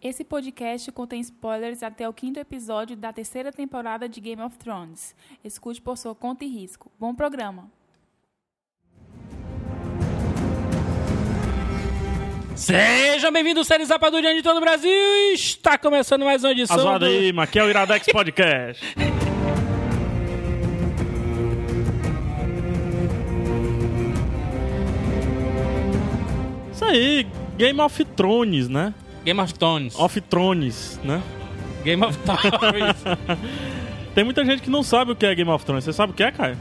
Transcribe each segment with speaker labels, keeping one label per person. Speaker 1: Esse podcast contém spoilers até o quinto episódio da terceira temporada de Game of Thrones. Escute por sua conta e risco. Bom programa!
Speaker 2: Sejam bem-vindos, séries Rapadurian de todo o Brasil! Está começando mais uma edição.
Speaker 3: Azado
Speaker 2: do-
Speaker 3: aí, mano, aqui é o Iradex Podcast. Isso aí, Game of Thrones, né?
Speaker 2: Game of Thrones.
Speaker 3: Of Thrones, né?
Speaker 2: Game of Thrones.
Speaker 3: Tem muita gente que não sabe o que é Game of Thrones. Você sabe o que é, Caio?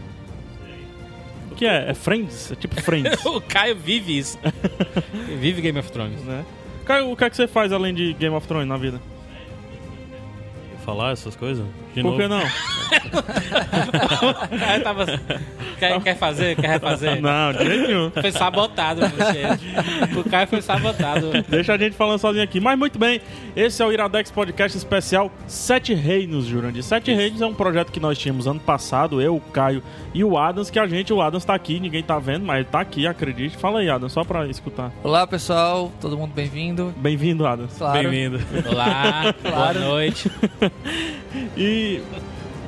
Speaker 3: O que é? É Friends? É tipo Friends,
Speaker 2: o Caio vive isso. vive Game of Thrones.
Speaker 3: né? Caio, o que é que você faz além de Game of Thrones na vida?
Speaker 4: falar essas coisas? De
Speaker 3: Por que
Speaker 4: novo?
Speaker 3: não?
Speaker 2: O Caio tava. assim, Quer, quer fazer? Quer refazer?
Speaker 3: Não, de jeito nenhum.
Speaker 2: Foi sabotado, você. O Caio foi sabotado.
Speaker 3: Deixa a gente falando sozinho aqui. Mas muito bem, esse é o Iradex Podcast Especial Sete Reinos, Jurandir. Sete Reinos é um projeto que nós tínhamos ano passado, eu, o Caio e o Adams, que a gente, o Adams tá aqui, ninguém tá vendo, mas ele tá aqui, acredite. Fala aí, Adams, só pra escutar.
Speaker 5: Olá pessoal, todo mundo bem-vindo.
Speaker 3: Bem-vindo, Adams.
Speaker 5: Claro.
Speaker 4: Bem-vindo.
Speaker 2: Olá,
Speaker 5: Claro.
Speaker 2: boa noite.
Speaker 3: E,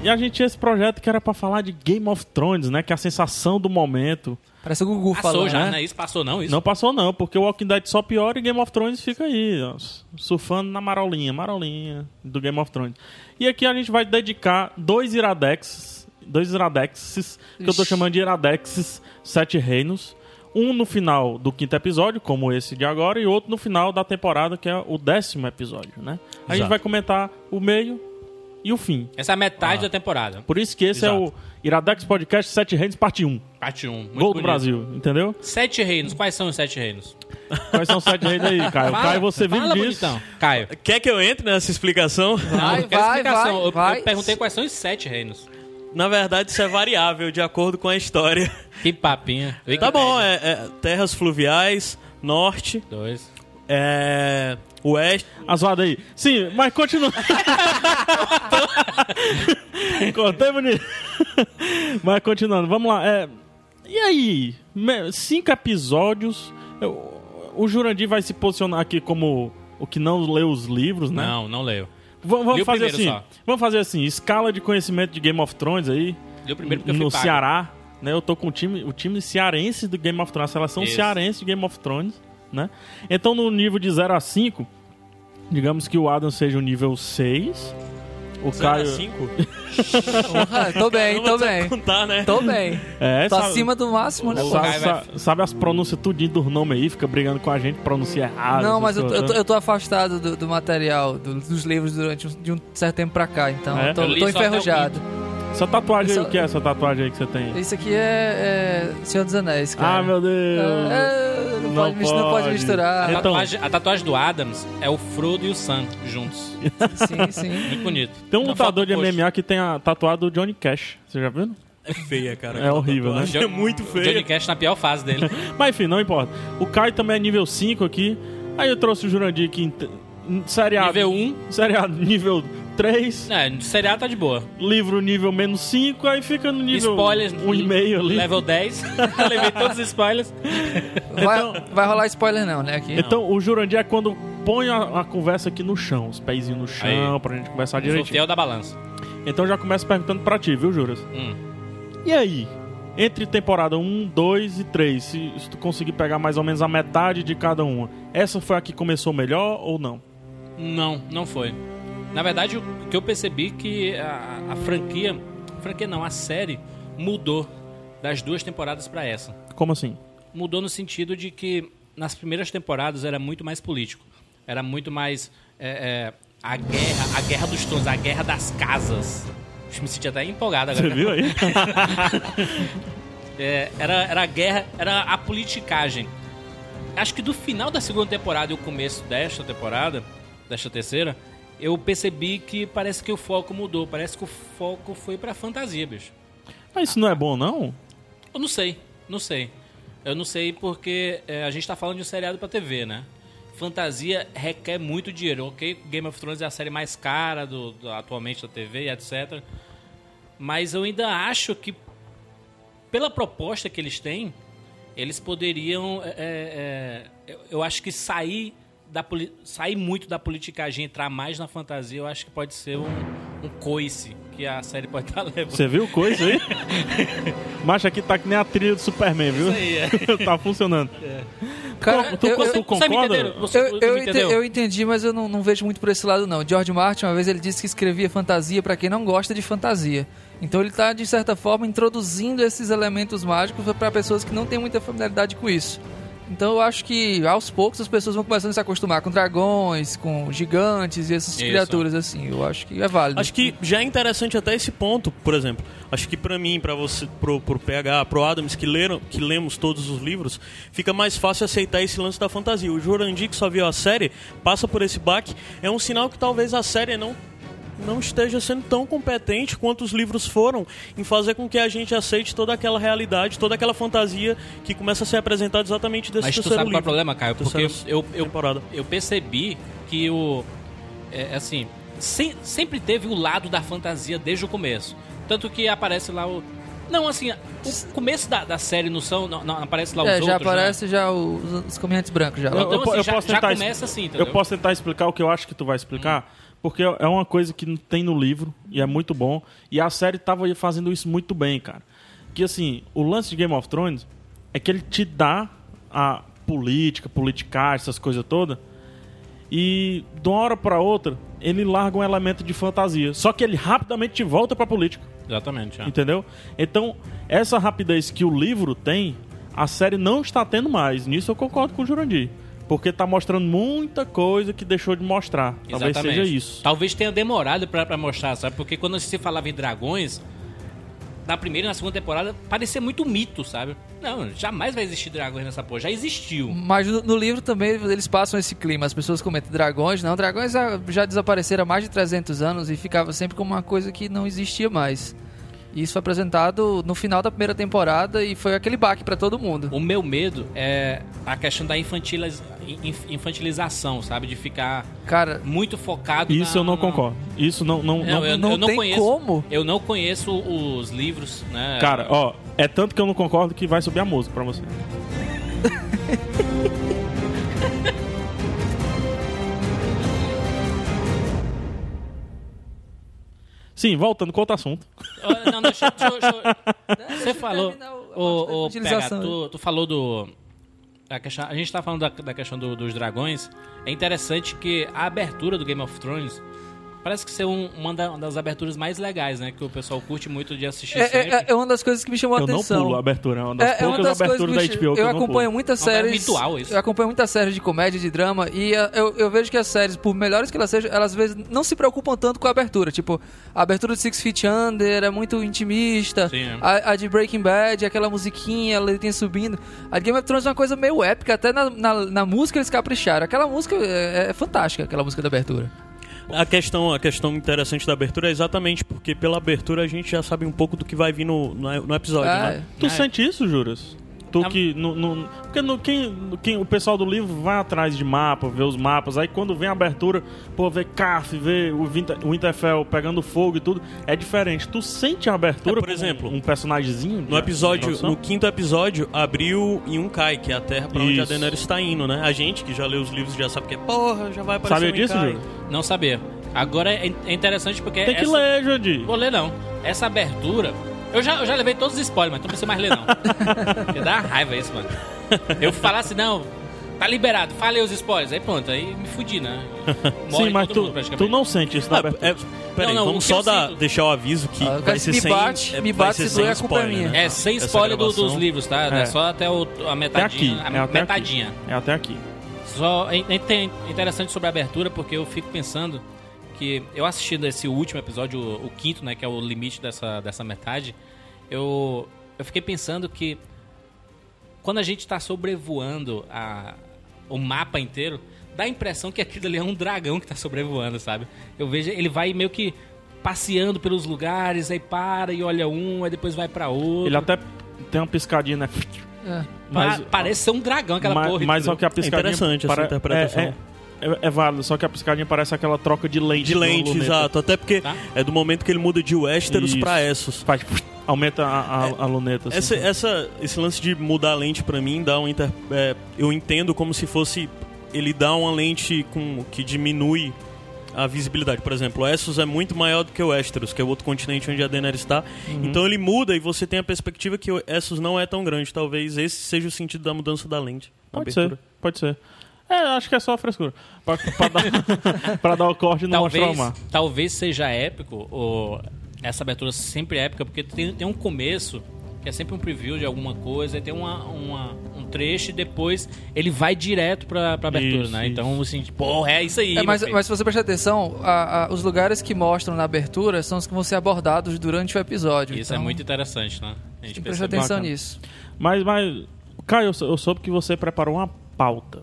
Speaker 3: e a gente tinha esse projeto que era pra falar de Game of Thrones, né? Que é a sensação do momento.
Speaker 5: Parece o Gugu
Speaker 2: Passou
Speaker 5: falando.
Speaker 2: já,
Speaker 5: né?
Speaker 2: não é isso? Passou não, isso?
Speaker 3: Não passou, não, porque o Walking Dead só piora e Game of Thrones fica aí, ó, surfando na marolinha, marolinha do Game of Thrones. E aqui a gente vai dedicar dois Iradex, dois Iradexes, que eu tô
Speaker 5: Ixi.
Speaker 3: chamando de Iradexes Sete Reinos. Um no final do quinto episódio, como esse de agora, e outro no final da temporada, que é o décimo episódio, né? A gente
Speaker 4: Exato.
Speaker 3: vai comentar o meio e o fim.
Speaker 2: Essa é a metade
Speaker 3: Ah.
Speaker 2: da temporada.
Speaker 3: Por isso que esse é o
Speaker 4: Exato.
Speaker 3: Iradex Podcast Sete Reinos, parte 1. Gol
Speaker 2: Parte 1. Muito
Speaker 3: do
Speaker 2: bonito.
Speaker 3: Brasil, entendeu?
Speaker 2: Sete reinos. Quais são os sete reinos?
Speaker 3: Quais são os sete reinos aí, Caio?
Speaker 2: Fala-
Speaker 3: Caio, você vive
Speaker 2: fala,
Speaker 3: disso.
Speaker 2: bonitão. Caio.
Speaker 4: Quer que eu entre nessa explicação?
Speaker 2: Não,
Speaker 5: Vai,
Speaker 2: eu quero
Speaker 5: vai,
Speaker 2: explicação.
Speaker 5: vai,
Speaker 2: eu, eu
Speaker 5: vai.
Speaker 2: perguntei quais são os sete reinos.
Speaker 4: Na verdade, isso é variável de acordo com a história.
Speaker 2: Que papinha.
Speaker 4: Tá bom, é, é terras fluviais, norte,
Speaker 2: Dois.
Speaker 4: é, oeste.
Speaker 3: A zoada aí. Sim, mas continua. Contei bonito. mas continuando, vamos lá. É, e aí? Me- Cinco episódios. Eu- o Jurandir vai se posicionar aqui como o que não leu os livros, né?
Speaker 2: Não, não leio.
Speaker 3: V- vamos
Speaker 2: Li o
Speaker 3: fazer assim.
Speaker 2: primeiro só.
Speaker 3: Vamos fazer assim, escala de conhecimento de Game of Thrones aí.
Speaker 2: Deu primeiro porque eu fui
Speaker 3: no
Speaker 2: pago.
Speaker 3: Ceará, né? Eu tô com o time, o time cearense do Game of Thrones, a seleção
Speaker 2: Isso.
Speaker 3: cearense de Game of Thrones, né? Então no nível de 0 a 5, digamos que o Adam seja o nível 6, o Caio então
Speaker 4: 5?
Speaker 5: Ah, tô bem, tô bem.
Speaker 4: Então contar, né?
Speaker 5: Tô bem.
Speaker 3: é,
Speaker 5: Tô
Speaker 3: sabe-
Speaker 5: Tá acima do máximo, né?
Speaker 3: sabe,
Speaker 5: pô?
Speaker 2: Caio é vai-
Speaker 3: sabe- sabe as pronúncias tudinho dos nomes aí, fica brigando com a gente, pronuncia errado.
Speaker 5: Não,
Speaker 3: essas
Speaker 5: mas eu, tô-
Speaker 3: coisas,
Speaker 5: eu tô,
Speaker 3: né?
Speaker 5: eu tô afastado do, do material, do- dos livros durante um, de um certo tempo pra cá, então
Speaker 3: É?
Speaker 5: tô,
Speaker 2: Eu li só
Speaker 5: tô
Speaker 2: até o
Speaker 5: enferrujado.
Speaker 3: Essa tatuagem aí,
Speaker 5: Essa-
Speaker 3: o que é essa tatuagem aí que você tem?
Speaker 5: Isso aqui é, é Senhor dos Anéis, cara.
Speaker 3: Ah, meu Deus!
Speaker 5: É, não,
Speaker 3: Não
Speaker 5: pode, mis- não
Speaker 3: pode.
Speaker 5: pode
Speaker 2: A
Speaker 5: misturar.
Speaker 3: Então-
Speaker 2: tatuagem, a tatuagem do Adams é o Frodo e o Sam juntos.
Speaker 5: Sim, sim.
Speaker 2: Muito bonito.
Speaker 3: Tem um
Speaker 2: Na
Speaker 3: lutador
Speaker 2: foto
Speaker 3: de
Speaker 2: do post.
Speaker 3: MMA que tem a tatuado do Johnny Cash. Você já viu?
Speaker 4: É feia, cara.
Speaker 3: É
Speaker 4: aquela
Speaker 3: horrível, né?
Speaker 4: tatuagem. É muito
Speaker 2: Johnny
Speaker 4: feia.
Speaker 2: Cash na pior fase dele.
Speaker 3: Mas enfim, não importa. O Caio também é nível 5 aqui. Aí eu trouxe o Jurandir aqui em, t- em série A.
Speaker 2: nível 1,
Speaker 3: Série A nível 3.
Speaker 2: é, seriado tá de boa.
Speaker 3: Livro nível menos 5. Aí fica no nível
Speaker 2: Spoilers,
Speaker 3: 1,5 ali.
Speaker 2: level 10. Eu Levei todos os spoilers.
Speaker 5: Vai, vai rolar spoiler não, né?
Speaker 2: um.
Speaker 5: Aqui.
Speaker 3: Então o Jurandir é quando põe a, a conversa aqui no chão. Os pezinhos no chão
Speaker 2: Aí.
Speaker 3: pra gente conversar
Speaker 2: Sou
Speaker 3: direitinho.
Speaker 2: fiel da balança.
Speaker 3: Então já começo perguntando pra ti, viu, Juras?
Speaker 2: Hum.
Speaker 3: E aí? Entre temporada 1, 2 e 3, se, se tu conseguir pegar mais ou menos a metade de cada uma, essa foi a que começou melhor ou não?
Speaker 2: Não, não foi. Na verdade, o que eu percebi que a, a franquia... a franquia não, a série mudou das duas temporadas pra essa.
Speaker 3: Como assim?
Speaker 2: mudou no sentido de que nas primeiras temporadas era muito mais político. Era muito mais é, é, a guerra, a guerra dos tronos, a guerra das casas. Ixi, Me senti até empolgado
Speaker 3: Você
Speaker 2: agora.
Speaker 3: viu aí?
Speaker 2: É, era, era a guerra, era a politicagem. Acho que do final da segunda temporada e o começo desta temporada, desta terceira, eu percebi que parece que o foco mudou. Parece que o foco foi pra fantasia, bicho.
Speaker 3: Mas isso não é bom, não?
Speaker 2: Eu não sei, não sei. Eu não sei porque é, a gente tá falando de um seriado pra TV, né? Fantasia requer muito dinheiro, ok? Game of Thrones é a série mais cara do, do- atualmente da TV e etc. Mas eu ainda acho que, pela proposta que eles têm, eles poderiam. é, é, é, eu- eu acho que sair da poli- sair muito da politicagem e entrar mais na fantasia, eu acho que pode ser um, um coice que a série pode estar levando.
Speaker 3: Você viu coisa aí? Macho, aqui tá que nem a trilha do Superman, viu?
Speaker 2: Isso aí, é. Então,
Speaker 3: tá funcionando.
Speaker 5: Cara,
Speaker 3: tu,
Speaker 5: eu-
Speaker 3: tu
Speaker 5: eu-
Speaker 2: Você me
Speaker 3: concorda?
Speaker 2: entendeu? Você,
Speaker 5: Eu,
Speaker 2: tu
Speaker 5: eu,
Speaker 2: me
Speaker 5: ente-
Speaker 2: entendeu?
Speaker 5: eu entendi, mas eu não, não vejo muito por esse lado, não. George Martin, uma vez, ele disse que escrevia fantasia pra quem não gosta de fantasia. Então ele tá, de certa forma, introduzindo esses elementos mágicos pra pessoas que não têm muita familiaridade com isso. Então eu acho que, aos poucos, as pessoas vão começando a se acostumar com dragões, com gigantes e essas
Speaker 2: Isso.
Speaker 5: criaturas, assim. Eu acho que é válido.
Speaker 4: Acho que já é interessante até esse ponto, por exemplo. Acho que pra mim, pra você, pro, pro PH, pro Adams, que leram, que lemos todos os livros, fica mais fácil aceitar esse lance da fantasia. O Jurandir, que só viu a série, passa por esse baque, é um sinal que talvez a série não não esteja sendo tão competente quanto os livros foram em fazer com que a gente aceite toda aquela realidade, toda aquela fantasia que começa a ser apresentada exatamente desse
Speaker 2: Mas tu
Speaker 4: terceiro
Speaker 2: sabe qual é o
Speaker 4: livro.
Speaker 2: problema, Caio? Porque eu,
Speaker 4: Terceiro
Speaker 2: eu, eu-
Speaker 4: temporada.
Speaker 2: eu percebi que o. é, assim, se- sempre teve o lado da fantasia desde o começo. Tanto que aparece lá o. Não, assim, o começo da, da série não são. Não, não, aparece lá os
Speaker 5: é,
Speaker 2: outros.
Speaker 5: já
Speaker 2: né?
Speaker 5: aparece já os, os caminhantes brancos já.
Speaker 2: Não,
Speaker 5: lá.
Speaker 2: Então, assim, já- já
Speaker 3: es-
Speaker 2: começa assim, entendeu? Hum.
Speaker 3: Eu posso tentar explicar o que eu acho que tu vai explicar, porque é uma coisa que não tem no livro e é muito bom. E a série tava fazendo isso muito bem, cara. Que assim, o lance de Game of Thrones é que ele te dá a política, politicar, essas coisas todas. E de uma hora pra outra, ele larga um elemento de fantasia. Só que ele rapidamente te volta pra política.
Speaker 2: Exatamente. é.
Speaker 3: Entendeu? Então, essa rapidez que o livro tem, a série não está tendo mais. Nisso eu concordo com o Jurandir. Porque tá mostrando muita coisa que deixou de mostrar. Talvez
Speaker 2: Exatamente.
Speaker 3: seja isso.
Speaker 2: Talvez tenha demorado pra, pra mostrar, sabe? Porque quando se falava em dragões, na primeira e na segunda temporada, parecia muito mito, sabe? Não, jamais vai existir dragões nessa porra. Já existiu.
Speaker 5: Mas no, no livro também eles passam esse clima. As pessoas comentam dragões, não. Dragões já, já desapareceram há mais de 300 anos e ficava sempre como uma coisa que não existia mais. E isso foi apresentado no final da primeira temporada e foi aquele baque pra todo mundo.
Speaker 2: O meu medo é a questão da infantiliz- inf- infantilização, sabe? De ficar
Speaker 5: Cara,
Speaker 2: muito focado
Speaker 3: Isso
Speaker 2: na-
Speaker 3: eu não
Speaker 2: na-
Speaker 3: concordo. Isso não. não,
Speaker 2: Não,
Speaker 3: não-
Speaker 2: eu,
Speaker 5: não
Speaker 2: eu não
Speaker 5: tem
Speaker 2: conheço.
Speaker 5: como.
Speaker 2: Eu não conheço os livros, né?
Speaker 3: Cara, ó, é tanto que eu não concordo que vai subir a música pra você. Sim, voltando com outro assunto.
Speaker 2: Ó, Não, deixa, deixa, deixa, Você falou.
Speaker 5: terminar o- a parte da
Speaker 2: O, o pega,
Speaker 5: utilização.
Speaker 2: tu, tu falou do. A, questão, a gente tá falando da, da questão do- dos dragões. É interessante que a abertura do Game of Thrones parece que ser um- uma, da- uma das aberturas mais legais, né? Que o pessoal curte muito de assistir
Speaker 5: é,
Speaker 2: sempre.
Speaker 5: é- é uma das coisas que me chamou a
Speaker 3: Eu não
Speaker 5: atenção.
Speaker 3: pulo a abertura, é uma das
Speaker 5: É- é uma
Speaker 3: poucas
Speaker 5: das coisas
Speaker 3: aberturas
Speaker 5: que
Speaker 3: da
Speaker 5: me-
Speaker 3: HBO que
Speaker 5: eu
Speaker 3: não pulo.
Speaker 5: acompanho muitas
Speaker 2: Não, é
Speaker 5: séries.
Speaker 2: habitual isso.
Speaker 5: Eu acompanho muitas séries de comédia, de drama, e eh, eu, eu vejo que as séries, por melhores que elas sejam, elas às vezes não se preocupam tanto com a abertura. Tipo, a abertura de Six Feet Under é muito intimista.
Speaker 2: Sim, é.
Speaker 5: a, a de Breaking Bad, aquela musiquinha, a letrinha subindo. A de Game of Thrones é uma coisa meio épica, até na, na, na música eles capricharam. Aquela música é, é fantástica, aquela música da abertura.
Speaker 4: A questão, a questão interessante da abertura é exatamente porque pela abertura a gente já sabe um pouco do que vai vir no, no, no episódio,
Speaker 5: Ah,
Speaker 4: né?
Speaker 3: Tu
Speaker 2: É.
Speaker 3: sente isso, Juras? Tu
Speaker 2: Ah,
Speaker 3: que. No, no- porque no- quem, quem, o pessoal do livro vai atrás de mapa, vê os mapas. Aí quando vem a abertura, pô, vê CAF, vê o Winter- o Winterfell pegando fogo e tudo. É diferente. Tu sente a abertura.
Speaker 4: É, por
Speaker 3: como
Speaker 4: exemplo,
Speaker 3: um personagemzinho? de
Speaker 4: No episódio,
Speaker 3: introdução?
Speaker 4: no quinto episódio, abriu em um cai, que é a terra pra onde a
Speaker 3: Isso.
Speaker 4: Daenerys está indo, né? A gente que já leu os livros já sabe que é porra, já vai aparecer
Speaker 3: Sabia
Speaker 4: um
Speaker 3: disso,
Speaker 4: Yunkai.
Speaker 3: Juras?
Speaker 2: Não saber. Agora é in- é interessante porque.
Speaker 3: Tem que
Speaker 2: essa-
Speaker 3: ler, Jandir.
Speaker 2: Vou ler não. Essa abertura. Eu já, eu já levei todos os spoilers, mas não preciso mais ler, não. Porque dá uma raiva isso, mano. Eu falar assim, não, tá liberado, falei os spoilers. Aí pronto, aí me fudi, né? Morre
Speaker 3: Sim, mas
Speaker 2: todo
Speaker 3: tu,
Speaker 2: mundo, praticamente.
Speaker 3: tu não sente
Speaker 2: Tá
Speaker 3: isso na
Speaker 4: Ah,
Speaker 3: abertura.
Speaker 4: é, peraí,
Speaker 2: Não, não,
Speaker 4: vamos
Speaker 2: o que
Speaker 4: só
Speaker 2: eu
Speaker 4: dar-
Speaker 2: sinto-
Speaker 4: deixar o aviso que
Speaker 5: Ah, eu
Speaker 4: vai
Speaker 5: quero
Speaker 4: ser
Speaker 5: que me
Speaker 4: sem,
Speaker 5: bate,
Speaker 4: é,
Speaker 5: me
Speaker 4: vai
Speaker 5: bate,
Speaker 4: ser
Speaker 5: se doer,
Speaker 4: sem
Speaker 5: a culpa é
Speaker 4: spoiler,
Speaker 5: minha.
Speaker 4: né?
Speaker 2: É, sem
Speaker 4: Essa
Speaker 2: spoiler do- dos
Speaker 4: gravação.
Speaker 2: livros, tá? É,
Speaker 3: É.
Speaker 2: só até o- a
Speaker 3: Até
Speaker 2: metadinha.
Speaker 3: aqui.
Speaker 2: a
Speaker 3: É até
Speaker 2: metadinha.
Speaker 3: aqui. É até aqui.
Speaker 2: Só é inte- é interessante sobre a abertura, porque eu fico pensando que eu assisti esse último episódio, o, o quinto, né, que é o limite dessa, dessa metade, eu, eu fiquei pensando que quando a gente tá sobrevoando a, o mapa inteiro, dá a impressão que aquilo ali é um dragão que tá sobrevoando, sabe? Eu vejo, ele vai meio que passeando pelos lugares, aí para e olha um, aí depois vai pra outro.
Speaker 3: Ele até tem uma piscadinha, né?
Speaker 5: É.
Speaker 2: Pa-
Speaker 3: Mas-
Speaker 2: parece ser um dragão aquela É
Speaker 3: mas,
Speaker 2: porra.
Speaker 3: mas
Speaker 2: entendeu?
Speaker 3: só que a piscadinha.
Speaker 4: interessante essa
Speaker 3: pare-
Speaker 4: interpretação.
Speaker 3: É, é, é- é válido, só que a piscadinha parece aquela troca de lente.
Speaker 4: De
Speaker 3: no
Speaker 4: lente,
Speaker 3: Lumeta.
Speaker 4: exato. Até porque
Speaker 2: Tá?
Speaker 4: é do momento que ele muda de Westeros
Speaker 3: Isso.
Speaker 4: pra Essos.
Speaker 3: Faz. Aumenta a, a, a luneta. assim.
Speaker 4: é Essa, essa- esse lance de mudar a lente pra mim dá um inter... é, eu entendo é, como se fosse ele dá uma lente com, que diminui a visibilidade. Por exemplo, o Essos é muito maior do que o Westeros, que é o outro continente onde a Daenerys está.
Speaker 3: Uhum.
Speaker 4: Então ele muda e você tem a perspectiva que o Essos não é tão grande. Talvez esse seja o sentido da mudança da lente. na
Speaker 3: Pode
Speaker 4: abertura.
Speaker 3: ser, pode ser. É, acho que é só frescura. Pra, pra dar, pra dar o corte e não mostrar o
Speaker 2: talvez,
Speaker 3: mar.
Speaker 2: talvez seja épico, ou essa abertura sempre é épica, porque tem, tem um começo, que é sempre um preview de alguma coisa, e tem uma, uma- um trecho e depois ele vai direto pra, pra abertura,
Speaker 3: Isso,
Speaker 2: né?
Speaker 3: isso.
Speaker 2: Então, assim, tipo, porra, é isso aí.
Speaker 5: É, mas,
Speaker 2: meu filho.
Speaker 5: mas se você prestar atenção, a- a- os lugares que mostram na abertura são os que vão ser abordados durante o episódio.
Speaker 2: Isso é
Speaker 5: então,
Speaker 2: muito interessante, né? A
Speaker 5: Tem que
Speaker 2: gente
Speaker 5: prestar
Speaker 2: percebe.
Speaker 5: atenção
Speaker 3: Bacana.
Speaker 5: nisso.
Speaker 3: Mas, mas Caio, eu, sou- eu soube que você preparou uma pauta.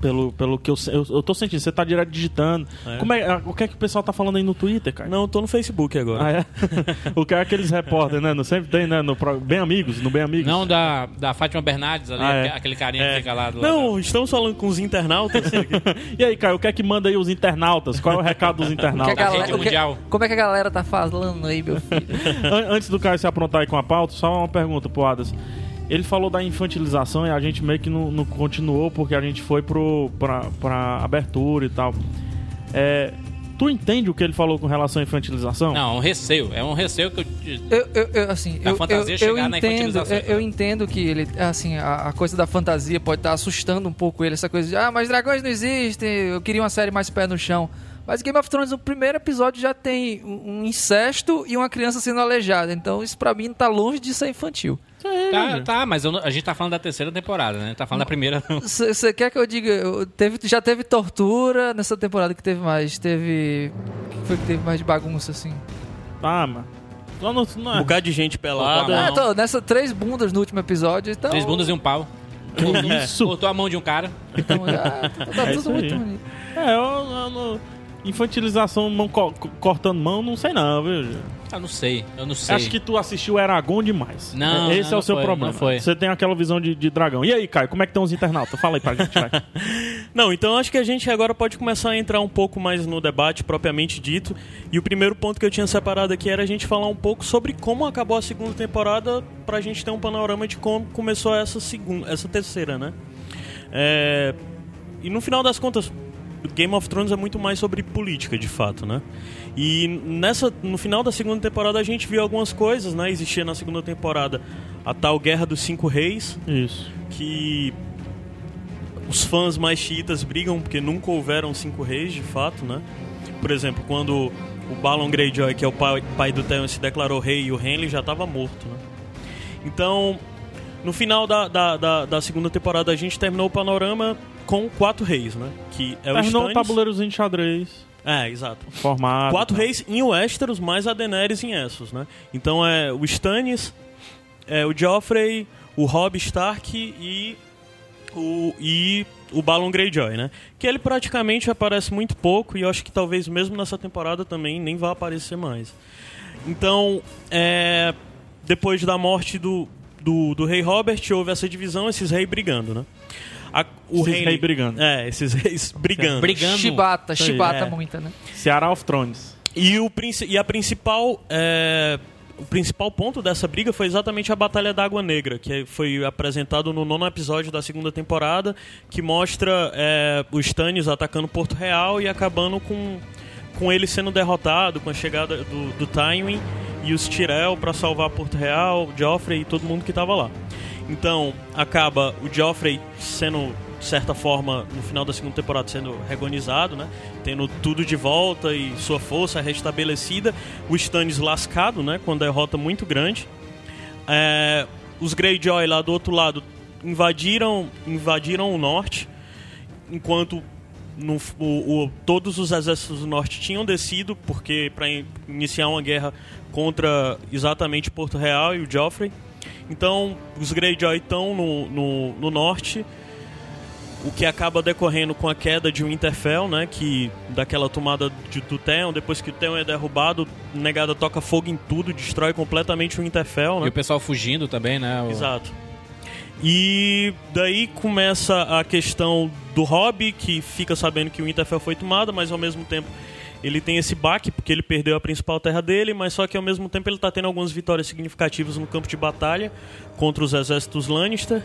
Speaker 3: Pelo, pelo que eu, se- eu, eu tô sentindo, você tá direto digitando. Como é, a- o que é que o pessoal tá falando aí no Twitter, Caio?
Speaker 4: Não, eu tô no Facebook agora.
Speaker 3: Ah, é? o que é aqueles repórter, né? Não sempre tem, né? No, pro- bem amigos, no Bem Amigos.
Speaker 2: Não, da, da Fátima Bernardes ali,
Speaker 3: Ah, é.
Speaker 2: aque- aquele carinha que fica lá do
Speaker 4: Não, estamos falando com os internautas.
Speaker 3: E aí, Caio, o que é que manda aí os internautas? Qual é o recado dos
Speaker 5: Que a
Speaker 3: internautas?
Speaker 2: galera-
Speaker 5: galera-
Speaker 2: rede
Speaker 5: o que-
Speaker 2: mundial.
Speaker 5: como é que a galera tá falando aí, meu filho?
Speaker 3: An- Antes do Caio se aprontar aí com a pauta, só uma pergunta pro Adas. Ele falou da infantilização e a gente meio que não, não continuou porque a gente foi pro, pra, pra abertura e tal. É, tu entende o que ele falou com relação à infantilização?
Speaker 2: Não, é um receio. É um receio que eu.
Speaker 5: Eu, eu- eu, assim,
Speaker 2: A
Speaker 5: eu,
Speaker 2: fantasia
Speaker 5: eu- eu
Speaker 2: chegar na
Speaker 5: entendo,
Speaker 2: infantilização.
Speaker 5: eu, eu entendo que ele, assim, a, a coisa da fantasia pode estar assustando um pouco ele, essa coisa de, ah, mas dragões não existem, eu queria uma série mais pé no chão. Mas Game of Thrones, o primeiro episódio já tem um um incesto e uma criança sendo aleijada, então isso pra mim tá longe de ser infantil.
Speaker 3: É, né?
Speaker 2: Tá, tá, mas eu não- a gente tá falando da terceira temporada, né? Tá falando da primeira. não.
Speaker 5: Você quer que eu diga? eu- Teve, já teve tortura nessa temporada que teve mais? Teve. O que foi que teve mais de bagunça, assim?
Speaker 3: Ah, mano. Só não, não
Speaker 4: Um
Speaker 3: é.
Speaker 4: bocado de gente pelada.
Speaker 2: Não.
Speaker 5: Ah, tô, nessa três bundas no último episódio, então.
Speaker 2: Três bundas e um pau.
Speaker 3: isso?
Speaker 2: Cortou a mão de um cara.
Speaker 5: Então, ah, tá- tá
Speaker 3: É isso
Speaker 5: tudo
Speaker 3: aí.
Speaker 5: muito bonito.
Speaker 3: É, eu, eu não- infantilização, mão co- co- cortando mão, não sei não, viu?
Speaker 2: Ah, não sei. Eu não sei.
Speaker 3: Acho que tu assistiu Eragon demais.
Speaker 2: Não,
Speaker 3: É, Esse
Speaker 2: não,
Speaker 3: é
Speaker 2: não
Speaker 3: o seu
Speaker 2: foi,
Speaker 3: problema.
Speaker 2: não foi.
Speaker 3: Você tem aquela visão de, de dragão. E aí, Caio, como é que estão os internautas? Fala aí pra gente, vai.
Speaker 4: Não, então acho que a gente agora pode começar a entrar um pouco mais no debate propriamente dito. E o primeiro ponto que eu tinha separado aqui era a gente falar um pouco sobre como acabou a segunda temporada pra gente ter um panorama de como começou essa segunda, essa terceira, né? É, E no final das contas, Game of Thrones é muito mais sobre política, de fato, né? E nessa, no final da segunda temporada a gente viu algumas coisas, né? Existia na segunda temporada a tal Guerra dos Cinco Reis,
Speaker 3: Isso.
Speaker 4: que os fãs mais chiitas brigam porque nunca houveram cinco reis de fato, né? Por exemplo, quando o Balon Greyjoy, que é o pai, pai do Theon, se declarou rei e o Henley já estava morto, né? Então, no final da, da, da- da segunda temporada, a gente terminou o panorama com quatro reis, né? Que é o
Speaker 3: Terminou o
Speaker 4: Stannis-
Speaker 3: tabuleirozinho de xadrez.
Speaker 4: É, exato.
Speaker 3: Formado. né?
Speaker 4: Quatro tá. reis em Westeros, mais a Daenerys em Essos, né? Então é o Stannis, é o Joffrey, o Robb Stark e o, e o Balon Greyjoy, né? Que ele praticamente aparece muito pouco e eu acho que talvez mesmo nessa temporada também nem vá aparecer mais. Então, é, depois da morte do, do, do rei Robert, houve essa divisão, esses reis brigando, né? A- o
Speaker 3: Esses
Speaker 4: rei
Speaker 3: reis brigando.
Speaker 4: É, esses reis brigando.
Speaker 2: Brigando.
Speaker 5: Chibata,
Speaker 3: Isso aí,
Speaker 5: chibata
Speaker 4: é.
Speaker 5: muita, né?
Speaker 3: Ceará of Thrones.
Speaker 4: E, o, princi- e a principal. é, O principal ponto dessa briga foi exatamente a Batalha da Água Negra, que foi apresentado no nono episódio da segunda temporada, que mostra é, os Stannis atacando Porto Real e acabando com, com ele sendo derrotado, com a chegada do, do Tywin e os Tyrell para salvar Porto Real, Joffrey e todo mundo que estava lá. Então, acaba o Joffrey sendo, de certa forma, no final da segunda temporada, sendo regonizado, né? Tendo tudo de volta e sua força restabelecida. O Stannis lascado, né? Com a derrota muito grande. É, os Greyjoy lá do outro lado invadiram, invadiram o norte, enquanto no, o, o- todos os exércitos do norte tinham descido, porque para iniciar uma guerra contra exatamente Porto Real e o Joffrey. Então, os Greyjoy estão no, no, no norte, o que acaba decorrendo com a queda de Winterfell, né? Que daquela tomada de, do Theon, depois que o Theon é derrubado, o negada toca fogo em tudo, destrói completamente o Winterfell,
Speaker 2: E
Speaker 4: né?
Speaker 2: o pessoal fugindo também, né?
Speaker 3: Ah.
Speaker 2: O-
Speaker 4: Exato. E daí começa a questão do Hobby, que fica sabendo que o Winterfell foi tomado, mas ao mesmo tempo ele tem esse baque, porque ele perdeu a principal terra dele, mas só que ao mesmo tempo ele está tendo algumas vitórias significativas no campo de batalha contra os exércitos Lannister.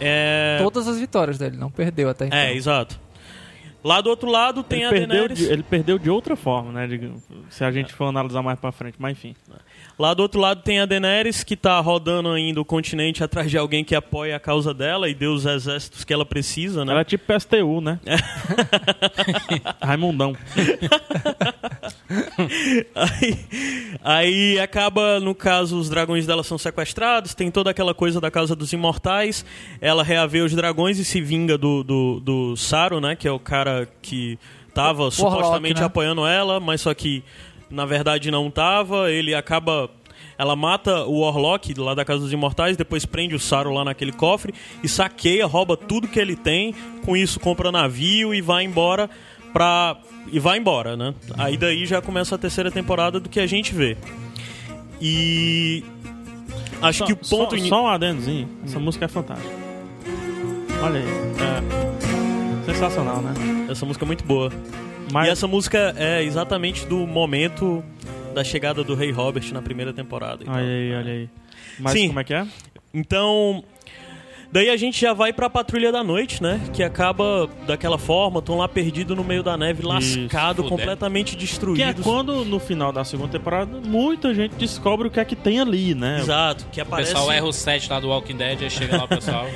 Speaker 4: É,
Speaker 5: Todas as vitórias dele, não perdeu até então.
Speaker 4: é exato. Lá do outro lado tem
Speaker 3: ele,
Speaker 4: a
Speaker 3: perdeu
Speaker 4: Daenerys.
Speaker 3: de, ele perdeu de outra forma, né? digamos, se a gente for analisar mais pra frente, mas enfim.
Speaker 4: Lá do outro lado tem a Daenerys, que tá rodando ainda o continente atrás de alguém que apoia a causa dela e deu os exércitos que ela precisa, né?
Speaker 3: Ela é tipo PSTU, né? É. Raimundão.
Speaker 4: aí, aí acaba, no caso, os dragões dela são sequestrados, tem toda aquela coisa da Casa dos Imortais, ela reavê os dragões e se vinga do, do, do Saro, né? Que é o cara que tava supostamente
Speaker 5: né?
Speaker 4: apoiando ela, mas só que na verdade não tava, ele acaba... Ela mata o Warlock lá da Casa dos Imortais, depois prende o Saro lá naquele cofre e saqueia, rouba tudo que ele tem, com isso compra navio e vai embora pra... e vai embora, né? Aí daí já começa a terceira temporada do que a gente vê. E acho que o ponto
Speaker 3: Só,
Speaker 4: ini-
Speaker 3: só um adendozinho. Essa música é fantástica. Olha aí. É. Sensacional, né?
Speaker 4: essa música é muito boa.
Speaker 3: Mas
Speaker 4: E essa música é exatamente do momento da chegada do Rei Robert na primeira temporada. então. e tal.
Speaker 3: Olha aí, olha aí. Mas
Speaker 4: Sim.
Speaker 3: como é que é?
Speaker 4: Então, daí a gente já vai pra Patrulha da Noite, né? Que acaba daquela forma, estão lá perdido no meio da neve, lascado,
Speaker 2: fudendo.
Speaker 4: completamente
Speaker 3: Que é
Speaker 4: destruído.
Speaker 3: quando, no final da segunda temporada, muita gente descobre o que é que tem ali, né?
Speaker 4: Exato, que
Speaker 2: O
Speaker 4: aparece
Speaker 2: pessoal erra o set lá do Walking Dead, aí chega lá o pessoal.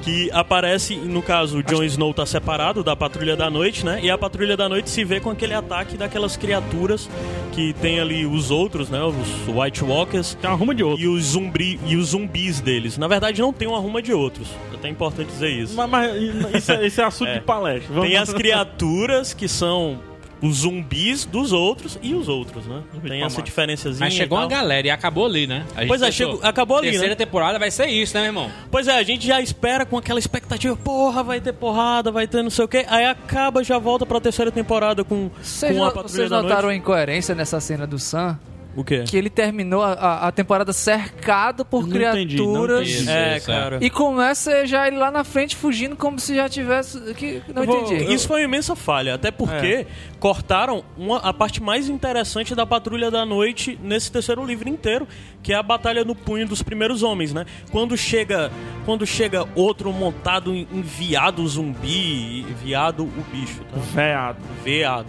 Speaker 4: que aparece, no caso, o Jon Snow tá separado da Patrulha da Noite, né? E a Patrulha da Noite se vê com aquele ataque daquelas criaturas que tem ali os outros, né? Os White Walkers
Speaker 3: Tem uma ruma Então, de outro.
Speaker 4: e os, zumbi, e os zumbis deles. Na verdade, não tem uma ruma de outros. Até é importante dizer isso.
Speaker 3: Mas, mas isso, é- isso é assunto
Speaker 4: É.
Speaker 3: de palestra. Vamos-
Speaker 4: Tem as criaturas que são os zumbis dos outros e os outros, né?
Speaker 3: Zumbi
Speaker 4: Tem
Speaker 3: de
Speaker 4: essa
Speaker 3: palmaço.
Speaker 4: diferenciazinha.
Speaker 2: Mas chegou
Speaker 4: e
Speaker 2: uma
Speaker 4: tal.
Speaker 2: galera e acabou ali, né? A gente
Speaker 4: então. Pois é,
Speaker 2: pensou,
Speaker 4: chego- acabou ali,
Speaker 2: Terceira
Speaker 4: né?
Speaker 2: temporada vai ser isso, né, meu irmão?
Speaker 4: Pois é, a gente já espera com aquela expectativa, porra, vai ter porrada, vai ter não sei o quê. Aí acaba, já volta pra terceira temporada com,
Speaker 5: Vocês,
Speaker 4: com a
Speaker 5: no-
Speaker 4: patrulha
Speaker 5: vocês
Speaker 4: da
Speaker 5: notaram
Speaker 4: noite.
Speaker 5: a incoerência nessa cena do Sam?
Speaker 4: O quê?
Speaker 5: Que ele terminou a- a, a temporada cercado por
Speaker 3: Não
Speaker 5: criaturas.
Speaker 3: entendi, não entendi.
Speaker 2: Isso,
Speaker 4: É,
Speaker 2: isso, é.
Speaker 4: cara.
Speaker 5: E começa já ele lá na frente fugindo como se já tivesse. Que, não entendi.
Speaker 4: Isso foi uma imensa falha, até
Speaker 3: É.
Speaker 4: porque cortaram uma- a parte mais interessante da Patrulha da Noite nesse terceiro livro inteiro, que é a Batalha no Punho dos Primeiros Homens, né? Quando chega, quando chega outro montado em, em viado zumbi, viado o bicho, tá?
Speaker 3: Veado.
Speaker 4: Veado.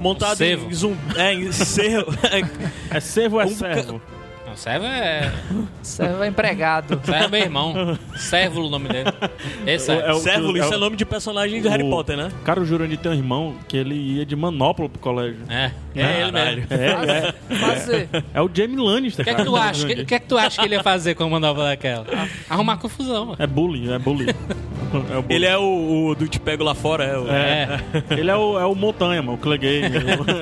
Speaker 4: Montado
Speaker 2: Cervo.
Speaker 4: em zumbi. É, em cervo.
Speaker 3: É servo ou é
Speaker 4: Um boca-
Speaker 3: servo?
Speaker 2: Não, servo é.
Speaker 5: Serva um empregado.
Speaker 2: Servo é meu irmão. Sérvulo o nome dele. Esse é.
Speaker 3: É o-
Speaker 4: Servo, isso
Speaker 3: é o-
Speaker 4: é nome de personagem de Harry
Speaker 3: O-
Speaker 4: Potter, né?
Speaker 3: Cara, o Jurandir tem um irmão que ele ia de manopla pro colégio.
Speaker 2: É, é ele mesmo.
Speaker 3: É, é.
Speaker 5: Fazer.
Speaker 3: É o Jamie
Speaker 2: O
Speaker 3: Lannister,
Speaker 2: que é
Speaker 3: cara. né,
Speaker 2: que tu acha? O que,
Speaker 3: Jurandir.
Speaker 2: o que é que tu acha que ele ia fazer com a manobra daquela? Arrumar confusão, mano.
Speaker 3: É bullying, é bullying. É o bullying.
Speaker 4: Ele é o, o do Te Pego Lá Fora, é o...
Speaker 2: É.
Speaker 3: Ele é o, é o Montanha, mano, o Clegane.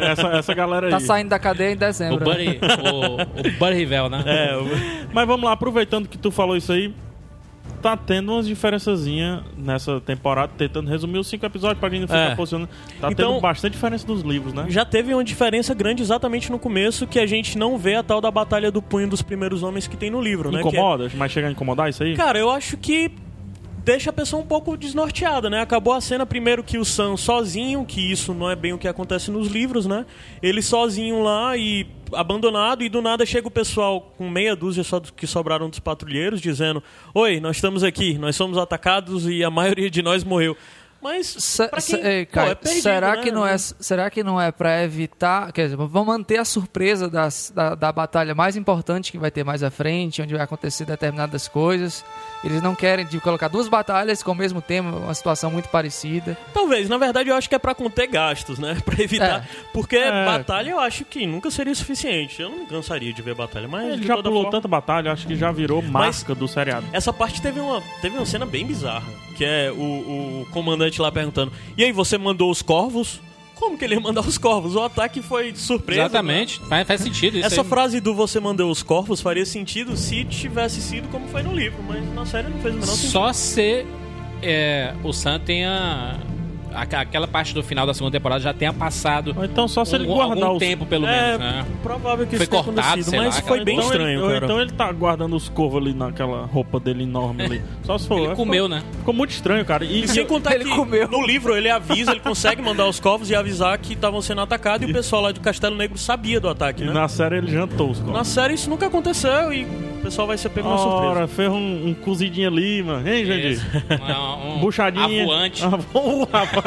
Speaker 3: Essa, essa galera aí.
Speaker 5: Tá saindo da cadeia em
Speaker 2: É, O
Speaker 5: dezembro. né?
Speaker 2: Buddy, o, o Buddy Rivel, né?
Speaker 4: É, o-
Speaker 3: Mas vamos lá, aproveitando que tu falou isso aí, tá tendo umas diferençazinhas nessa temporada, tentando resumir os cinco episódios pra gente não ficar
Speaker 4: É.
Speaker 3: posicionando. Tá
Speaker 4: Então-
Speaker 3: tendo bastante diferença dos livros, né?
Speaker 4: Já teve uma diferença grande exatamente no começo que a gente não vê a tal da batalha do punho dos primeiros homens que tem no livro, né?
Speaker 3: Incomoda? Mas chega a incomodar isso aí?
Speaker 4: Que é- Cara, eu acho que deixa a pessoa um pouco desnorteada, né? Acabou a cena primeiro que o Sam sozinho, que isso não é bem o que acontece nos livros, né? Ele sozinho lá e abandonado e do nada chega o pessoal com meia dúzia só dos que sobraram dos patrulheiros dizendo: "Oi, nós estamos aqui, nós somos atacados e a maioria de nós morreu". Mas
Speaker 5: Se-
Speaker 4: pra
Speaker 5: se-
Speaker 4: quem-
Speaker 5: ei,
Speaker 4: pô,
Speaker 5: Caio,
Speaker 4: é perdido,
Speaker 5: será
Speaker 4: né?
Speaker 5: que não é será que não é para evitar quer dizer vamos manter a surpresa das- da, da batalha mais importante que vai ter mais à frente onde vai acontecer determinadas coisas eles não querem de colocar duas batalhas com o mesmo tema uma situação muito parecida
Speaker 4: Talvez, na verdade eu acho que é pra conter gastos, né? Pra evitar.
Speaker 5: É.
Speaker 4: Porque
Speaker 3: É.
Speaker 4: batalha eu acho que nunca seria suficiente. Eu não me cansaria de ver batalha, mas.
Speaker 3: Ele
Speaker 4: de
Speaker 3: já
Speaker 4: toda
Speaker 3: pulou
Speaker 4: forma-
Speaker 3: tanta batalha, acho que já virou marca do seriado.
Speaker 4: Essa parte teve uma, teve uma cena bem bizarra. Que é o, o comandante lá perguntando: E aí, você mandou os corvos? Como que ele ia mandar os corvos? O ataque foi de surpresa. né?
Speaker 2: Exatamente. Faz, faz sentido isso.
Speaker 4: Essa
Speaker 2: aí.
Speaker 4: frase do você mandou os corvos faria sentido se tivesse sido como foi no livro, mas na série não
Speaker 3: então.
Speaker 4: fez o menor sentido.
Speaker 2: Só se é, o Sam tenha. aqua- Aquela parte do final da segunda temporada já tenha passado
Speaker 3: Ou então só se ele
Speaker 2: um-
Speaker 3: guardar
Speaker 2: algum
Speaker 3: os...
Speaker 2: tempo, pelo
Speaker 4: É,
Speaker 2: menos. Né?
Speaker 4: provável que
Speaker 2: Foi
Speaker 4: isso tenha
Speaker 2: cortado,
Speaker 4: acontecido,
Speaker 2: sei lá,
Speaker 4: mas
Speaker 2: cara.
Speaker 4: foi bem
Speaker 3: Então ele-
Speaker 4: estranho,
Speaker 3: ou
Speaker 4: cara.
Speaker 3: Então ele tá guardando os corvos ali naquela roupa dele enorme ali. Só se for.
Speaker 2: Ele
Speaker 3: é,
Speaker 2: comeu, né?
Speaker 3: Ficou, ficou muito estranho, cara. E,
Speaker 4: E sem contar
Speaker 5: Ele
Speaker 4: que
Speaker 5: comeu.
Speaker 4: no livro ele avisa, ele consegue mandar os corvos e avisar que estavam sendo atacados e o pessoal lá do Castelo Negro sabia do ataque,
Speaker 3: e
Speaker 4: né?
Speaker 3: na série ele jantou os corvos.
Speaker 4: Na série isso nunca aconteceu e O pessoal vai se pegar uma surpresa.
Speaker 3: Ora, ferro um, um cozidinho ali, mano. Hein,
Speaker 2: Isso.
Speaker 3: Jandir?
Speaker 2: Um, um
Speaker 3: Buchadinha.
Speaker 2: Avoante.
Speaker 3: Ah, bom, rapaz.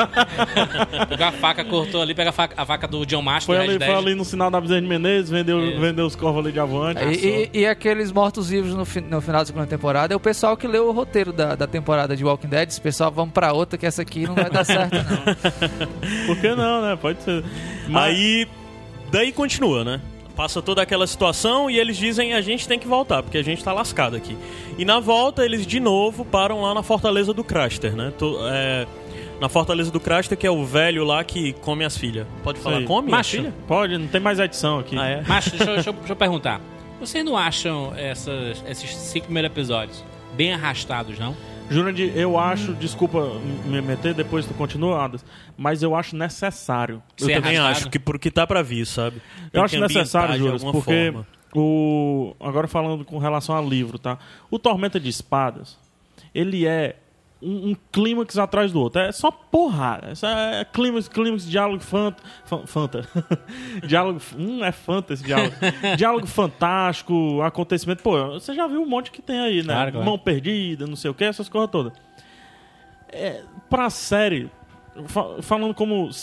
Speaker 2: Pegou a faca, cortou ali, pega a faca, a vaca do John Master,
Speaker 3: Foi
Speaker 2: do
Speaker 3: ali,
Speaker 2: Red
Speaker 3: foi
Speaker 2: Dead.
Speaker 3: ali no sinal da Bezerra de Menezes, vendeu,
Speaker 2: Isso.
Speaker 3: vendeu os corvos ali de avante.
Speaker 4: Ah,
Speaker 5: E, e- e aqueles mortos-vivos no, fi- no final da segunda temporada é o pessoal que leu o roteiro da, da temporada de Walking Dead. Esse pessoal, vamos pra outra, que essa aqui não vai dar certo, não.
Speaker 3: Por que não, né? Pode ser. Mas
Speaker 4: Aí, daí continua, né? Passa toda aquela situação e eles dizem a gente tem que voltar, porque a gente tá lascado aqui. E na volta eles de novo param lá na Fortaleza do Craster, né? To- é, na Fortaleza do Craster, que é o velho lá que come as filhas. Pode falar,
Speaker 3: Sei.
Speaker 4: come
Speaker 2: Macho.
Speaker 4: as filhas?
Speaker 3: pode, não tem mais edição aqui.
Speaker 4: Ah, é?
Speaker 2: Macho, deixa, eu- deixa eu- deixa eu perguntar. Vocês não acham essas- esses cinco primeiros episódios bem arrastados, não?
Speaker 3: Jurandir, eu acho, desculpa me meter, depois tu continua, Adas, mas eu acho necessário.
Speaker 2: Ser
Speaker 4: Eu também
Speaker 2: arrastado.
Speaker 4: acho que porque tá pra vir, sabe? Tem
Speaker 3: Eu
Speaker 4: que
Speaker 3: acho
Speaker 4: ambientar
Speaker 3: necessário,
Speaker 4: de
Speaker 3: Juras,
Speaker 4: alguma
Speaker 3: porque
Speaker 4: forma.
Speaker 3: o agora falando com relação a livro, tá? O Tormenta de Espadas, ele é um, um clímax atrás do outro. É só porrada. Essa é clímax, clímax, diálogo fanta, fan- fanta. diálogo, hum, é fanta esse diálogo. diálogo fantástico, acontecimento, pô, você já viu um monte que tem aí, né?
Speaker 2: Claro, claro.
Speaker 3: Mão perdida, não sei o que, essas coisas todas. É, pra série, fa- falando como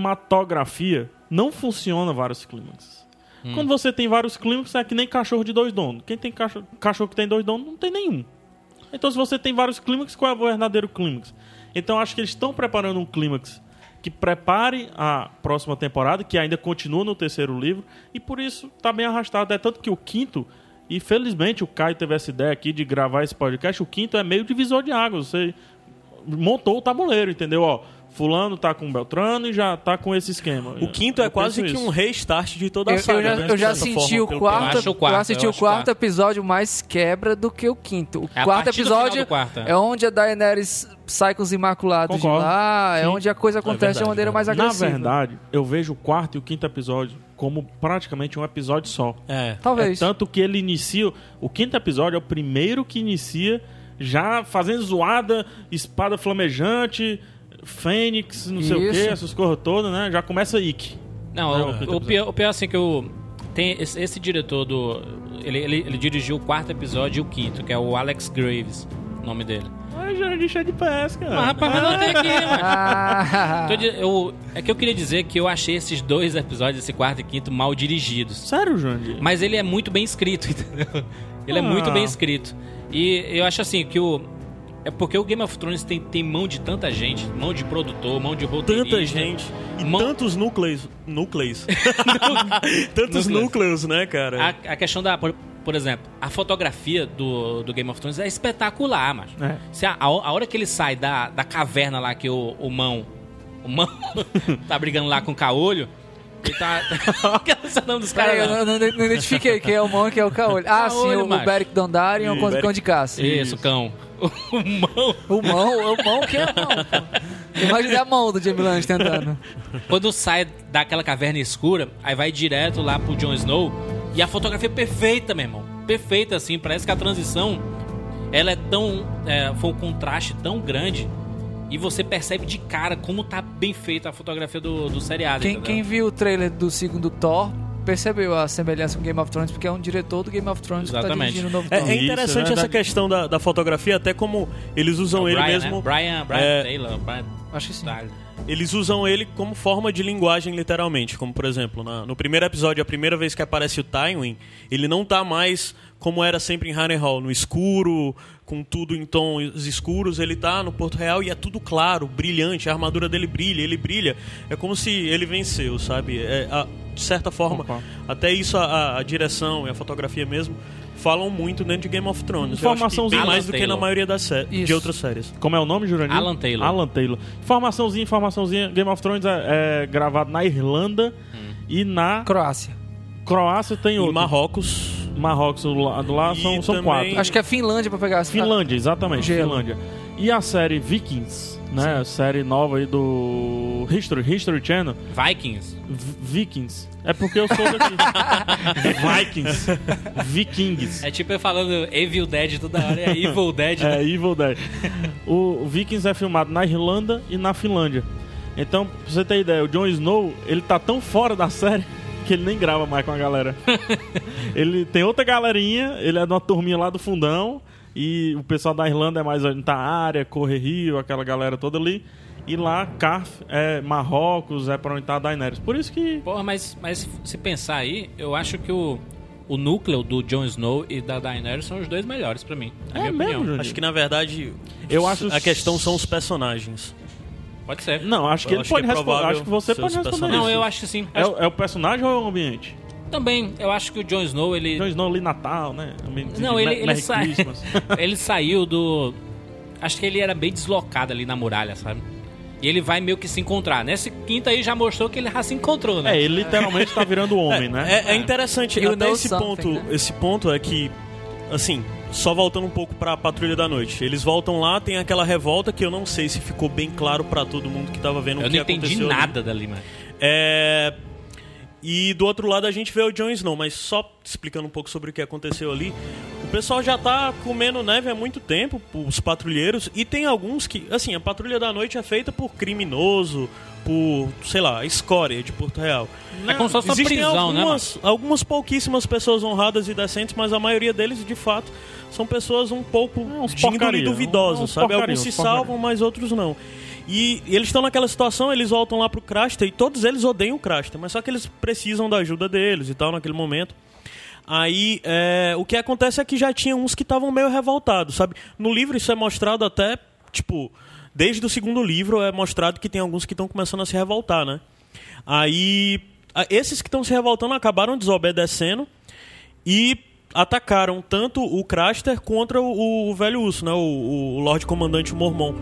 Speaker 3: cinematografia, não funciona vários clímaxes.
Speaker 4: Hum.
Speaker 3: Quando você tem vários clímaxes, é que nem cachorro de dois donos. Quem tem cachorro, cachorro que tem dois donos, não tem nenhum. Então, se você tem vários clímax, qual é o verdadeiro clímax? Então, acho que eles estão preparando um clímax que prepare a próxima temporada, que ainda continua no terceiro livro, e por isso tá bem arrastado. É tanto que o quinto, e felizmente o Caio teve essa ideia aqui de gravar esse podcast, o quinto é meio divisor de águas. Você montou o tabuleiro, entendeu? Ó, fulano tá com Beltrano e já tá com esse esquema.
Speaker 4: O quinto é
Speaker 3: Eu
Speaker 4: quase
Speaker 3: penso
Speaker 4: que um
Speaker 3: isso.
Speaker 4: restart de toda
Speaker 5: Eu,
Speaker 4: a
Speaker 5: eu
Speaker 4: saga.
Speaker 5: já,
Speaker 4: né?
Speaker 5: eu já
Speaker 4: Dessa
Speaker 5: senti
Speaker 4: forma,
Speaker 5: o
Speaker 4: pelo
Speaker 5: quarto,
Speaker 4: que eu
Speaker 2: acho o quarto,
Speaker 5: eu assisti
Speaker 2: eu
Speaker 5: o
Speaker 2: acho o
Speaker 5: quarto
Speaker 2: quarto. É
Speaker 5: episódio mais quebra do que o quinto. O
Speaker 2: a
Speaker 5: quarto
Speaker 2: partir do final
Speaker 5: episódio
Speaker 2: do quarto, é.
Speaker 5: é onde a Daenerys sai com os Imaculados
Speaker 3: Concordo.
Speaker 5: de lá, é
Speaker 3: Sim.
Speaker 5: onde a coisa acontece de
Speaker 4: verdade,
Speaker 5: uma maneira mais
Speaker 3: Na
Speaker 5: agressiva.
Speaker 3: verdade, eu vejo o quarto e o quinto episódio como praticamente um episódio só.
Speaker 4: É.
Speaker 5: Talvez.
Speaker 3: É tanto que ele inicia. O quinto episódio é o primeiro que inicia já fazendo zoada, espada flamejante, fênix, não sei o
Speaker 5: Isso.
Speaker 3: que, essas coisas todas, né? Já começa Ick.
Speaker 2: Não,
Speaker 3: Não,
Speaker 2: o-
Speaker 3: quinto
Speaker 2: o,
Speaker 3: episódio.
Speaker 2: pior, o pior assim que eu. Tem esse, esse diretor do. Ele, ele- ele dirigiu o quarto episódio e o quinto, que é o Alex Graves, o nome dele.
Speaker 3: Mas já é de pesca,
Speaker 2: Mas rapaz, mas não tem aqui, mano.
Speaker 5: Ah,
Speaker 2: Tô di- eu- é que eu queria dizer que eu achei esses dois episódios, esse quarto e quinto, mal dirigidos.
Speaker 3: Sério, Jandir?
Speaker 2: Mas ele é muito bem escrito, entendeu? Ele é
Speaker 3: Ah.
Speaker 2: muito bem escrito. E eu acho assim que o. É porque o Game of Thrones tem, tem mão de tanta gente, mão de produtor, mão de roteirista.
Speaker 4: tanta gente e
Speaker 2: Mão-
Speaker 4: tantos núcleos. Núcleos. tantos
Speaker 2: Núcleos.
Speaker 4: núcleos, né,
Speaker 2: A,
Speaker 4: cara?
Speaker 2: a questão da. Por, por exemplo, a fotografia do, do Game of Thrones é espetacular, mas.
Speaker 3: É.
Speaker 2: Se a, a, a hora que ele sai da, da caverna lá que o, o mão. O mão tá brigando lá com o caolho. Ele tá. que é o nome dos
Speaker 5: peraí,
Speaker 2: caras? não.
Speaker 5: eu não, não- não identifiquei quem é o Mon e quem é o Caolho. Ah, sim,
Speaker 2: Caolho,
Speaker 5: o, o
Speaker 2: macho.
Speaker 5: Beric Dondarrion
Speaker 4: Ih,
Speaker 5: com o
Speaker 4: Beric-
Speaker 5: Cão de Caça.
Speaker 2: Isso, cão. O mão.
Speaker 5: O Mon, o Mon que é o Mon. pô. Imaginei a mão do Jamie Lannister tentando.
Speaker 2: Quando sai daquela caverna escura, aí vai direto lá pro Jon Snow. E a fotografia é perfeita, meu irmão. Perfeita, assim. Parece que a transição ela é tão. é, foi um contraste tão grande. E você percebe de cara como tá bem feita a fotografia do, do
Speaker 3: Tá
Speaker 2: seriado.
Speaker 5: Quem,
Speaker 2: entendeu? É
Speaker 5: quem viu o trailer do segundo Thor percebeu a semelhança com Game of Thrones, porque é um diretor do Game of Thrones que tá
Speaker 2: Exatamente.
Speaker 5: dirigindo o novo
Speaker 4: É,
Speaker 5: Thor.
Speaker 4: é
Speaker 3: Isso,
Speaker 4: interessante
Speaker 3: é
Speaker 4: essa
Speaker 3: verdade.
Speaker 4: questão da, da fotografia, até como eles usam ele
Speaker 2: Brian,
Speaker 4: mesmo.
Speaker 2: Né? Brian, Brian
Speaker 4: É.
Speaker 2: Taylor, Brian
Speaker 5: Acho que sim.
Speaker 3: Tá.
Speaker 2: Tyler.
Speaker 4: Eles usam ele como forma de linguagem, literalmente. Como, por exemplo, na- no primeiro episódio, a primeira vez que aparece o Tywin, ele não tá mais como era sempre em Harrenhal, no escuro, com tudo em tons escuros. Ele tá no Porto Real e é tudo claro, brilhante. A armadura dele brilha, ele brilha. É como se ele venceu, sabe? É, a- de certa forma,
Speaker 3: Concordo.
Speaker 4: até isso a, a- a direção e a fotografia mesmo falam muito dentro de Game of Thrones. Eu acho que
Speaker 3: Informaçãozinha.
Speaker 4: Bem mais do
Speaker 2: Alan
Speaker 4: que na
Speaker 2: Taylor.
Speaker 4: maioria das sé- de
Speaker 5: Isso.
Speaker 4: outras séries.
Speaker 3: Como é o nome, Jurandir?
Speaker 2: Alan Taylor.
Speaker 3: Alan Taylor. Informaçãozinha, informaçãozinha. Game of Thrones é, é gravado na Irlanda
Speaker 2: Hum.
Speaker 3: e na
Speaker 5: Croácia.
Speaker 3: Croácia tem
Speaker 4: Em
Speaker 3: outro.
Speaker 4: Marrocos...
Speaker 3: Marrocos do lado lá
Speaker 4: E
Speaker 3: são, são
Speaker 4: também-
Speaker 3: quatro.
Speaker 5: Acho que é Finlândia pra pegar essa.
Speaker 3: Finlândia, exatamente,
Speaker 5: Gelo.
Speaker 3: Finlândia. E a série Vikings, né? A série nova aí do History, History Channel,
Speaker 2: Vikings.
Speaker 3: V- Vikings. É porque eu sou daqui. Vikings. Vikings.
Speaker 2: É tipo eu falando Evil Dead toda hora, é Evil Dead. né?
Speaker 3: É Evil Dead. O Vikings é filmado na Irlanda e na Finlândia. Então, pra você ter ideia, o Jon Snow, ele tá tão fora da série que que ele nem grava mais com a galera. ele tem outra galerinha, ele é de uma turminha lá do fundão. E o pessoal da Irlanda é mais tá área, Corre Rio, aquela galera toda ali. E lá, Carf, é Marrocos, é pra onde tá a Daenerys. Por isso que.
Speaker 2: Porra, mas, mas se pensar aí, eu acho que o, o núcleo do Jon Snow e da Daenerys são os dois melhores pra mim. na
Speaker 3: É
Speaker 2: minha
Speaker 3: mesmo,
Speaker 2: opinião.
Speaker 3: Jurandir?
Speaker 4: Acho que na verdade
Speaker 3: Eu acho-
Speaker 4: a questão são os personagens.
Speaker 2: Pode ser.
Speaker 3: Não, acho que
Speaker 4: Eu
Speaker 3: ele
Speaker 4: acho
Speaker 3: pode
Speaker 4: que é
Speaker 3: responder.
Speaker 4: provável
Speaker 3: Acho que você
Speaker 4: ser
Speaker 3: pode
Speaker 4: os
Speaker 3: responder.
Speaker 4: personagens.
Speaker 2: Não,
Speaker 3: isso.
Speaker 2: eu acho que sim.
Speaker 3: É,
Speaker 2: Acho-
Speaker 3: o- é o personagem ou é o ambiente?
Speaker 2: Também, eu acho que o Jon Snow, ele.
Speaker 3: Jon Snow ali Natal, né? Ambiente de
Speaker 2: Não, ele,
Speaker 3: Mer-
Speaker 2: ele,
Speaker 3: Merry
Speaker 2: sa-
Speaker 3: Christmas.
Speaker 2: ele saiu do. Acho que ele era bem deslocado ali na muralha, sabe? E ele vai meio que se encontrar. Nessa quinta aí já mostrou que ele já se encontrou, né?
Speaker 3: É, ele literalmente tá virando homem, né?
Speaker 4: É, é interessante,
Speaker 5: You
Speaker 4: até
Speaker 5: know
Speaker 4: esse
Speaker 5: something,
Speaker 4: ponto,
Speaker 5: né?
Speaker 4: esse ponto é que, assim, só voltando um pouco pra Patrulha da Noite. Eles voltam lá, tem aquela revolta que eu não sei se ficou bem claro pra todo mundo que tava vendo o
Speaker 2: eu
Speaker 4: que
Speaker 2: não entendi
Speaker 3: né?
Speaker 4: aconteceu ali.
Speaker 2: nada dali, mano.
Speaker 4: É... E do outro lado a gente vê o Jon Snow, mas só explicando um pouco sobre o que aconteceu ali. O pessoal já tá comendo neve há muito tempo, os patrulheiros, e tem alguns que, assim, a patrulha da noite é feita por criminoso, por, sei lá, escória de Porto Real.
Speaker 2: É como se fosse uma
Speaker 4: Existem
Speaker 2: prisão, né,
Speaker 4: algumas, algumas pouquíssimas pessoas honradas e decentes, mas a maioria deles, de fato, são pessoas um pouco
Speaker 3: Uns
Speaker 4: de índole
Speaker 3: porcaria,
Speaker 4: duvidosas,
Speaker 3: uns
Speaker 4: sabe?
Speaker 3: porcaria,
Speaker 4: Alguns se
Speaker 3: uns porcaria.
Speaker 4: salvam, mas outros não. E eles estão naquela situação, eles voltam lá pro Crasta e todos eles odeiam o Crasta, mas só que eles precisam da ajuda deles e tal naquele momento. Aí é, o que acontece é que já tinha uns que estavam meio revoltados, sabe? No livro isso é mostrado até, tipo, desde o segundo livro é mostrado que tem alguns que estão começando a se revoltar, né? Aí a- esses que estão se revoltando acabaram desobedecendo e atacaram tanto o Craster contra o, o velho urso, né? O, o, o Lorde Comandante Mormon.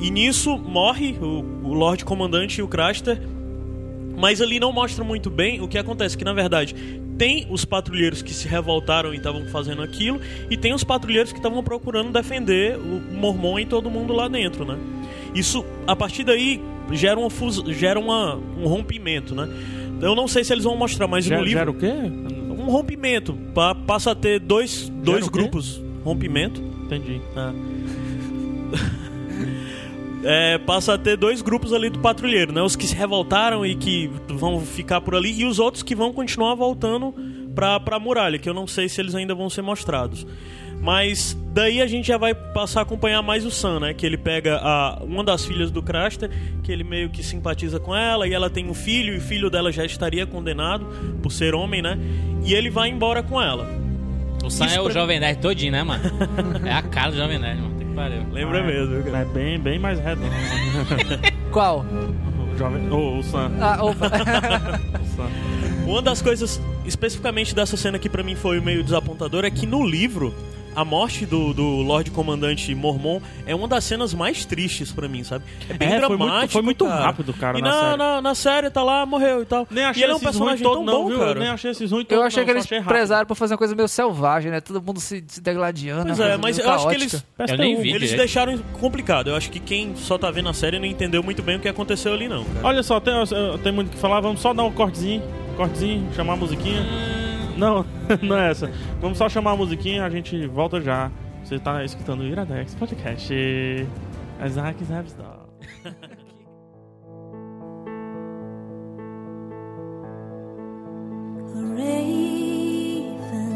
Speaker 4: E nisso morre o, o Lorde Comandante e o Craster. Mas ali não mostra muito bem o que acontece, que na verdade tem os patrulheiros que se revoltaram e estavam fazendo aquilo, e tem os patrulheiros que estavam procurando defender o Mormon e todo mundo lá dentro, né? Isso, a partir daí, gera, uma fus- gera uma- um rompimento, né? Eu não sei se eles vão mostrar, mas
Speaker 3: Gera,
Speaker 4: no livro
Speaker 3: gera o quê?
Speaker 4: um rompimento. Pa- passa a ter dois, dois
Speaker 3: o quê?
Speaker 4: grupos. Rompimento.
Speaker 3: Entendi.
Speaker 4: É, passa a ter dois grupos ali do patrulheiro, né? Os que se revoltaram e que vão ficar por ali, e os outros que vão continuar voltando pra, pra muralha, que eu não sei se eles ainda vão ser mostrados. Mas daí a gente já vai passar a acompanhar mais o Sam, né? Que ele pega a, uma das filhas do Craster, que ele meio que simpatiza com ela, e ela tem um filho, e o filho dela já estaria condenado por ser homem, né? E ele vai embora com ela.
Speaker 2: O Sam
Speaker 4: Isso
Speaker 2: é o
Speaker 4: pra-
Speaker 2: Jovem Nerd todinho, né, mano? é a cara do Jovem Nerd, mano. Tem que parar.
Speaker 4: Lembra mesmo, cara.
Speaker 3: É bem, bem mais redondo.
Speaker 5: Qual?
Speaker 3: o jovem. Ô, o Sam.
Speaker 5: Ah, opa.
Speaker 3: O Sam.
Speaker 4: Uma das coisas especificamente dessa cena que pra mim foi meio desapontador é que no livro a morte do, do Lorde Comandante Mormon é uma das cenas mais tristes pra mim, sabe? É bem
Speaker 3: É, foi muito-
Speaker 4: dramático. tá?
Speaker 3: foi muito rápido, cara,
Speaker 4: E
Speaker 3: na
Speaker 4: na,
Speaker 3: série.
Speaker 4: na, na série tá lá, morreu e tal.
Speaker 3: Nem achei
Speaker 4: e ele é um
Speaker 3: esses ruins
Speaker 4: personagem
Speaker 3: todo
Speaker 4: tão
Speaker 3: não,
Speaker 4: bom,
Speaker 3: viu? Eu
Speaker 4: cara.
Speaker 3: nem achei esses ruins todo
Speaker 5: Eu achei
Speaker 3: não,
Speaker 5: que
Speaker 3: só
Speaker 5: eles
Speaker 3: achei rápido.
Speaker 5: prezaram pra fazer uma coisa meio selvagem, né? Todo mundo se se degladiando.
Speaker 4: Pois
Speaker 5: uma
Speaker 4: é,
Speaker 5: coisa
Speaker 4: mas
Speaker 5: meio
Speaker 4: eu
Speaker 3: Tá
Speaker 4: acho que
Speaker 5: caótica.
Speaker 4: eles,
Speaker 2: Eu nem
Speaker 3: um-
Speaker 2: vi
Speaker 4: eles
Speaker 2: direito.
Speaker 4: deixaram complicado. Eu acho que quem só tá vendo a série não entendeu muito bem o que aconteceu ali, não. cara.
Speaker 3: Olha só, tem, tem muito o que falar, vamos só dar um cortezinho. Cortezinho, chamar a musiquinha.
Speaker 4: Hum.
Speaker 3: Não, não é essa. Vamos só chamar a musiquinha, a gente volta já. Você tá escutando o Iradex Podcast. Isaac Zabsdor.
Speaker 6: A raven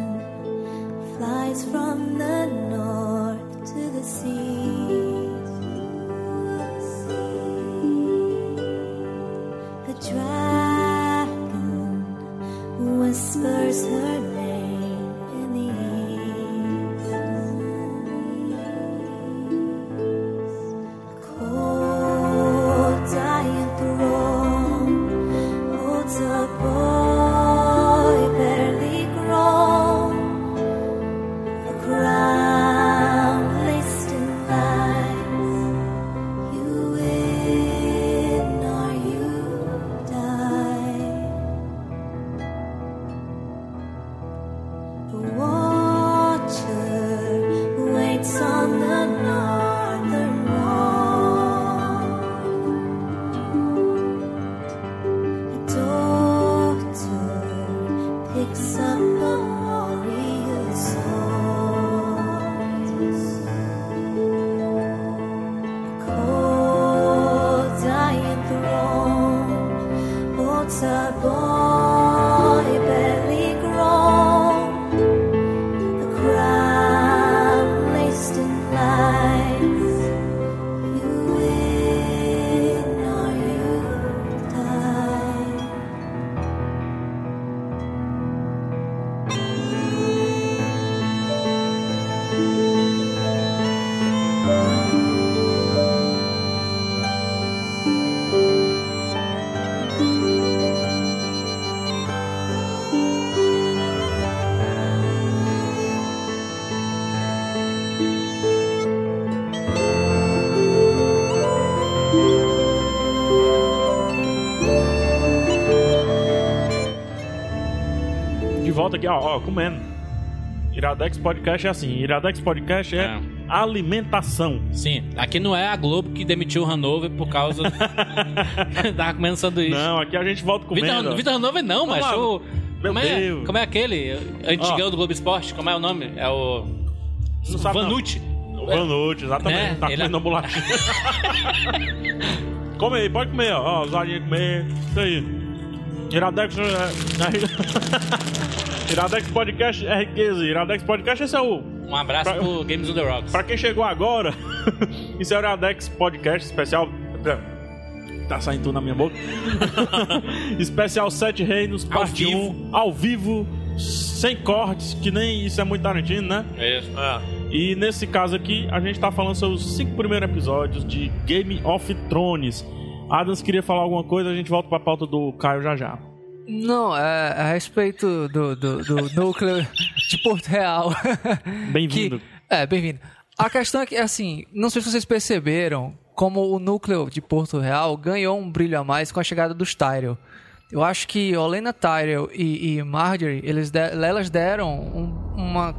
Speaker 6: flies from the north to the sea. A dragon whispers her name in the east. Cold dying throne holds a boy barely grown, a crown laced in lies. You win or you die. The watcher waits on the northern wall. A doctor picks up a warrior's sword. A cold, dying throne holds a boy
Speaker 3: volta aqui, ó, ó, comendo. Iradex Podcast é assim, Iradex Podcast é,
Speaker 2: É.
Speaker 3: alimentação.
Speaker 2: Sim, aqui não é a Globo que demitiu o Hanover por causa. Tava comendo sanduíche.
Speaker 3: Não, aqui a gente volta
Speaker 2: Vitor,
Speaker 3: comendo. ó.
Speaker 2: Vitor Hanover não, mas
Speaker 3: lá.
Speaker 2: o.
Speaker 3: Meu
Speaker 2: Como é,
Speaker 3: Deus.
Speaker 2: como é aquele? Antigão
Speaker 3: Ó.
Speaker 2: do Globo Esporte? Como é o nome? É o.
Speaker 3: Não sabe, não.
Speaker 2: Vanucci.
Speaker 3: Boa noite, exatamente.
Speaker 2: Né?
Speaker 3: Tá
Speaker 2: Ele-
Speaker 3: comendo a bolachinha. Come aí, pode comer, ó. Ó, ousadinha comer. Isso aí. Iradex. é, Iradex Podcast é riqueza. Iradex Podcast, esse é o.
Speaker 2: Um abraço
Speaker 3: Pra-
Speaker 2: pro Games on the Rocks.
Speaker 3: Pra quem chegou agora, isso é o Iradex Podcast especial. Tá saindo tudo na minha boca. especial Sete Reinos,
Speaker 2: Ao
Speaker 3: parte
Speaker 2: vivo.
Speaker 3: 1, ao vivo, sem cortes, que nem isso é muito Tarantino, né?
Speaker 2: É Isso.
Speaker 3: E nesse caso aqui, a gente tá falando sobre os cinco primeiros episódios de Game of Thrones. Adams queria falar alguma coisa, a gente volta pra pauta do Caio já já.
Speaker 5: Não, é, a respeito do, do, do núcleo de Porto Real.
Speaker 3: Bem-vindo.
Speaker 5: Que- É, bem-vindo. A questão é que, assim, não sei se vocês perceberam como o núcleo de Porto Real ganhou um brilho a mais com a chegada dos Tyrell. Eu acho que Olena Tyrell e, e Marjorie, eles de- elas deram um, uma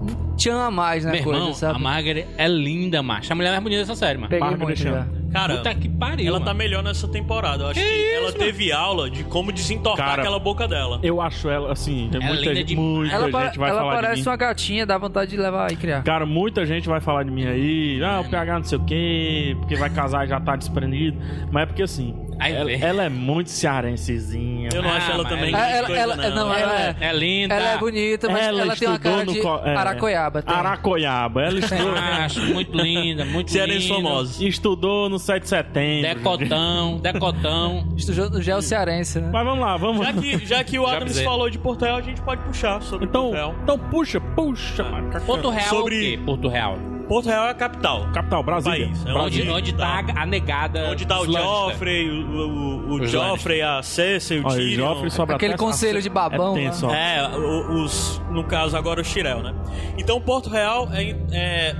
Speaker 5: um tchan a mais na
Speaker 2: Meu
Speaker 5: coisa,
Speaker 2: irmão,
Speaker 5: sabe?
Speaker 2: a Margaret é linda, macho. A mulher mais bonita dessa série, mano.
Speaker 5: Peguei
Speaker 3: Margaret
Speaker 5: muito né?
Speaker 3: Chan.
Speaker 5: já.
Speaker 4: Cara,
Speaker 2: Puta que pariu.
Speaker 4: ela tá
Speaker 2: mano.
Speaker 4: melhor nessa temporada. Eu acho que, ela teve aula de como desentortar
Speaker 3: Cara.
Speaker 4: aquela boca dela.
Speaker 3: Eu acho ela, assim, tem
Speaker 2: Ela é
Speaker 3: muita,
Speaker 2: linda
Speaker 3: gente,
Speaker 2: demais.
Speaker 3: muita
Speaker 5: Ela,
Speaker 3: gente
Speaker 5: pare-
Speaker 3: vai
Speaker 5: ela
Speaker 3: falar de
Speaker 5: parece
Speaker 3: mim.
Speaker 5: uma gatinha, dá vontade de levar e criar.
Speaker 3: Cara, muita gente vai falar de mim aí. Ah, o PH não sei o quê, porque vai casar e já tá desprendido. Mas é porque assim,
Speaker 2: Aí
Speaker 3: ela,
Speaker 2: vê.
Speaker 3: ela é muito cearensezinha.
Speaker 4: Eu não
Speaker 2: Ah,
Speaker 4: acho ela
Speaker 2: mas
Speaker 4: também.
Speaker 2: ela-
Speaker 4: grande
Speaker 5: ela-
Speaker 4: coisa,
Speaker 5: ela- não, ela-
Speaker 2: Ela é linda.
Speaker 5: Ela é bonita, mas ela, tem uma
Speaker 3: estudou
Speaker 5: cara
Speaker 3: no
Speaker 5: de
Speaker 3: co- é,
Speaker 5: Aracoiaba. tem.
Speaker 3: Aracoiaba. Ela estudou,
Speaker 2: Macho, muito linda, muito linda.
Speaker 4: Cearense famosa.
Speaker 3: estudou no 7 de setembro.
Speaker 2: Decotão, decotão.
Speaker 5: Estudou no Geo Cearense, né?
Speaker 3: Mas vamos lá, vamos
Speaker 4: Já que, já que o Adams
Speaker 2: avisei.
Speaker 4: falou de Porto Real, a gente pode puxar sobre
Speaker 3: Então,
Speaker 4: Porto Real.
Speaker 3: então puxa, puxa. macaco.
Speaker 2: Porto Real
Speaker 4: Sobre-
Speaker 2: é o quê? Porto Real.
Speaker 4: Porto Real é a capital.
Speaker 3: Capital, Brasília.
Speaker 4: País, é
Speaker 2: Onde,
Speaker 4: Brasília.
Speaker 2: onde tá a negada né?
Speaker 4: Onde tá o
Speaker 2: Slântica.
Speaker 4: Joffrey, o, o, o
Speaker 2: Os
Speaker 4: Joffrey, a Cersei, o
Speaker 3: Olha, o
Speaker 4: Tyrion.
Speaker 3: Joffrey sobra
Speaker 5: Aquele
Speaker 3: até-
Speaker 5: conselho de babão, né?
Speaker 3: É tenso, ó.
Speaker 4: É, o- os, no caso agora o Shirel, né? Então Porto Real é, é,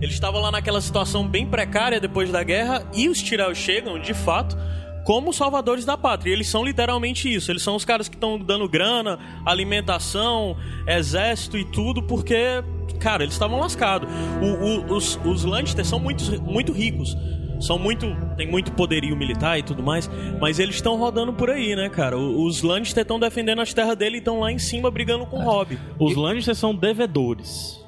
Speaker 4: ele estava lá naquela situação bem precária depois da guerra e os Shirel chegam, de fato, como salvadores da pátria. Eles são literalmente isso. Eles são os caras que estão dando grana, alimentação, exército e tudo, porque, cara, eles estavam lascados. O- o- os os Lannister são muito, muito ricos. São muito. Tem muito poderio militar e tudo mais. Mas eles estão rodando por aí, né, cara? O- Os Lannister estão defendendo as terras dele e estão lá em cima brigando com o Hobby.
Speaker 3: Os Lannisters são devedores.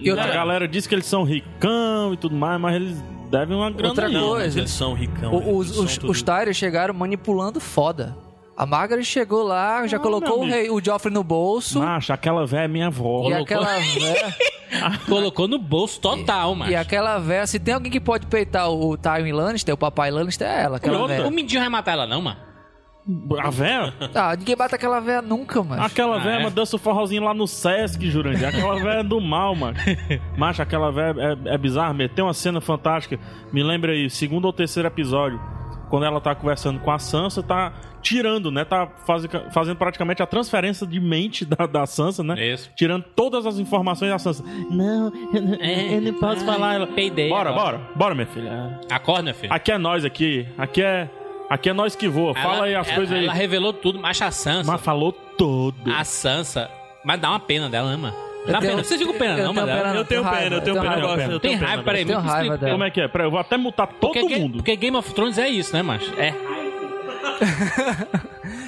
Speaker 5: E
Speaker 3: A
Speaker 4: É.
Speaker 5: outra,
Speaker 3: galera diz que eles são ricão e tudo mais, mas eles devem uma grana.
Speaker 5: Outra
Speaker 3: aí.
Speaker 5: coisa.
Speaker 4: mas eles são ricão. né?
Speaker 5: O-
Speaker 4: eles
Speaker 5: os
Speaker 4: são
Speaker 5: os,
Speaker 4: tudo.
Speaker 5: os Tyrion chegaram manipulando foda. A Margaret chegou lá, já
Speaker 3: Ah,
Speaker 5: colocou
Speaker 3: meu
Speaker 5: o, rei, o Joffrey no bolso.
Speaker 3: Macho, aquela véia é minha avó.
Speaker 5: E aquela, véia,
Speaker 2: Colocou no bolso total, mano.
Speaker 5: e aquela véia, se tem alguém que pode peitar o, o Tywin Lannister, o papai Lannister, é ela,
Speaker 3: E
Speaker 5: aquela
Speaker 3: outra?
Speaker 5: véia.
Speaker 2: O Mindinho vai matar ela, não, mano?
Speaker 3: A véia?
Speaker 5: Ah, ninguém bate aquela véia nunca, mano.
Speaker 3: Aquela
Speaker 2: Ah,
Speaker 3: véia
Speaker 2: é?
Speaker 3: mas dança o forrozinho lá no Sesc, Jurandir. Aquela véia é do mal, mano. Macho, aquela véia é, é bizarra mesmo. Tem uma cena fantástica. Me lembra aí, segundo ou terceiro episódio, quando ela tá conversando com a Sansa, tá tirando, né? Tá faze- fazendo praticamente a transferência de mente da, da Sansa, né?
Speaker 2: Isso.
Speaker 3: Tirando todas as informações da Sansa. Não, eu não,
Speaker 5: É,
Speaker 2: É.
Speaker 3: eu não posso falar. Ela,
Speaker 2: Peidei.
Speaker 3: bora,
Speaker 2: agora.
Speaker 3: bora, bora, minha filha.
Speaker 2: Acorda, meu filho.
Speaker 3: Aqui é nós aqui. Aqui é. Aqui é nós que voa. Fala aí as
Speaker 2: ela-
Speaker 3: coisas aí.
Speaker 2: Ela revelou tudo, mas a Sansa.
Speaker 3: Mas falou todo.
Speaker 2: A Sansa. Mas dá uma pena dela, né, mano? Dá
Speaker 5: tenho-
Speaker 2: pena. Vocês ficam com
Speaker 5: eu
Speaker 2: pena, não,
Speaker 5: tenho
Speaker 2: mano?
Speaker 5: pena,
Speaker 2: Ela-
Speaker 4: Eu tenho
Speaker 5: Raiva,
Speaker 4: pena, eu tenho
Speaker 5: eu tenho
Speaker 4: pena.
Speaker 5: raiva.
Speaker 4: eu gosto, eu
Speaker 2: Tem
Speaker 4: tenho pena
Speaker 2: raiva, peraí.
Speaker 5: Eu tenho
Speaker 2: me explica.
Speaker 5: raiva dela.
Speaker 3: Como é que é? Peraí, eu vou até mutar todo
Speaker 2: então. Porque, Ga-
Speaker 3: mundo.
Speaker 2: porque Game of Thrones é isso, né, macho? É.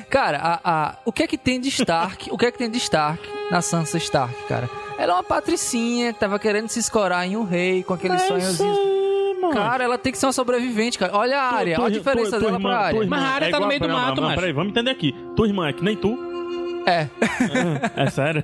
Speaker 5: Cara, a, a- o que é que tem de Stark? o que é que tem de Stark na Sansa Stark, cara? Ela é uma patricinha que tava querendo se escorar em um rei com
Speaker 4: É
Speaker 5: aqueles sonhos.
Speaker 3: mano.
Speaker 5: Cara, ela tem que ser uma sobrevivente, cara. Olha a área,
Speaker 3: Tu- tu-
Speaker 5: olha a diferença
Speaker 3: tu- tu-
Speaker 5: dela
Speaker 3: irmã-
Speaker 5: pra
Speaker 3: tu-
Speaker 5: área.
Speaker 3: irmã- É
Speaker 2: Mas a área tá
Speaker 3: igual-
Speaker 2: no meio do
Speaker 3: não, não,
Speaker 2: mato,
Speaker 3: não,
Speaker 2: macho.
Speaker 3: Peraí, vamos entender aqui. Tua irmã é que nem tu.
Speaker 5: É,
Speaker 3: É sério?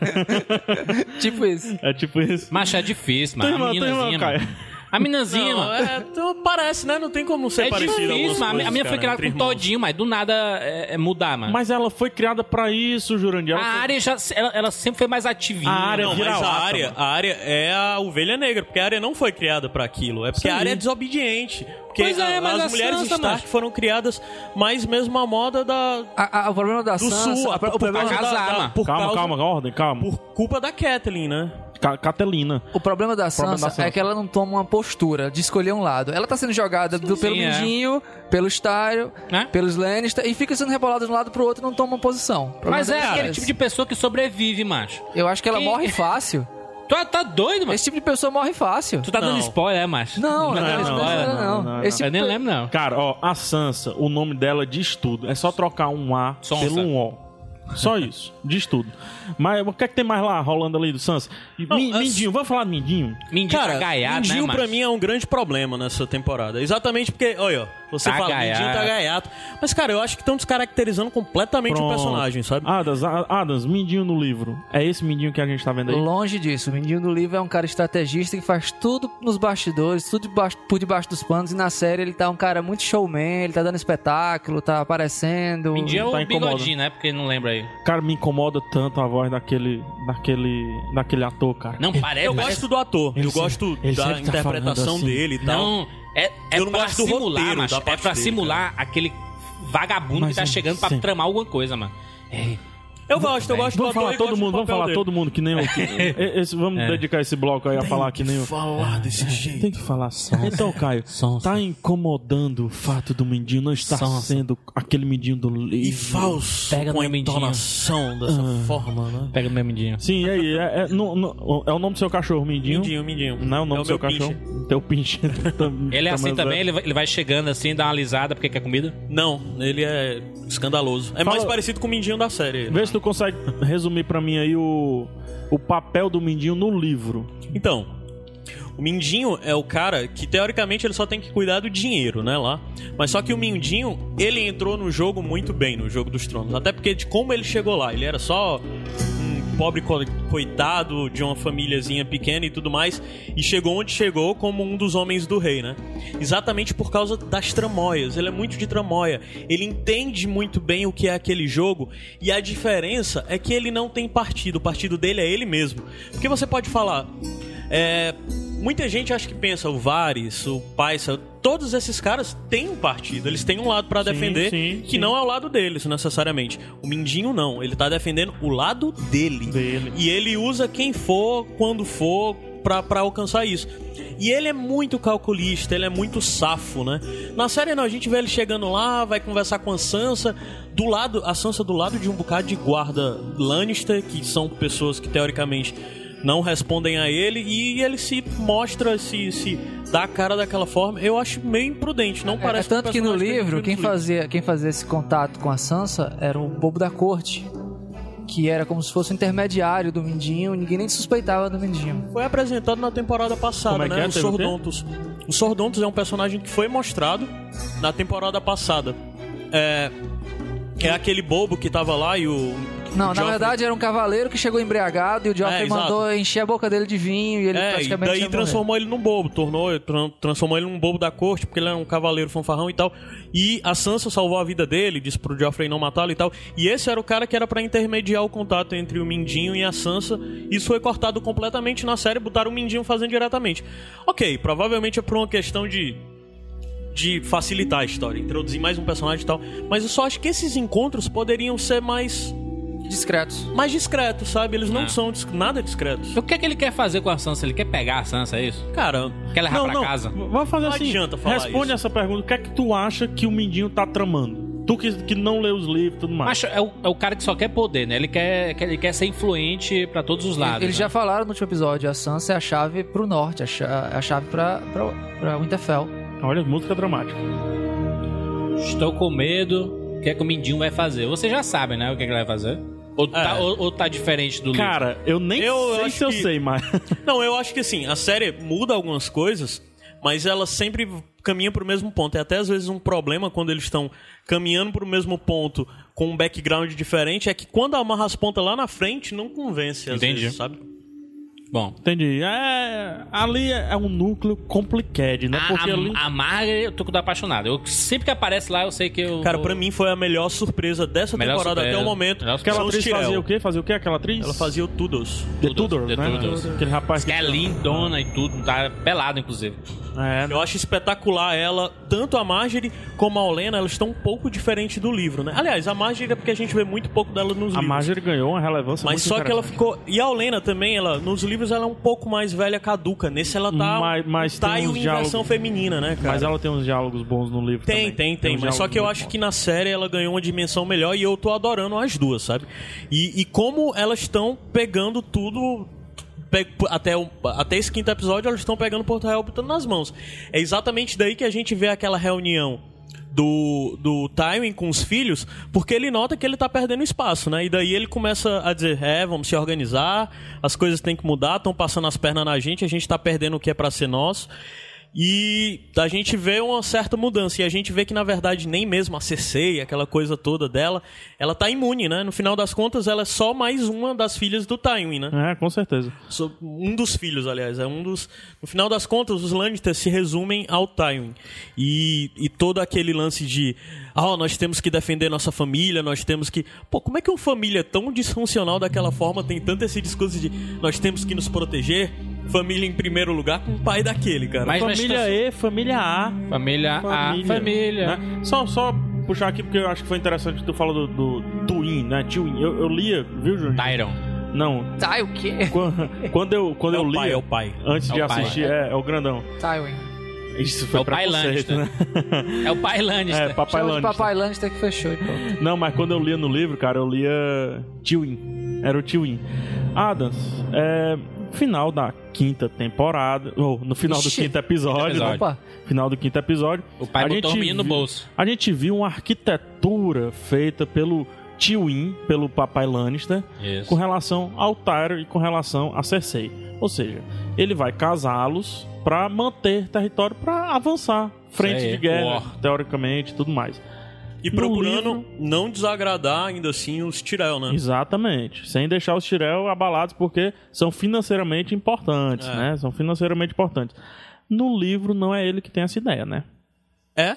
Speaker 5: tipo isso.
Speaker 3: É tipo isso.
Speaker 2: Macho é difícil,
Speaker 3: Tua
Speaker 2: mano. a
Speaker 3: irmã, tua irmã,
Speaker 2: meninazinha,
Speaker 3: Caio.
Speaker 2: mano. A meninazinha,
Speaker 4: Não,
Speaker 2: mano.
Speaker 4: é, então parece, né? Não tem como ser
Speaker 2: É
Speaker 4: parecido
Speaker 2: difícil,
Speaker 4: algumas
Speaker 2: mano. A
Speaker 4: coisas,
Speaker 2: minha foi
Speaker 4: cara,
Speaker 2: criada
Speaker 4: entre
Speaker 2: com
Speaker 4: irmãos.
Speaker 2: todinho, mas do nada é, é mudar, mano.
Speaker 3: Mas ela foi criada pra isso,
Speaker 4: Então
Speaker 3: Jurandir.
Speaker 2: a
Speaker 3: Ela foi-
Speaker 2: área já, ela, ela sempre foi mais ativinha.
Speaker 3: A área-
Speaker 4: Não,
Speaker 2: mano.
Speaker 4: mas
Speaker 3: vira-lata,
Speaker 4: a área,
Speaker 3: mano.
Speaker 4: a área é a ovelha negra, porque a área não foi criada pra aquilo. É porque a área é desobediente. Porque
Speaker 2: Pois é,
Speaker 4: a-
Speaker 2: mas a
Speaker 4: as mulheres
Speaker 2: Sansa,
Speaker 4: Stark
Speaker 2: macho.
Speaker 4: foram criadas mais mesmo à moda da,
Speaker 5: A- a- o problema da
Speaker 4: do
Speaker 5: Sansa...
Speaker 4: sul.
Speaker 5: a-
Speaker 4: a-
Speaker 5: o,
Speaker 4: por
Speaker 5: problema,
Speaker 4: causa
Speaker 2: casar,
Speaker 4: da-
Speaker 2: mano.
Speaker 4: por
Speaker 3: é Calma,
Speaker 4: causa-
Speaker 3: calma, ordem, calma.
Speaker 4: Por culpa da Kathleen, né?
Speaker 3: Ca- Catelina.
Speaker 5: o problema da
Speaker 3: problema
Speaker 5: Sansa
Speaker 3: da Sansa.
Speaker 5: é que ela não toma uma postura de escolher um lado. Ela tá sendo jogada do- pelo
Speaker 2: Sim, é.
Speaker 5: Mindinho, pelo Styro,
Speaker 2: Né?
Speaker 5: pelos Lannister, e fica sendo rebolada de um lado pro outro e não toma uma posição. O problema
Speaker 2: Mas é
Speaker 5: dela
Speaker 2: aquele
Speaker 5: esse.
Speaker 2: tipo de pessoa que sobrevive, macho.
Speaker 5: Eu acho que ela
Speaker 2: Quem-
Speaker 5: morre fácil.
Speaker 2: Tu tá doido, macho?
Speaker 5: Esse tipo de pessoa morre fácil.
Speaker 2: Tu tá
Speaker 4: Não.
Speaker 2: dando spoiler, é, macho?
Speaker 5: Não, não,
Speaker 2: tá
Speaker 5: não,
Speaker 2: dando
Speaker 5: não,
Speaker 2: spoiler, não.
Speaker 5: não, não,
Speaker 3: não,
Speaker 5: não.
Speaker 3: não.
Speaker 5: Esse
Speaker 2: Eu nem
Speaker 5: tipo-
Speaker 2: lembro, não.
Speaker 3: Cara, ó, a Sansa, o nome dela diz tudo. É só trocar um A
Speaker 2: Sonsa.
Speaker 3: pelo um O. Só isso, diz tudo. Mas o que é que tem mais lá rolando ali do Sansa? E Mi-
Speaker 4: as-
Speaker 3: Mindinho, vamos falar de Mindinho?
Speaker 2: Mindinho tá
Speaker 4: Cara,
Speaker 2: gaiado, né,
Speaker 4: Mindinho
Speaker 2: macho?
Speaker 4: pra mim é um grande problema nessa temporada. Exatamente porque, olha, ó, você
Speaker 2: Tá
Speaker 4: fala, Mindinho tá
Speaker 2: gaiato.
Speaker 4: gaiato. Mas, cara, eu acho que estão descaracterizando completamente o personagem, sabe?
Speaker 3: Adams, A- Adams, Mindinho no livro. É esse Mindinho que a gente tá vendo aí?
Speaker 5: Longe disso. O menino do livro é um cara estrategista que faz tudo nos bastidores, tudo debaixo- por debaixo dos panos. E na série ele tá um cara muito showman, ele tá dando espetáculo, tá aparecendo.
Speaker 4: um
Speaker 2: Mindinho é o
Speaker 3: Tá incomodando.
Speaker 2: bigodinho, né? Porque ele não lembra aí.
Speaker 3: Cara, me incomoda tanto a voz daquele, daquele, daquele ator, cara.
Speaker 2: Não, parece...
Speaker 4: Eu gosto do ator,
Speaker 3: é, Ele
Speaker 4: eu
Speaker 3: sempre-
Speaker 4: gosto
Speaker 3: ele
Speaker 4: da
Speaker 3: sempre tá
Speaker 4: interpretação
Speaker 3: falando assim.
Speaker 4: dele e tal.
Speaker 2: Não, é, é
Speaker 4: Eu não
Speaker 2: pra
Speaker 4: gosto do
Speaker 2: simular,
Speaker 4: roteiro,
Speaker 2: macho. É
Speaker 4: da parte
Speaker 2: pra
Speaker 4: dele, é,
Speaker 2: simular aquele vagabundo
Speaker 3: Mas
Speaker 2: que tá
Speaker 3: eu
Speaker 2: chegando pra
Speaker 3: sempre-
Speaker 2: tramar alguma coisa, mano. É,
Speaker 4: Eu gosto, eu gosto do
Speaker 3: Vamos
Speaker 4: ator.
Speaker 3: falar
Speaker 4: e
Speaker 3: todo
Speaker 4: gosto do
Speaker 3: mundo, vamos
Speaker 4: papel
Speaker 3: falar
Speaker 4: dele. É.
Speaker 3: todo mundo, que nem o que- e- esse- Vamos dedicar esse bloco aí a falar que nem o. Ah, é,
Speaker 4: Falar desse jeito.
Speaker 3: Tem que falar Sansa. Então, Caio,
Speaker 2: Sansa.
Speaker 3: tá incomodando o fato do Mindinho não estar
Speaker 2: Sansa.
Speaker 3: sendo aquele Mindinho do livro.
Speaker 4: E falso,
Speaker 2: Pega
Speaker 4: com a
Speaker 2: no Mindinho.
Speaker 3: Ah.
Speaker 4: entonação dessa forma, né?
Speaker 2: Pega meu mindinho.
Speaker 3: Sim, aí, é, é, não- não- é o nome do seu cachorro, Mindinho.
Speaker 4: Mindinho, Mindinho.
Speaker 3: Não é o nome do seu
Speaker 4: meu pinche.
Speaker 3: cachorro? Teu pinche.
Speaker 2: Ele é
Speaker 4: Tá,
Speaker 2: assim também, ele vai, ele vai chegando assim, dá uma alisada porque quer comida.
Speaker 4: Não, ele é escandaloso. É mais parecido com o Mindinho da série.
Speaker 3: Vê se tu consegue resumir pra mim aí o, o papel do Mindinho no livro.
Speaker 4: Então, o Mindinho é o cara que, teoricamente, ele só tem que cuidar do dinheiro, né, lá. Mas só que o Mindinho, ele entrou no jogo muito bem, no Jogo dos Tronos. Até porque de como ele chegou lá, ele era só um pobre co- coitado de uma famíliazinha pequena e tudo mais. E chegou onde chegou como um dos homens do rei, né? Exatamente por causa das tramóias. Ele é muito de tramóia. Ele entende muito bem o que é aquele jogo. E a diferença é que ele não tem partido. O partido dele é ele mesmo. Porque você pode falar... É, muita gente acha que pensa, o Vares, o Paisa, todos esses caras têm um partido, eles têm um lado pra
Speaker 3: Sim,
Speaker 4: defender,
Speaker 3: sim,
Speaker 4: que
Speaker 3: sim.
Speaker 4: não é o lado deles necessariamente. O Mindinho não, ele tá defendendo o lado dele.
Speaker 3: Dele.
Speaker 4: E ele usa quem for, quando for, pra, pra alcançar isso. E ele é muito calculista, ele é muito safo, né? Na série não, a gente vê ele chegando lá, vai conversar com a Sansa, do lado, a Sansa do lado de um bocado de guarda Lannister, que são pessoas que teoricamente não respondem a ele, e ele se mostra, se, se dá a cara daquela forma. Eu acho meio imprudente, não
Speaker 5: É,
Speaker 4: parece.
Speaker 5: é tanto
Speaker 4: um
Speaker 5: que no
Speaker 4: personagem
Speaker 5: livro,
Speaker 4: dos
Speaker 5: quem
Speaker 4: livros.
Speaker 5: fazia, quem fazia esse contato com a Sansa era o bobo da corte. Que era como se fosse o intermediário do Mindinho, ninguém nem suspeitava do Mindinho.
Speaker 4: foi apresentado na temporada passada,
Speaker 3: Como é que
Speaker 4: né?
Speaker 3: é?
Speaker 4: O
Speaker 3: Teve o quê?
Speaker 4: Sordontos. O Sordontos é um personagem que foi mostrado na temporada passada. É, é aquele bobo que tava lá e o.
Speaker 5: Não,
Speaker 4: o
Speaker 5: na
Speaker 4: Joffrey-
Speaker 5: verdade era um cavaleiro que chegou embriagado e o Joffrey
Speaker 4: É, exato.
Speaker 5: mandou encher a boca dele de vinho e ele
Speaker 4: É, e
Speaker 5: praticamente. ia
Speaker 4: daí
Speaker 5: morrer.
Speaker 4: transformou ele num bobo, tornou, tran- transformou ele num bobo da corte, porque ele é um cavaleiro fanfarrão e tal. E a Sansa salvou a vida dele, disse pro Joffrey não matá-lo e tal. E esse era o cara que era pra intermediar o contato entre o Mindinho e a Sansa. Isso foi cortado completamente na série, botaram o Mindinho fazendo diretamente. Ok, provavelmente é por uma questão de de facilitar a história, introduzir mais um personagem e tal. Mas eu só acho que esses encontros poderiam ser mais,
Speaker 5: Discretos.
Speaker 4: mais discretos, sabe? Eles não
Speaker 2: É.
Speaker 4: são dis- nada discretos.
Speaker 2: O que é que ele quer fazer com a Sansa? Ele quer pegar a Sansa, é isso?
Speaker 4: Cara,
Speaker 2: Quer levar
Speaker 4: não,
Speaker 2: pra
Speaker 4: não.
Speaker 2: casa?
Speaker 3: V- Vamos fazer
Speaker 4: Não
Speaker 3: assim.
Speaker 4: adianta falar
Speaker 3: responde
Speaker 4: isso.
Speaker 3: essa pergunta. O que é que tu acha que o Mindinho tá tramando? Tu que, que não lê os livros e tudo mais.
Speaker 2: Macho, é o, é o cara que só quer poder, né? Ele quer, quer- ele quer ser influente pra todos os lados.
Speaker 5: Eles
Speaker 2: né?
Speaker 5: já falaram no último episódio, a Sansa é a chave pro norte, a cha- a chave pra, pra, pra Winterfell.
Speaker 3: Olha, música dramática.
Speaker 2: Estou com medo. O que é que o Mindinho vai fazer? Vocês já sabem, né? O que, é que ele vai fazer? Ou tá,
Speaker 4: É.
Speaker 2: ou- ou tá diferente do livro?
Speaker 3: Cara, eu nem
Speaker 4: Eu
Speaker 3: sei
Speaker 4: acho
Speaker 3: se eu
Speaker 4: que-
Speaker 3: sei, mas.
Speaker 4: Não, eu acho que assim, a série muda algumas coisas, mas ela sempre caminha pro mesmo ponto. É até às vezes um problema quando eles estão caminhando pro mesmo ponto com um background diferente, é que quando amarra as pontas lá na frente, não convence às
Speaker 2: Entendi.
Speaker 4: vezes, sabe?
Speaker 2: Bom,
Speaker 3: Entendi. É, ali é um núcleo complicado, né?
Speaker 4: Ah,
Speaker 2: a,
Speaker 3: Porque ali.
Speaker 2: a, a Margaret, eu tô com apaixonado. Eu, sempre que aparece lá, eu sei que eu.
Speaker 4: Cara,
Speaker 2: eu-
Speaker 4: pra mim foi a melhor surpresa dessa
Speaker 2: Melhor
Speaker 4: temporada
Speaker 2: surpresa.
Speaker 4: até o momento.
Speaker 2: Melhor
Speaker 3: Aquela
Speaker 4: São os
Speaker 3: atriz
Speaker 4: Tyrell.
Speaker 3: fazia o quê? Fazia o quê? Aquela atriz?
Speaker 4: Ela fazia o Tudors.
Speaker 3: The Tudor,
Speaker 2: The
Speaker 3: né?
Speaker 2: Tudors.
Speaker 3: Aquele rapaz
Speaker 2: Diz que é lindona e tudo, tá pelado, inclusive.
Speaker 3: É,
Speaker 4: Eu acho espetacular ela, tanto a Marjorie como a Olena, elas estão um pouco diferentes do livro, né? Aliás, a Marjorie é porque a gente vê muito pouco dela nos
Speaker 3: a
Speaker 4: livros.
Speaker 3: Marjorie ganhou uma relevância
Speaker 4: Mas
Speaker 3: muito
Speaker 4: só que ela
Speaker 3: interessante.
Speaker 4: ficou. E a Olena também, ela, nos livros ela é um pouco mais velha caduca. Nesse ela tá.
Speaker 3: Mas- mas
Speaker 4: tá
Speaker 3: tem
Speaker 4: em
Speaker 3: uns
Speaker 4: inversão
Speaker 3: diálogos-
Speaker 4: feminina, né, cara?
Speaker 3: Mas ela tem uns diálogos bons no livro
Speaker 4: Tem,
Speaker 3: também.
Speaker 4: tem, tem.
Speaker 3: uns
Speaker 4: Mas só
Speaker 3: diálogos
Speaker 4: que eu
Speaker 3: muito
Speaker 4: acho
Speaker 3: bons.
Speaker 4: que na série ela ganhou uma dimensão melhor e eu tô adorando as duas, sabe? E, e como elas estão pegando tudo. pe- Até, o- até esse quinto episódio, elas estão pegando Porto Real e botando nas mãos. É exatamente daí que a gente vê aquela reunião do, do Tywin com os filhos, porque ele nota que ele tá perdendo espaço, né? E daí ele começa a dizer: é, vamos se organizar, as coisas têm que mudar, estão passando as pernas na gente, a gente tá perdendo o que é pra ser nosso. E a gente vê uma certa mudança. E a gente vê que, na verdade, nem mesmo a Cersei, aquela coisa toda dela, ela tá imune, né? No final das contas, ela é só mais uma das filhas do Tywin, né?
Speaker 3: É, com certeza.
Speaker 4: So- Um dos filhos, aliás. É um dos. No final das contas, os Lannisters se resumem ao Tywin. E, e todo aquele lance de. Ah, nós temos que defender nossa família, nós temos que. Pô, como é que uma família tão disfuncional daquela forma tem tanto esse discurso de nós temos que nos proteger? Família em primeiro lugar com o pai daquele, cara.
Speaker 2: Mas nós
Speaker 3: família
Speaker 4: tá
Speaker 2: estamos-
Speaker 3: E, família A.
Speaker 2: Família,
Speaker 3: Família.
Speaker 4: Ah,
Speaker 2: A. Família.
Speaker 3: né? Só, só puxar aqui, porque eu acho que foi interessante que tu falou do, do Twin, né? Twin. Eu, eu lia, viu, Júnior?
Speaker 4: Tá.
Speaker 2: Tyron.
Speaker 3: Não.
Speaker 5: Tá, o quê?
Speaker 3: Quando, quando eu, quando
Speaker 4: É
Speaker 3: eu
Speaker 4: o pai,
Speaker 3: lia,
Speaker 4: é o pai.
Speaker 3: antes
Speaker 2: É
Speaker 3: de
Speaker 2: o pai.
Speaker 3: assistir, é, é o grandão.
Speaker 5: Tywin.
Speaker 3: Isso foi
Speaker 2: É o pai
Speaker 3: preconceito, né?
Speaker 2: É o pai Lannister.
Speaker 3: É, Papai
Speaker 5: Chama de
Speaker 3: Lannister.
Speaker 5: Papai Lannister que fechou. então. e pronto.
Speaker 3: Não, mas quando eu lia no livro, cara, eu lia Tywin. Era o Tywin. Adams, é, final da quinta temporada, ou no final
Speaker 5: Ixi.
Speaker 3: do quinto episódio,
Speaker 2: Quinto episódio.
Speaker 3: né?
Speaker 5: Opa,
Speaker 3: final do quinto episódio,
Speaker 2: O pai
Speaker 3: A
Speaker 2: botou o
Speaker 3: gente
Speaker 2: menino no
Speaker 3: vi-
Speaker 2: bolso.
Speaker 3: a gente viu uma arquitetura feita pelo Tywin, pelo papai Lannister, com
Speaker 2: Isso.
Speaker 3: relação ao Tyrion e com relação a Cersei. Ou seja, ele vai casá-los pra manter território, pra avançar, frente
Speaker 2: Isso aí,
Speaker 3: de guerra,
Speaker 2: war.
Speaker 3: teoricamente, e tudo mais.
Speaker 4: E
Speaker 3: No
Speaker 4: procurando
Speaker 3: livro-
Speaker 4: não desagradar ainda assim os Tirel, né?
Speaker 3: Exatamente. Sem deixar os Tirel abalados, porque são financeiramente importantes,
Speaker 4: É.
Speaker 3: né? São financeiramente importantes. No livro, não é ele que tem essa ideia, né?
Speaker 4: É?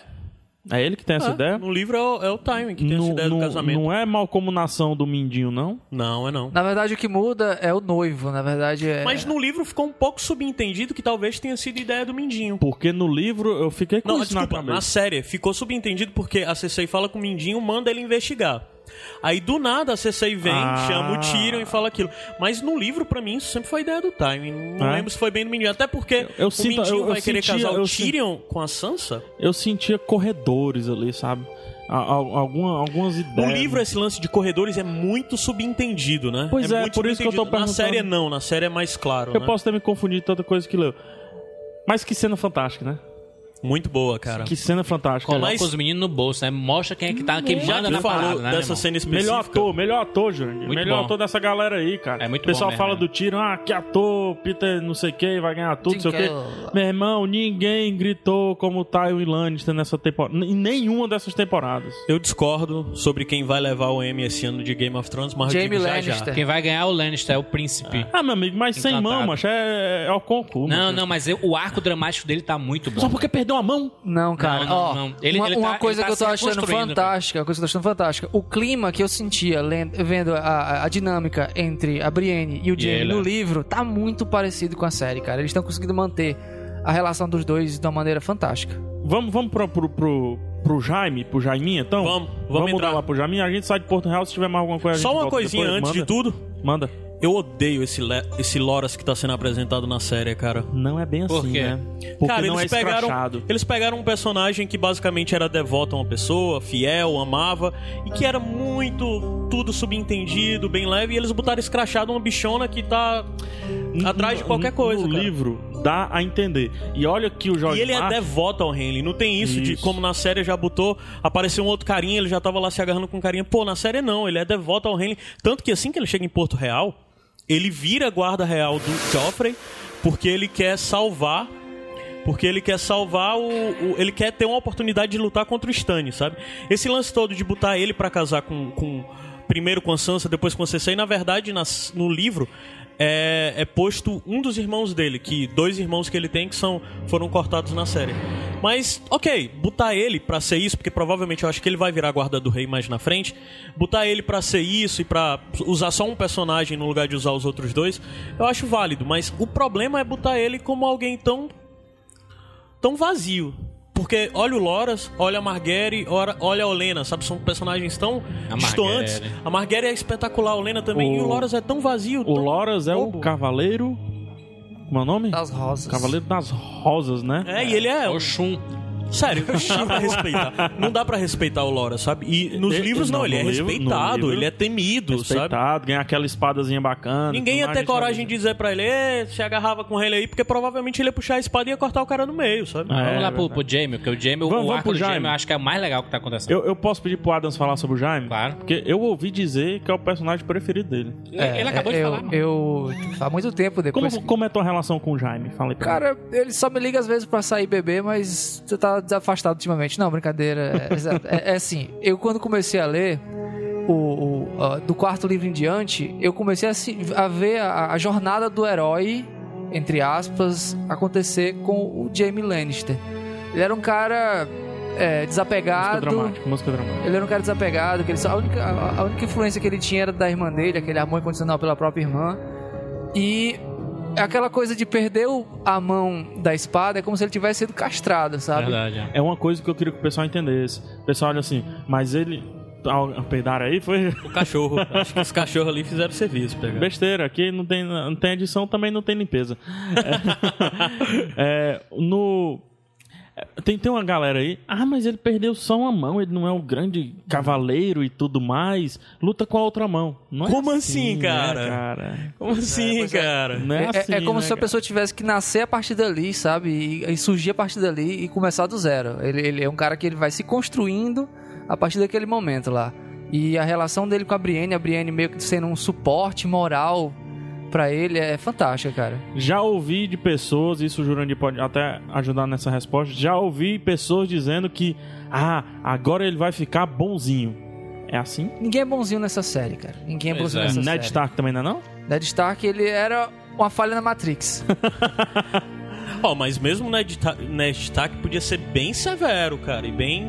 Speaker 3: É ele que tem essa
Speaker 4: É.
Speaker 3: ideia?
Speaker 4: No livro é o, é o Tywin que tem essa
Speaker 3: Não-
Speaker 4: ideia
Speaker 3: não-
Speaker 4: do casamento.
Speaker 3: não é malcomunação do Mindinho, não?
Speaker 4: Não, é não.
Speaker 5: na verdade o que muda é o noivo, na verdade é...
Speaker 4: Mas no livro ficou um pouco subentendido que talvez tenha sido ideia do Mindinho.
Speaker 3: Porque no livro eu fiquei com
Speaker 4: Não,
Speaker 3: isso
Speaker 4: desculpa,
Speaker 3: na
Speaker 4: na
Speaker 3: cabeça.
Speaker 4: série ficou subentendido porque a Cersei fala com o Mindinho, manda ele investigar. Aí do nada a Cersei vem,
Speaker 3: Ah.
Speaker 4: chama o Tyrion e fala aquilo. Mas no livro, pra mim, isso sempre foi ideia do Tywin. Não
Speaker 3: É?
Speaker 4: lembro se foi bem do Mindinho. Até porque
Speaker 3: eu
Speaker 4: o
Speaker 3: sinto-
Speaker 4: Mindinho
Speaker 3: eu- eu
Speaker 4: vai querer
Speaker 3: sentia-
Speaker 4: casar o
Speaker 3: eu senti-
Speaker 4: Tyrion com a Sansa.
Speaker 3: Eu sentia corredores ali, sabe? A- a- alguma- algumas ideias.
Speaker 4: No livro, esse lance de corredores é muito subentendido, né?
Speaker 3: Pois é,
Speaker 4: muito
Speaker 3: por isso que eu tô
Speaker 4: subentendido. Na
Speaker 3: perguntando.
Speaker 4: série não, na série é mais claro,
Speaker 3: Eu
Speaker 4: né?
Speaker 3: posso ter me confundido de tanta coisa que leu. Mas que cena fantástica, né?
Speaker 4: Muito boa, cara.
Speaker 3: Que cena fantástica.
Speaker 2: Coloca
Speaker 4: mas-
Speaker 2: os meninos no bolso, né? Mostra quem é que
Speaker 3: Hum,
Speaker 2: tá, quem
Speaker 4: Já
Speaker 2: manda
Speaker 4: que
Speaker 2: na
Speaker 4: tu falou
Speaker 2: parada, né, meu
Speaker 4: dessa
Speaker 2: irmão?
Speaker 4: cena específica...
Speaker 3: Melhor ator, melhor ator, Jurandir.
Speaker 2: Muito
Speaker 3: Melhor
Speaker 2: bom.
Speaker 3: ator dessa galera aí, cara.
Speaker 2: É muito
Speaker 3: o pessoal
Speaker 2: bom mesmo,
Speaker 3: fala
Speaker 2: né?
Speaker 3: do Tyrion, ah, que ator, Peter não sei o que, vai ganhar tudo, não sei o que.
Speaker 5: Jingle.
Speaker 3: Meu irmão, ninguém gritou como o Tywin Lannister nessa temporada. Em nenhuma dessas temporadas.
Speaker 4: Eu discordo sobre quem vai levar o M esse ano de Game of Thrones, mas eu
Speaker 5: Jaime
Speaker 4: digo já, já.
Speaker 5: Lannister.
Speaker 2: Quem vai ganhar é o Lannister, é o príncipe.
Speaker 3: Ah, meu amigo, mas sem
Speaker 2: Encantado.
Speaker 3: mão, macho, é, é o concurso.
Speaker 2: Não, não, mas eu- o arco dramático dele tá muito bom.
Speaker 3: Só porque perdeu a mão?
Speaker 5: Não,
Speaker 2: Não,
Speaker 5: cara.
Speaker 2: não,
Speaker 5: Ó,
Speaker 2: não. Ele-
Speaker 5: uma,
Speaker 2: ele tá-
Speaker 5: uma
Speaker 2: ele
Speaker 5: coisa
Speaker 2: tá
Speaker 5: que eu tô
Speaker 2: se
Speaker 5: achando
Speaker 2: construindo,
Speaker 5: fantástica, uma coisa que eu tô achando fantástica, o clima que eu sentia lendo- vendo a- a, a dinâmica entre a Brienne e o Jaime
Speaker 2: ele,
Speaker 5: no
Speaker 2: é.
Speaker 5: livro tá muito parecido com a série, cara. Eles estão conseguindo manter a relação dos dois de uma maneira fantástica.
Speaker 3: Vamos, vamos pro, pro, pro, pro Jaime, pro Jaiminha, então?
Speaker 4: Vamos, vamos
Speaker 3: mudar
Speaker 4: entrar.
Speaker 3: lá pro Jaiminha. A gente sai de Porto Real se tiver mais alguma coisa. a
Speaker 4: Só
Speaker 3: gente
Speaker 4: uma
Speaker 3: volta
Speaker 4: coisinha
Speaker 3: depois.
Speaker 4: antes de
Speaker 3: Manda,
Speaker 4: tudo.
Speaker 3: Manda.
Speaker 4: Eu odeio esse, le- esse Loras que tá sendo apresentado na série, cara.
Speaker 3: Não é bem assim,
Speaker 2: Por quê?
Speaker 3: né? Porque
Speaker 4: cara,
Speaker 3: não é
Speaker 4: eles pegaram,
Speaker 3: escrachado.
Speaker 4: eles pegaram um personagem que basicamente era devoto a uma pessoa, fiel, amava, e que era muito tudo subentendido, bem leve, e eles botaram escrachado uma bichona que tá atrás de qualquer coisa.
Speaker 3: No
Speaker 4: cara.
Speaker 3: um livro dá a entender. E olha que o Jorge
Speaker 4: E ele é
Speaker 3: Martin-
Speaker 4: devoto ao Henley. Não tem isso, de
Speaker 3: Isso.
Speaker 4: como na série já botou, apareceu um outro carinha, ele já tava lá se agarrando com um carinha. Pô, na série não, ele é devoto ao Henley. Tanto que assim que ele chega em Porto Real, ele vira guarda real do Joffrey, porque ele quer salvar. Porque ele quer salvar o, o- Ele quer ter uma oportunidade de lutar contra o Stannis, sabe? Esse lance todo de botar ele pra casar com. com- primeiro com a Sansa, depois com a Cersei, na verdade, nas- no livro. é, é posto um dos irmãos dele, que dois irmãos que ele tem que são foram cortados na série. Mas, ok, botar ele pra ser isso, porque provavelmente eu acho que ele vai virar guarda do rei mais na frente. Botar ele pra ser isso e pra usar só um personagem no lugar de usar os outros dois, eu acho válido. Mas o problema é botar ele como alguém tão tão vazio. Porque olha o Loras, olha a Marguerite, ora- olha a Olena, sabe? São personagens tão
Speaker 2: A
Speaker 4: distantes.
Speaker 2: Marguerite.
Speaker 4: A Marguerite é espetacular, a Olena também.
Speaker 3: O-
Speaker 4: E o Loras é tão vazio.
Speaker 3: O
Speaker 4: tão
Speaker 3: Loras é o
Speaker 4: bobo.
Speaker 3: Cavaleiro. Como é o nome?
Speaker 5: Das rosas.
Speaker 3: Cavaleiro das Rosas, né?
Speaker 4: É, e ele é.
Speaker 2: É o Shun.
Speaker 4: Sério, não dá pra respeitar. Não dá pra respeitar o Loras, sabe? E nos
Speaker 3: Ele-
Speaker 4: livros não,
Speaker 3: não,
Speaker 4: ele é
Speaker 3: no livro- no
Speaker 4: respeitado,
Speaker 3: livro-
Speaker 4: ele é temido, sabe?
Speaker 3: Respeitado, ganha aquela espadazinha bacana.
Speaker 4: Ninguém ia ter coragem de dizer pra ele, "Ê, se agarrava com ele aí, porque provavelmente ele ia puxar a espada e ia cortar o cara no meio, sabe?
Speaker 3: É,
Speaker 2: Vamos lá pro,
Speaker 3: verdade.
Speaker 2: pro Jamie, porque o Jamie, o-
Speaker 3: Vamos-
Speaker 2: o
Speaker 3: vamos
Speaker 2: arco
Speaker 3: pro
Speaker 2: do Jamie,
Speaker 3: Jaime.
Speaker 2: eu acho que é o mais legal que tá acontecendo.
Speaker 3: Eu, eu posso pedir pro Adams falar sobre o Jaime?
Speaker 2: Claro.
Speaker 3: Porque eu ouvi dizer que é o personagem preferido dele.
Speaker 2: Ele-
Speaker 3: é,
Speaker 2: ele acabou de
Speaker 5: É, eu,
Speaker 2: falar. né? mano.
Speaker 5: Eu. Há muito tempo
Speaker 3: Como,
Speaker 5: depois. que-
Speaker 3: como é tua relação com o Jaime? Falei pra mim.
Speaker 5: Cara, ele só me liga às vezes pra sair beber, mas tu tá desafastado ultimamente. Não, brincadeira. É, exato. É- é assim, eu quando comecei a ler o, o, ó, do quarto livro em diante, eu comecei a, se- a ver a, a jornada do herói, entre aspas, acontecer com o Jamie Lannister. Ele era um cara é,
Speaker 3: música
Speaker 5: desapegado.
Speaker 3: dramática, música dramática.
Speaker 5: Ele era um cara desapegado, que ele só, a, única, a- a única influência que ele tinha era da irmã dele, aquele amor incondicional pela própria irmã. E aquela coisa de perder o- a mão da espada é como se ele tivesse sido castrado, sabe?
Speaker 2: Verdade, é.
Speaker 3: É uma coisa que eu queria que o pessoal entendesse. O pessoal olha assim, mas ele. Ah, Peidar aí foi
Speaker 4: O cachorro. Acho que os cachorros ali fizeram serviço, pegar.
Speaker 3: besteira. Aqui não tem, não tem edição, também não tem limpeza. É, no. é, Tem, tem uma galera aí. Ah, mas ele perdeu só uma mão, ele não é um grande cavaleiro e tudo mais. Luta com a outra mão. Não é
Speaker 4: Como assim,
Speaker 3: né,
Speaker 4: cara?
Speaker 3: cara?
Speaker 4: Como assim,
Speaker 5: pois é.
Speaker 4: cara?
Speaker 3: Não
Speaker 5: É,
Speaker 3: é,
Speaker 5: é-
Speaker 3: assim,
Speaker 5: é como
Speaker 3: né,
Speaker 5: se a
Speaker 3: cara?
Speaker 5: pessoa tivesse que nascer a partir dali, sabe? E, e surgir a partir dali e começar do zero. Ele, ele é um cara que ele vai se construindo a partir daquele momento lá. E a relação dele com a Brienne, a Brienne meio que sendo um suporte moral pra ele, é fantástica, cara.
Speaker 3: Já ouvi de pessoas, isso o Jurandir pode até ajudar nessa resposta. Já ouvi pessoas dizendo que, ah, agora ele vai ficar bonzinho. É assim?
Speaker 5: Ninguém é bonzinho nessa série, cara. Ninguém é
Speaker 2: Pois
Speaker 5: bonzinho
Speaker 2: é.
Speaker 5: nessa
Speaker 3: Ned
Speaker 5: série.
Speaker 3: Stark também não é não?
Speaker 5: Ned Stark, ele era uma falha na Matrix.
Speaker 2: Uhum.
Speaker 4: Ó, mas mesmo o Ned Ta- Ned Stark podia ser bem severo, cara, e bem.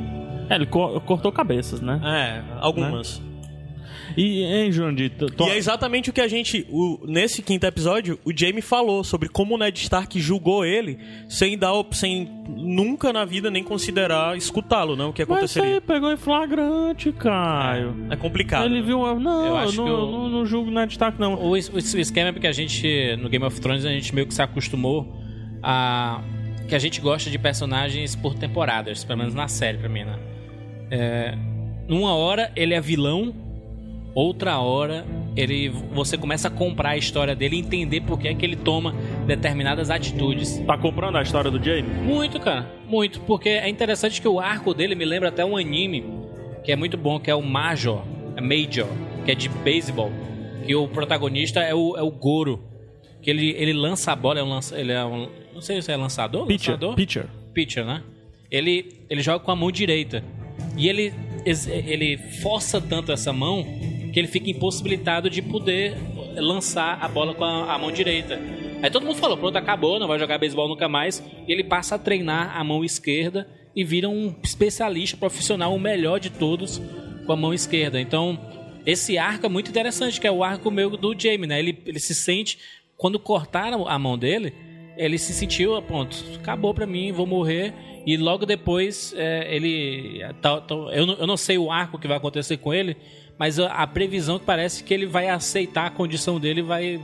Speaker 3: É, ele co- cortou cabeças, né?
Speaker 4: É, algumas.
Speaker 3: E, hein, Jurandir? tu- tu-
Speaker 4: E é exatamente o que a gente, o- nesse quinto episódio, o Jamie falou sobre como o Ned Stark julgou ele sem dar, op- sem nunca na vida nem considerar escutá-lo, né? O que
Speaker 3: Mas isso
Speaker 4: aconteceria.
Speaker 3: aí pegou em flagrante, Caio.
Speaker 4: É complicado.
Speaker 3: Ele
Speaker 4: né?
Speaker 3: viu, ah, não,
Speaker 2: Eu
Speaker 3: eu,
Speaker 2: acho
Speaker 3: não,
Speaker 2: que eu-
Speaker 3: não, não julgo Ned Stark, não.
Speaker 2: O, es- o es- o esquema é porque a gente, no Game of Thrones, a gente meio que se acostumou a. que a gente gosta de personagens por temporadas, pelo menos na série pra mim, né? É, numa hora ele é vilão, outra hora ele você começa a comprar a história dele e entender por que é que ele toma determinadas atitudes.
Speaker 3: Tá comprando a história do Jamie?
Speaker 2: Muito, cara, muito, porque é interessante que o arco dele me lembra até um anime que é muito bom, que é o Major, é Major, que é de beisebol, que o protagonista é o, é o Goro, que ele, ele lança a bola, é um lança, ele é um, não sei se é lançador,
Speaker 3: Pitcher,
Speaker 2: lançador?
Speaker 3: pitcher.
Speaker 2: pitcher, né? Ele, ele joga com a mão direita. E ele, ex- ele força tanto essa mão que ele fica impossibilitado de poder lançar a bola com a, a mão direita. Aí todo mundo falou, pronto, acabou, não vai jogar beisebol nunca mais. E ele passa a treinar a mão esquerda e vira um especialista profissional, o melhor de todos, com a mão esquerda. Então, esse arco é muito interessante, que é o arco meio do Jamie, né? Ele, ele se sente, quando cortaram a mão dele, ele se sentiu, ah, pronto, acabou pra mim, vou morrer. E logo depois, é, ele. tá- tá- eu, não, eu não sei o arco que vai acontecer com ele, mas a, a previsão que parece que ele vai aceitar a condição dele e vai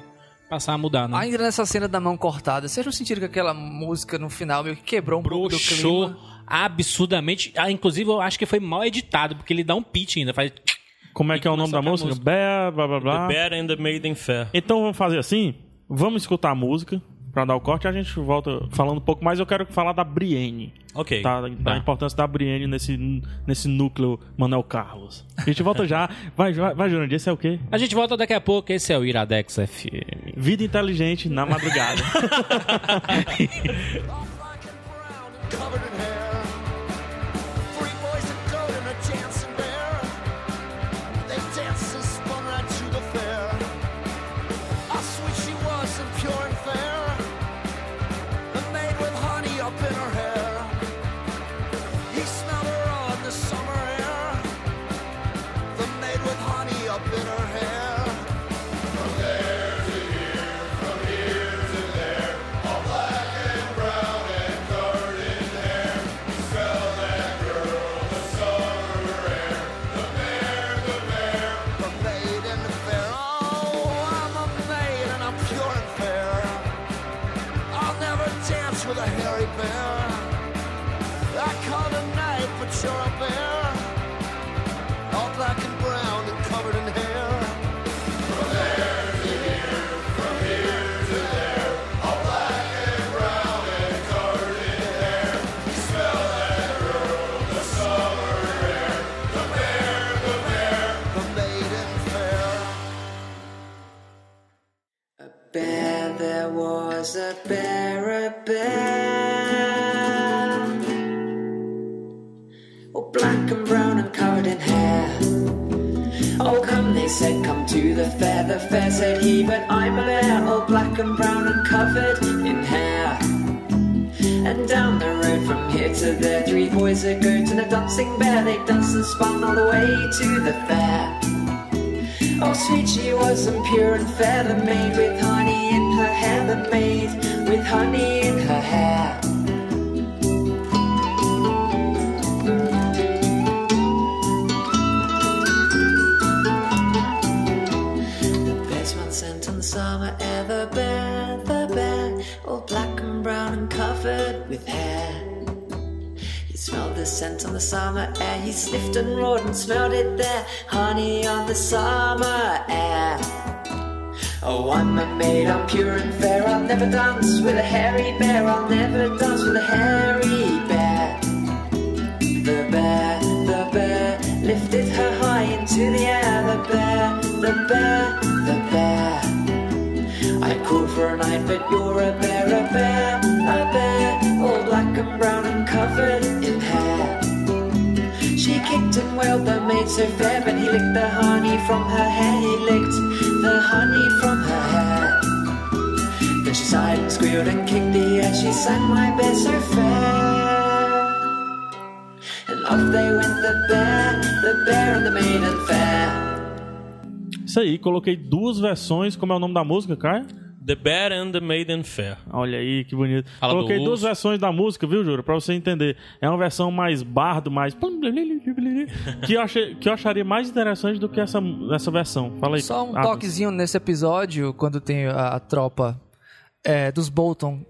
Speaker 2: passar a mudar, né?
Speaker 5: Ainda nessa cena da mão cortada, vocês não sentiram que aquela música no final meio que quebrou um pouco do
Speaker 2: Broxou
Speaker 5: clima?
Speaker 2: absurdamente. Ah, inclusive, eu acho que foi mal editado, porque ele dá um pitch ainda. Faz...
Speaker 3: Como é
Speaker 2: E
Speaker 3: que é o nome
Speaker 2: começa
Speaker 3: da
Speaker 2: outra
Speaker 3: música?
Speaker 2: música.
Speaker 3: Bear, blá, blá, blá.
Speaker 4: The Better and the Maiden Fair.
Speaker 3: Então vamos fazer assim? Vamos escutar a música pra dar o corte. A gente volta falando um pouco mais. Eu quero falar da Brienne.
Speaker 4: Ok.
Speaker 3: tá? Da importância da Brienne nesse, nesse núcleo Manuel Carlos. A gente volta já. Vai, vai, vai Jurandir, esse é o quê?
Speaker 2: A gente volta daqui a pouco. Esse é o Iradex FM.
Speaker 3: Vida inteligente na madrugada.
Speaker 7: covered in hair. Three boys in coat and a dancing bear. They danced and spun right to the fair. I swear she Oh, hairy bear. I call a knife, but you're a bear. All black and brown and covered in hair. The maiden fair.
Speaker 8: A bear, there was a bear, a bear. Oh, black and brown and covered in hair. Oh, come, they said, come to the fair. The fair said he, but I'm a bear. All black and brown and covered in hair. And down the road from here to there, three boys are going to the dancing bear. They danced and spun all the way to the fair. Oh, sweet, she was and pure and fair, the maid with honey in her hair, the maid with honey in her hair. There's one sentence summer air, the bear, the bear, all black and brown and covered with hair. He smelled the scent on the summer air. He sniffed and roared and smelled it there. Honey on the summer air. Oh, I'm a maid, I'm pure and fair. I'll never dance with a hairy bear. I'll never dance with a hairy bear. The bear, the bear, lifted her high into the air. The bear, the bear, the bear. I called for a night, but you're a bear, a bear, a bear, all black and brown and covered in hair. She kicked and wailed, the maid so fair, but he licked the honey from her hair. He licked the honey from her hair. Then she sighed and squealed and kicked the air. She sang my bear so fair. And off they went the bear, the bear and the maid and fair.
Speaker 3: Isso aí, coloquei duas versões. Como é o nome da música, cara?
Speaker 4: The Bear and the Maiden Fair.
Speaker 3: Olha aí, que bonito.
Speaker 2: Fala do
Speaker 3: Coloquei duas
Speaker 2: urso.
Speaker 3: versões da música, viu, Jura? Pra você entender. É uma versão mais bardo, mais. que, eu achei- que eu acharia mais interessante do que essa, essa versão. Fala aí. Ah,
Speaker 5: Só um
Speaker 3: Adams.
Speaker 5: toquezinho nesse episódio, quando tem a, a tropa é, dos Bolton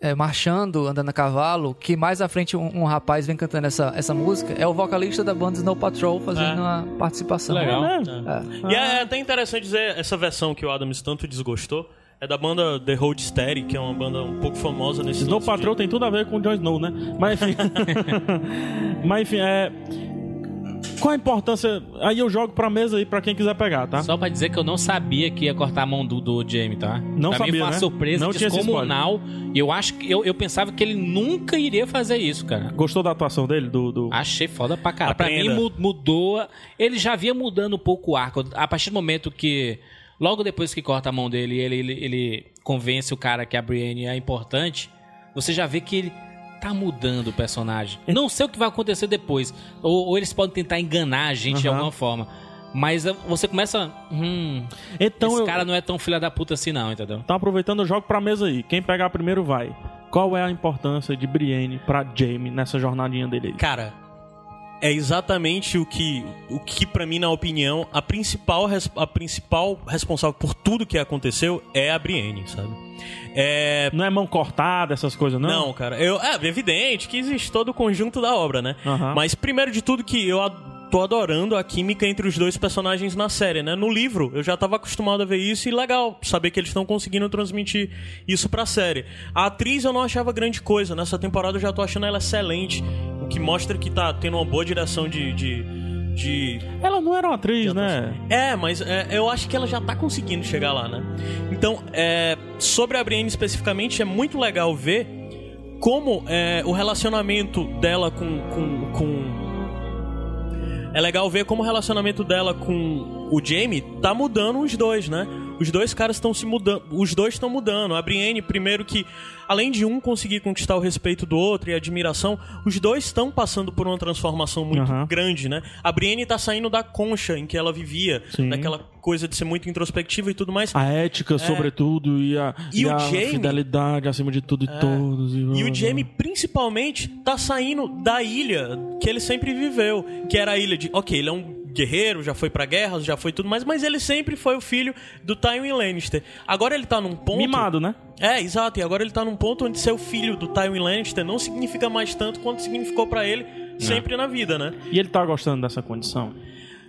Speaker 5: é, marchando, andando a cavalo, que mais à frente um, um rapaz vem cantando essa, essa música, é o vocalista da banda Snow Patrol fazendo uma participação.
Speaker 2: É. Legal.
Speaker 3: É,
Speaker 4: E é até interessante dizer, essa versão que o Adams tanto desgostou é da banda The Road Steady, que é uma banda um pouco famosa nesse
Speaker 3: Snow
Speaker 4: lance de-
Speaker 3: Patrol tem tudo a ver com o Jon Snow, né? Mas enfim. Mas enfim, é. Qual a importância. Aí eu jogo pra mesa aí pra quem quiser pegar, tá?
Speaker 2: Só pra dizer que eu não sabia que ia cortar a mão do, do Jamie, tá?
Speaker 3: Não
Speaker 2: pra mim
Speaker 3: sabia,
Speaker 2: foi uma
Speaker 3: né?
Speaker 2: surpresa
Speaker 3: Não tinha esse
Speaker 2: descomunal. E eu acho que eu, eu pensava que ele nunca iria fazer isso, cara.
Speaker 3: Gostou da atuação dele? Do, do...
Speaker 2: Achei foda pra caralho. Pra mim
Speaker 4: Aprenda.
Speaker 2: mu- mudou. a- Ele já vinha mudando um pouco o arco. A partir do momento que. Logo depois que corta a mão dele, ele, ele, ele convence o cara que a Brienne é importante. Você já vê que ele tá mudando o personagem. Não sei o que vai acontecer depois. Ou, ou eles podem tentar enganar a gente de
Speaker 3: Aham.
Speaker 2: alguma forma. Mas eh, você começa. Hum,
Speaker 3: Então
Speaker 2: esse
Speaker 3: eu.
Speaker 2: cara não é tão filha da puta assim, não, entendeu?
Speaker 3: Então aproveitando, eu jogo pra mesa aí. Quem pegar primeiro vai. Qual é a importância de Brienne pra Jaime nessa jornadinha dele aí?
Speaker 4: Cara, é exatamente o que, o que para mim, na opinião, a principal, res- a principal responsável por tudo que aconteceu é a Brienne, sabe? É.
Speaker 3: Não é mão cortada, essas coisas, não?
Speaker 4: Não, cara, eu, é evidente que existe todo o conjunto da obra, né?
Speaker 3: Aham.
Speaker 4: Mas primeiro de tudo que eu a- tô adorando a química entre os dois personagens na série, né? No livro eu já tava acostumado a ver isso e legal saber que eles estão conseguindo transmitir isso pra série. A atriz eu não achava grande coisa, nessa temporada eu já tô achando ela excelente, o que mostra que tá tendo uma boa direção de- de, de
Speaker 3: Ela não era uma atriz, né?
Speaker 4: é, mas é, eu acho que ela já tá conseguindo chegar lá, né? Então, é, sobre a Brienne especificamente, é muito legal ver como é, o relacionamento dela com, com, com- É legal ver como o relacionamento dela com o Jamie tá mudando os dois, né? Os dois caras estão se mudando. Os dois estão mudando. A Brienne, primeiro que, além de um conseguir conquistar o respeito do outro e a admiração, os dois estão passando por uma transformação muito
Speaker 3: Aham.
Speaker 4: grande grande, né? A Brienne tá saindo da concha em que ela vivia,
Speaker 3: Sim.
Speaker 4: daquela coisa de ser muito introspectiva e tudo mais.
Speaker 3: A ética, sobretudo, e a,
Speaker 4: E o
Speaker 3: a
Speaker 4: Jaime-
Speaker 3: fidelidade acima de tudo e todos.
Speaker 4: E o Jaime, principalmente, tá saindo da ilha que ele sempre viveu, que era a ilha de. Ok, ele é um guerreiro, já foi pra guerras, já foi tudo mais, mas ele sempre foi o filho do Tywin Lannister. Agora ele tá num ponto.
Speaker 3: Mimado, né?
Speaker 4: É, exato. E agora ele tá num ponto onde ser o filho do Tywin Lannister não significa mais tanto quanto significou pra ele
Speaker 3: É.
Speaker 4: sempre na vida, né?
Speaker 3: E ele tá gostando dessa condição.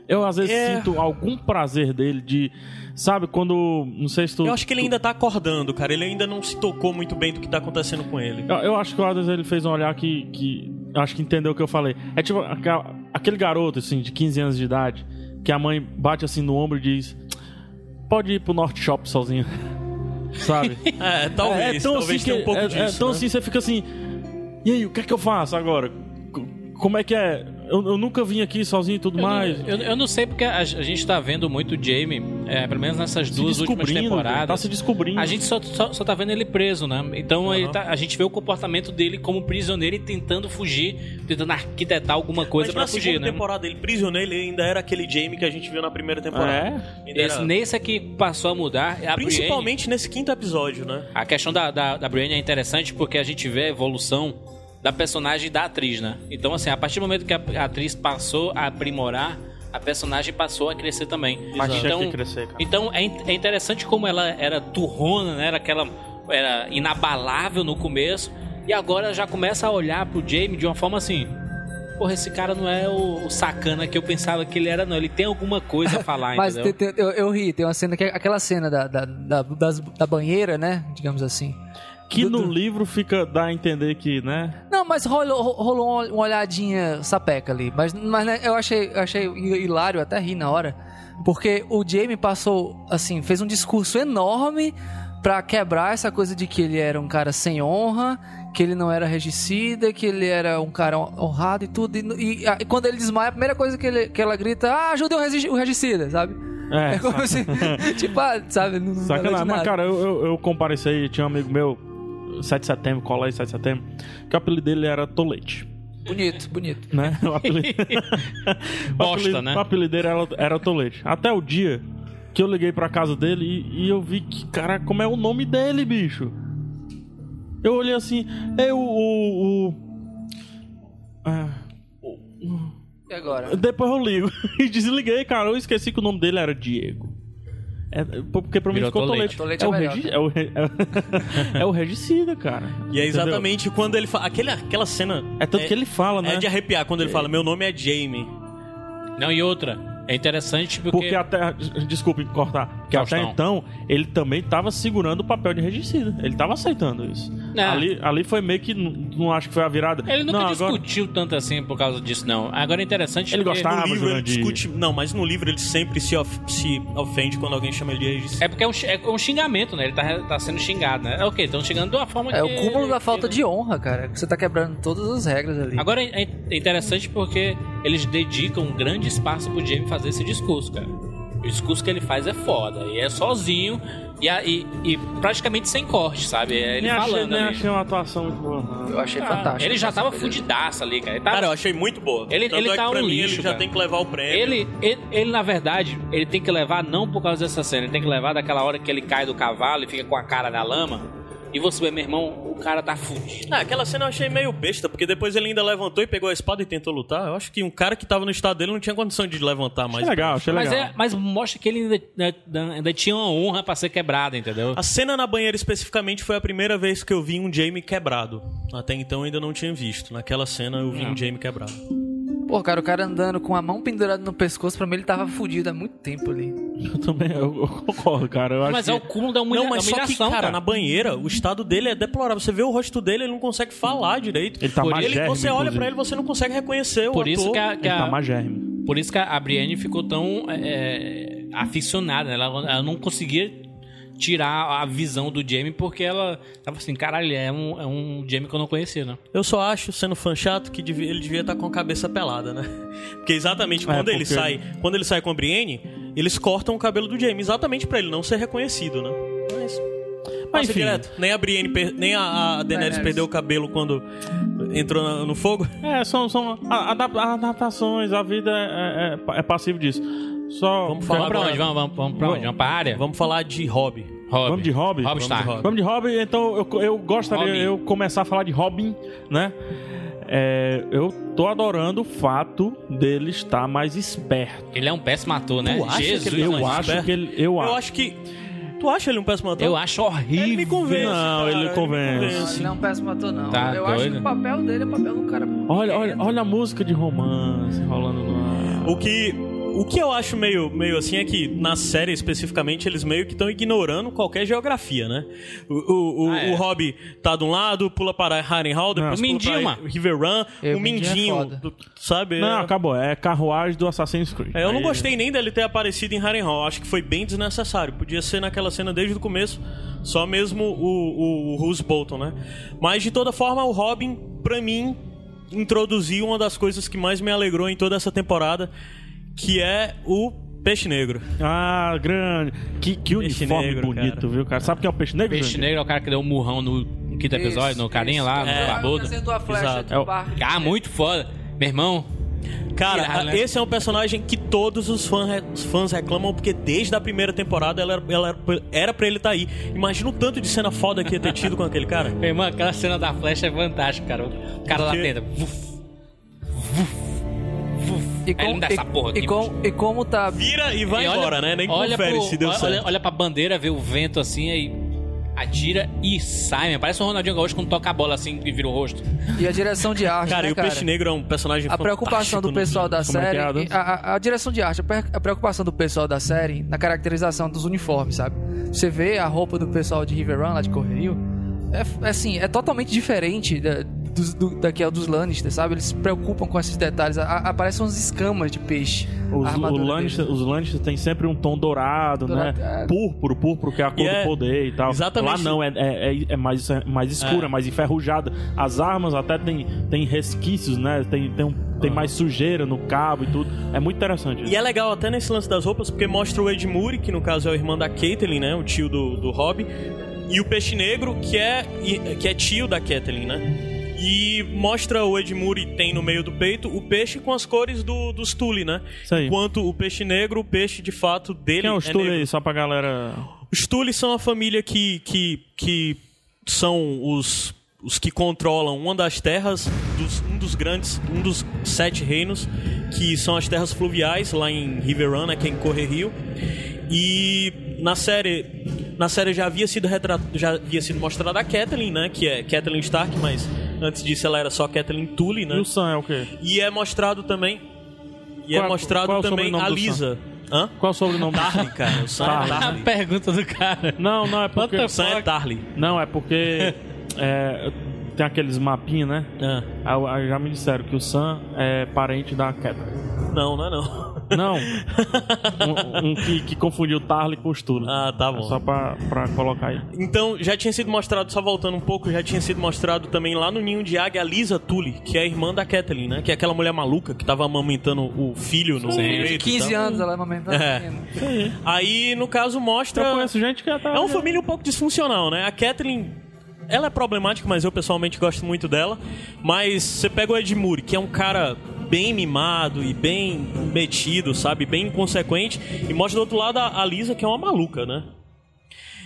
Speaker 3: Eu às vezes
Speaker 4: É.
Speaker 3: sinto algum prazer dele de. Sabe, quando. Não sei se tu.
Speaker 4: Eu acho que ele ainda tá acordando, cara. Ele ainda não se tocou muito bem do que tá acontecendo com ele.
Speaker 3: Eu, eu acho que o Adams ele fez um olhar que, que. Acho que entendeu o que eu falei. É tipo aqua- aquele garoto, assim, de 15 anos de idade, que a mãe bate assim no ombro e diz: Pode ir pro North Shop sozinho. Sabe?
Speaker 4: É, talvez.
Speaker 3: é tão
Speaker 4: talvez
Speaker 3: assim
Speaker 4: tenha
Speaker 3: que-
Speaker 4: um pouco
Speaker 3: é- é
Speaker 4: disso.
Speaker 3: tão
Speaker 4: né?
Speaker 3: assim, você fica assim. E aí, o que é que eu faço agora? Co- Como é que é? Eu, eu nunca vim aqui sozinho e tudo mais.
Speaker 2: Eu, eu não sei porque a, a gente tá vendo muito o Jamie, é, pelo menos nessas
Speaker 3: se
Speaker 2: duas últimas
Speaker 3: descobrindo,
Speaker 2: temporadas.
Speaker 3: tá se descobrindo.
Speaker 2: A gente só, só, só tá vendo ele preso, né? Então ele tá- a gente vê o comportamento dele como prisioneiro e tentando fugir, tentando arquitetar alguma coisa
Speaker 4: Mas
Speaker 2: pra
Speaker 4: na
Speaker 2: fugir,
Speaker 4: segunda
Speaker 2: né?
Speaker 4: temporada, ele prisioneiro, ele ainda era aquele Jamie que a gente viu na primeira temporada.
Speaker 3: É?
Speaker 4: Ainda
Speaker 2: Esse,
Speaker 4: era-
Speaker 2: nesse aqui passou a mudar. é A Brienne-
Speaker 4: Principalmente nesse quinto episódio, né?
Speaker 2: a questão da, da, da Brienne é interessante porque a gente vê a evolução da personagem e da atriz, né? Então, assim, a partir do momento que a, a atriz passou a aprimorar, a personagem passou a crescer também.
Speaker 3: Mas tinha
Speaker 2: então,
Speaker 3: que crescer, cara.
Speaker 2: então é, in- é interessante como ela era turrona, né? Era aquela. Era inabalável no começo. E agora já começa a olhar pro Jamie de uma forma assim. Porra, esse cara não é o, o sacana que eu pensava que ele era, não. Ele tem alguma coisa a falar,
Speaker 5: Mas
Speaker 2: Ah, entendeu?
Speaker 5: tem- tem- eu, eu ri, tem uma cena que é aquela cena da, da, da, das- da banheira, né? Digamos assim.
Speaker 3: Que
Speaker 5: Do-
Speaker 3: no
Speaker 5: do-
Speaker 3: livro fica. dá a entender que, né?
Speaker 5: Não, mas rolou, ro- rolou uma olhadinha sapeca ali. Mas, mas né, eu achei, eu achei hilário, até ri na hora. Porque o Jamie passou, assim, fez um discurso enorme pra quebrar essa coisa de que ele era um cara sem honra, que ele não era regicida, que ele era um cara hon- honrado e tudo. E, no- e, a- e quando ele desmaia, a primeira coisa que, ele- que ela grita, ah, ajudem o, regi- o regicida, sabe?
Speaker 3: É,
Speaker 5: É como se, tipo, ah, sabe? Não, não valeu de
Speaker 3: Sacanagem, mas
Speaker 5: nada.
Speaker 3: cara, eu, eu, eu compareci, tinha um amigo meu, 7 de setembro, colégio 7 de setembro, que o apelido dele era Tolete,
Speaker 5: Bonito, bonito.
Speaker 3: né? O apelido... o
Speaker 2: Bosta,
Speaker 3: apelido,
Speaker 2: né?
Speaker 3: O apelido dele era, era Tolete. Até o dia que eu liguei pra casa dele e, e eu vi que, cara, como é o nome dele, bicho? Eu olhei assim, é o... o, o- Ah,
Speaker 5: E agora?
Speaker 3: depois eu ligo. e desliguei, cara, eu esqueci que o nome dele era Diego. É, porque pra mim
Speaker 2: Virou
Speaker 3: ficou Tolete.
Speaker 2: Tolete.
Speaker 5: Tolete
Speaker 3: é,
Speaker 5: é
Speaker 3: o
Speaker 5: melhor,
Speaker 3: regi-
Speaker 5: cara.
Speaker 3: é o re- é o- é o regicida, cara.
Speaker 4: E é
Speaker 3: Entendeu?
Speaker 4: exatamente quando ele fala. Aquele, aquela cena.
Speaker 3: É tanto que ele fala, né?
Speaker 4: É de arrepiar quando ele fala: Meu nome é Jamie.
Speaker 2: Não, e outra. É interessante porque.
Speaker 3: Porque até. Desculpe cortar. Porque
Speaker 2: Faustão.
Speaker 3: até então, ele também tava segurando o papel de regicida. Ele tava aceitando isso.
Speaker 2: É.
Speaker 3: Ali, ali foi meio que. n- Não acho que foi a virada.
Speaker 2: Ele nunca
Speaker 3: não, agora-
Speaker 2: discutiu tanto assim por causa disso, não. Agora é interessante.
Speaker 3: Ele
Speaker 2: porque-
Speaker 3: gostava. Ah,
Speaker 4: no
Speaker 3: mas
Speaker 4: livro ele
Speaker 3: Jurandir.
Speaker 4: discute. Não, mas no livro ele sempre se, of- se ofende quando alguém chama ele de regicida.
Speaker 2: É porque é um, xi- é um xingamento, né? Ele tá, tá sendo xingado, né? É o quê? Estão xingando de uma forma
Speaker 5: É
Speaker 2: que.
Speaker 5: o cúmulo da falta de honra, cara. Você tá quebrando todas as regras ali.
Speaker 2: Agora é é interessante porque eles dedicam um grande espaço pro Jamie fazer esse discurso, cara. O discurso que ele faz é foda. E é sozinho e, a- e- e praticamente sem corte, sabe? É ele
Speaker 3: nem achei,
Speaker 2: falando.
Speaker 3: nem
Speaker 2: ali.
Speaker 3: achei uma atuação muito boa. não.
Speaker 5: eu achei fantástico.
Speaker 2: ele já tava
Speaker 5: Essa coisa.
Speaker 2: fudidaço ali, cara. Ele tava
Speaker 4: Cara, eu achei muito boa.
Speaker 2: Ele-
Speaker 4: Tanto
Speaker 2: ele
Speaker 4: é
Speaker 2: tá
Speaker 4: que pra
Speaker 2: um
Speaker 4: mim,
Speaker 2: lixo,
Speaker 4: ele já
Speaker 2: cara.
Speaker 4: tem que levar o prêmio.
Speaker 2: Ele, ele, ele, na verdade, ele tem que levar não por causa dessa cena, ele tem que levar daquela hora que ele cai do cavalo e fica com a cara na lama. E você vê, meu irmão, o cara tá fudido.
Speaker 4: Ah, aquela cena eu achei meio besta, porque depois ele ainda levantou e pegou a espada e tentou lutar. Eu acho que um cara que tava no estado dele não tinha condição de levantar mais.
Speaker 3: Achei legal, achei
Speaker 2: Mas,
Speaker 3: legal.
Speaker 2: é, mas mostra que ele ainda, né, ainda tinha uma honra pra ser quebrada, entendeu?
Speaker 4: A cena na banheira especificamente foi a primeira vez que eu vi um Jamie quebrado. Até então eu ainda não tinha visto. Naquela cena eu vi um Jamie quebrado.
Speaker 5: Pô, cara, o cara andando com a mão pendurada no pescoço, pra mim ele tava fudido há muito tempo ali.
Speaker 3: Eu também eu, eu concordo, cara. Eu acho
Speaker 2: Mas
Speaker 3: que-
Speaker 2: é o cúmulo da humilha,
Speaker 4: não, mas
Speaker 2: da
Speaker 4: só que,
Speaker 2: humilhação,
Speaker 4: cara,
Speaker 2: cara.
Speaker 4: na banheira, o estado dele é deplorável. Você vê o rosto dele, ele não consegue falar direito.
Speaker 3: Ele tá
Speaker 4: Por
Speaker 3: magérrimo,
Speaker 4: Você olha
Speaker 3: inclusive.
Speaker 4: pra ele, você não consegue reconhecer o
Speaker 2: Por isso
Speaker 4: ator.
Speaker 2: que é a, que
Speaker 3: Ele tá
Speaker 2: a-
Speaker 3: magérrimo.
Speaker 2: por isso que a Brienne ficou tão é, aficionada. né? Ela, ela não conseguia tirar a visão do Jamie porque ela tava assim, caralho, é um, é um Jamie que eu não conhecia, né?
Speaker 4: Eu só acho, sendo fã chato, que devia- ele devia estar com a cabeça pelada, né? Porque exatamente quando ele
Speaker 3: É, porque-
Speaker 4: sai, quando ele sai com a Brienne, eles cortam o cabelo do Jaime, exatamente pra ele não ser reconhecido, né? Mas,
Speaker 3: É Mas
Speaker 4: passa
Speaker 3: enfim.
Speaker 4: direto. Nem a Brienne, per- nem a, a Daenerys
Speaker 5: Daenerys.
Speaker 4: perdeu o cabelo quando entrou na- no fogo.
Speaker 3: É, são, são a- adap- adaptações, a vida é, é, é passivo disso. Só.
Speaker 4: Vamos falar
Speaker 2: Vamos pra
Speaker 4: agora.
Speaker 2: onde? Vamos, vamos, vamos pra onde? Vamos pra
Speaker 3: É.
Speaker 2: área?
Speaker 4: Vamos falar de hobby.
Speaker 2: Hobby.
Speaker 3: Vamos de
Speaker 2: Hobbit
Speaker 3: hobby? Vamos
Speaker 2: Stark.
Speaker 4: de hobby.
Speaker 3: Vamos de hobby, então eu, eu gostaria
Speaker 2: Robin.
Speaker 3: eu começar a falar de Robin, né? é, eu tô adorando o fato dele estar mais esperto.
Speaker 2: Ele é um péssimo ator, né?
Speaker 4: Tu acha que ele
Speaker 2: Jesus,
Speaker 4: é
Speaker 3: Eu
Speaker 4: mais
Speaker 2: mano.
Speaker 3: acho
Speaker 4: esperto?
Speaker 3: que ele. Eu,
Speaker 4: Eu
Speaker 3: acho.
Speaker 4: acho que. Tu acha ele um péssimo ator?
Speaker 2: Eu acho horrível.
Speaker 4: Ele me convence.
Speaker 3: Não,
Speaker 4: cara,
Speaker 3: ele
Speaker 4: me
Speaker 3: convence.
Speaker 5: Ele não é um péssimo ator, não.
Speaker 2: Tá
Speaker 5: eu acho
Speaker 2: doido?
Speaker 5: que o papel dele é o papel do cara.
Speaker 3: Olha, olha, olha a música de romance rolando no. ar.
Speaker 4: O que, o que eu acho meio, meio assim é que na série especificamente eles meio que estão ignorando qualquer geografia, né? O, o, o,
Speaker 2: Ah, é.
Speaker 4: o Hobby tá de um lado, pula para Harry Hall, depois
Speaker 2: O
Speaker 4: pula
Speaker 2: Mindinho,
Speaker 4: pra
Speaker 2: mano.
Speaker 4: River Run,
Speaker 5: É,
Speaker 4: o
Speaker 5: o Mindinho é
Speaker 4: Mindinho,
Speaker 5: foda.
Speaker 4: do- sabe?
Speaker 3: Não,
Speaker 4: É-
Speaker 3: acabou. É carruagem do Assassin's Creed.
Speaker 4: é, eu não
Speaker 3: Aí-
Speaker 4: gostei
Speaker 2: né?
Speaker 4: nem dele ter aparecido em Harry Hall, acho que foi bem desnecessário. Podia ser naquela cena desde o começo, só mesmo o, o, o Bruce Bolton, né? Mas de toda forma, o Robin, pra mim, introduziu uma das coisas que mais me alegrou em toda essa temporada, que é o Peixe Negro.
Speaker 3: Ah, grande. Que, que
Speaker 4: Peixe
Speaker 3: uniforme
Speaker 4: negro,
Speaker 3: bonito,
Speaker 4: cara.
Speaker 3: viu, cara? Sabe quem é o peixe negro?
Speaker 2: Peixe
Speaker 3: Jurandir?
Speaker 2: Negro é o cara que deu um murrão no quinto episódio, no carinha lá, no
Speaker 5: É.
Speaker 2: barbudo.
Speaker 4: Exato.
Speaker 3: É o-
Speaker 2: Ah, muito foda. Meu irmão,
Speaker 4: Cara,
Speaker 2: Irado,
Speaker 4: a-
Speaker 2: né?
Speaker 4: esse é um personagem que todos os fãs, re- os fãs reclamam, porque desde a primeira temporada ela, ela era- era pra ele estar aí. Imagina o tanto de cena foda que ia ter tido com aquele cara.
Speaker 2: meu irmão, aquela cena da flecha é fantástica, cara. O cara lá
Speaker 4: Porque-
Speaker 2: dentro. Vuf, vuf, vuf.
Speaker 5: E,
Speaker 2: Aí
Speaker 5: com-
Speaker 2: ele dá essa
Speaker 5: e-
Speaker 2: porra aqui.
Speaker 5: e, com- e como tá.
Speaker 4: Vira e vai
Speaker 2: E olha-
Speaker 4: embora, né? Nem
Speaker 2: olha
Speaker 4: confere
Speaker 2: pro-
Speaker 4: se deu
Speaker 2: olha,
Speaker 4: certo.
Speaker 2: olha, olha pra bandeira, vê o vento assim, aí atira e sai, meu. Parece um Ronaldinho Gaúcho quando toca a bola assim e vira o rosto.
Speaker 5: E a direção de arte.
Speaker 4: Cara,
Speaker 5: né,
Speaker 4: e o Peixe Negro é um personagem
Speaker 5: A preocupação do pessoal da
Speaker 3: Como é que é,
Speaker 5: série.
Speaker 3: Adams?
Speaker 5: a, a- a direção de arte, a pre- a preocupação do pessoal da série na caracterização dos uniformes, sabe? Você vê a roupa do pessoal de River Run, lá de Correio. É f- é assim, é totalmente diferente da, dos, do, daquela dos Lannister, sabe? Eles se preocupam com esses detalhes. A- a- aparecem umas escamas de peixe. a
Speaker 3: Os, o
Speaker 5: armadura
Speaker 3: Lannister,
Speaker 5: deles.
Speaker 3: os Lannister tem sempre um tom dourado,
Speaker 5: Dourado,
Speaker 3: né?
Speaker 5: é.
Speaker 3: Púrpuro, púrpuro, que é a cor
Speaker 4: E é-
Speaker 3: do poder e tal.
Speaker 4: exatamente.
Speaker 3: Lá não, é, é, é- é mais, é mais escura, mais enferrujada. As armas até tem, tem resquícios, né? Tem, tem, um- tem mais sujeira no cabo e tudo. É muito interessante.
Speaker 4: E é legal até nesse lance das roupas, porque mostra o Ed Moore, que no caso é o irmão da Caitlyn, né? O tio do, do Hobby. E o Peixe Negro, que é, e- que é tio da Caitlyn, né? E mostra o Ed Moore tem no meio do peito o peixe com as cores do, dos Tule, né?
Speaker 3: Isso aí.
Speaker 4: Enquanto o peixe negro, o peixe de fato dele
Speaker 3: Quem é os
Speaker 4: é
Speaker 3: Tully
Speaker 4: negro.
Speaker 3: aí, só pra galera.
Speaker 4: Os Tully são a família que, que, que são os, os que controlam uma das terras, dos- um dos grandes, um dos sete reinos, que são as terras fluviais, lá em River Run, né, que é em Correr Rio. E na série, na série já havia sido retrat, já havia sido mostrada a Catelyn, né, que é Catelyn Stark, mas antes disso ela era só Catelyn Tully,
Speaker 3: E
Speaker 4: né?
Speaker 3: o Sam é o quê?
Speaker 4: E é mostrado também e
Speaker 3: Qual-
Speaker 4: é mostrado
Speaker 3: qual é o
Speaker 4: também
Speaker 3: sobrenome
Speaker 4: a
Speaker 3: do Sam?
Speaker 4: Lisa. Hã?
Speaker 3: Qual é o sobrenome do
Speaker 4: Tarly, cara. O Sam é
Speaker 3: Tarly.
Speaker 2: A
Speaker 4: Tarly.
Speaker 2: pergunta do cara.
Speaker 3: Não, não, é porque.
Speaker 4: O Sam é Tarly.
Speaker 3: Não, é porque. é, tem aqueles mapinhos, né?
Speaker 4: Ah,
Speaker 3: Ah, ah, Já me disseram que o Sam é parente da Catherine.
Speaker 4: não, não é não.
Speaker 3: Não. um um que, que confundiu Tarly com o Stula.
Speaker 4: Ah, tá bom.
Speaker 3: É Só pra, pra colocar aí.
Speaker 4: Então, já tinha sido mostrado, só voltando um pouco, já tinha sido mostrado também lá no Ninho de Águia a Lisa Tully, que é a irmã da Kathleen, né? Que é aquela mulher maluca que tava amamentando o filho no peito
Speaker 5: De
Speaker 4: e
Speaker 5: 15
Speaker 4: tal.
Speaker 5: anos ela amamentando.
Speaker 4: É.
Speaker 5: menino.
Speaker 4: Aí, no caso, mostra...
Speaker 3: Eu conheço gente que tá.
Speaker 4: Então, É uma família um pouco disfuncional, né? A Kathleen, ela é problemática, mas eu pessoalmente gosto muito dela. Mas você pega o Ed Moore, que é um cara bem mimado e bem metido, sabe? Bem inconsequente. E mostra do outro lado a a Lisa, que é uma maluca, né?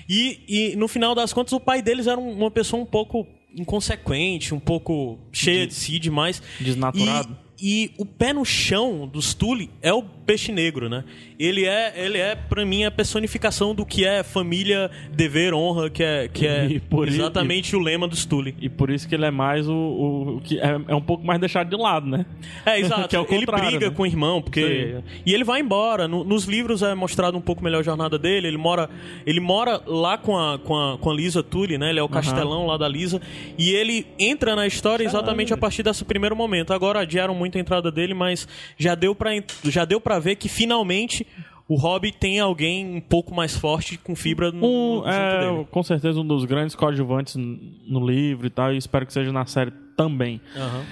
Speaker 4: E, e no final das contas, o pai deles era um- uma pessoa um pouco inconsequente, um pouco cheia de si demais.
Speaker 3: Desnaturado.
Speaker 4: E, e o pé no chão dos Tully é o peixe negro, né? Ele é, ele é para mim, a personificação do que é família, dever, honra, que é, que é
Speaker 3: E por isso-
Speaker 4: exatamente o lema dos Tully.
Speaker 3: E por isso que ele é mais o. o- o que é, é um pouco mais deixado de lado, né?
Speaker 4: É, exato.
Speaker 3: Que é o
Speaker 4: ele
Speaker 3: contrário,
Speaker 4: briga
Speaker 3: né?
Speaker 4: com o irmão, porque.
Speaker 3: Sim.
Speaker 4: E ele vai embora. No- nos livros é mostrado um pouco melhor a jornada dele. Ele mora, ele mora lá com a, com, a, com a Lisa Tully, né? Ele é o castelão lá da Lisa. E ele entra na história exatamente a partir desse primeiro momento. Agora adiaram muito a entrada dele, mas já deu pra, en- já deu pra ver que finalmente. O Hobby tem alguém um pouco mais forte com fibra no,
Speaker 3: Um,
Speaker 4: junto
Speaker 3: é,
Speaker 4: Hum, dele.
Speaker 3: com certeza, um dos grandes coadjuvantes n- no livro e tal. E espero que seja na série também.
Speaker 4: Aham.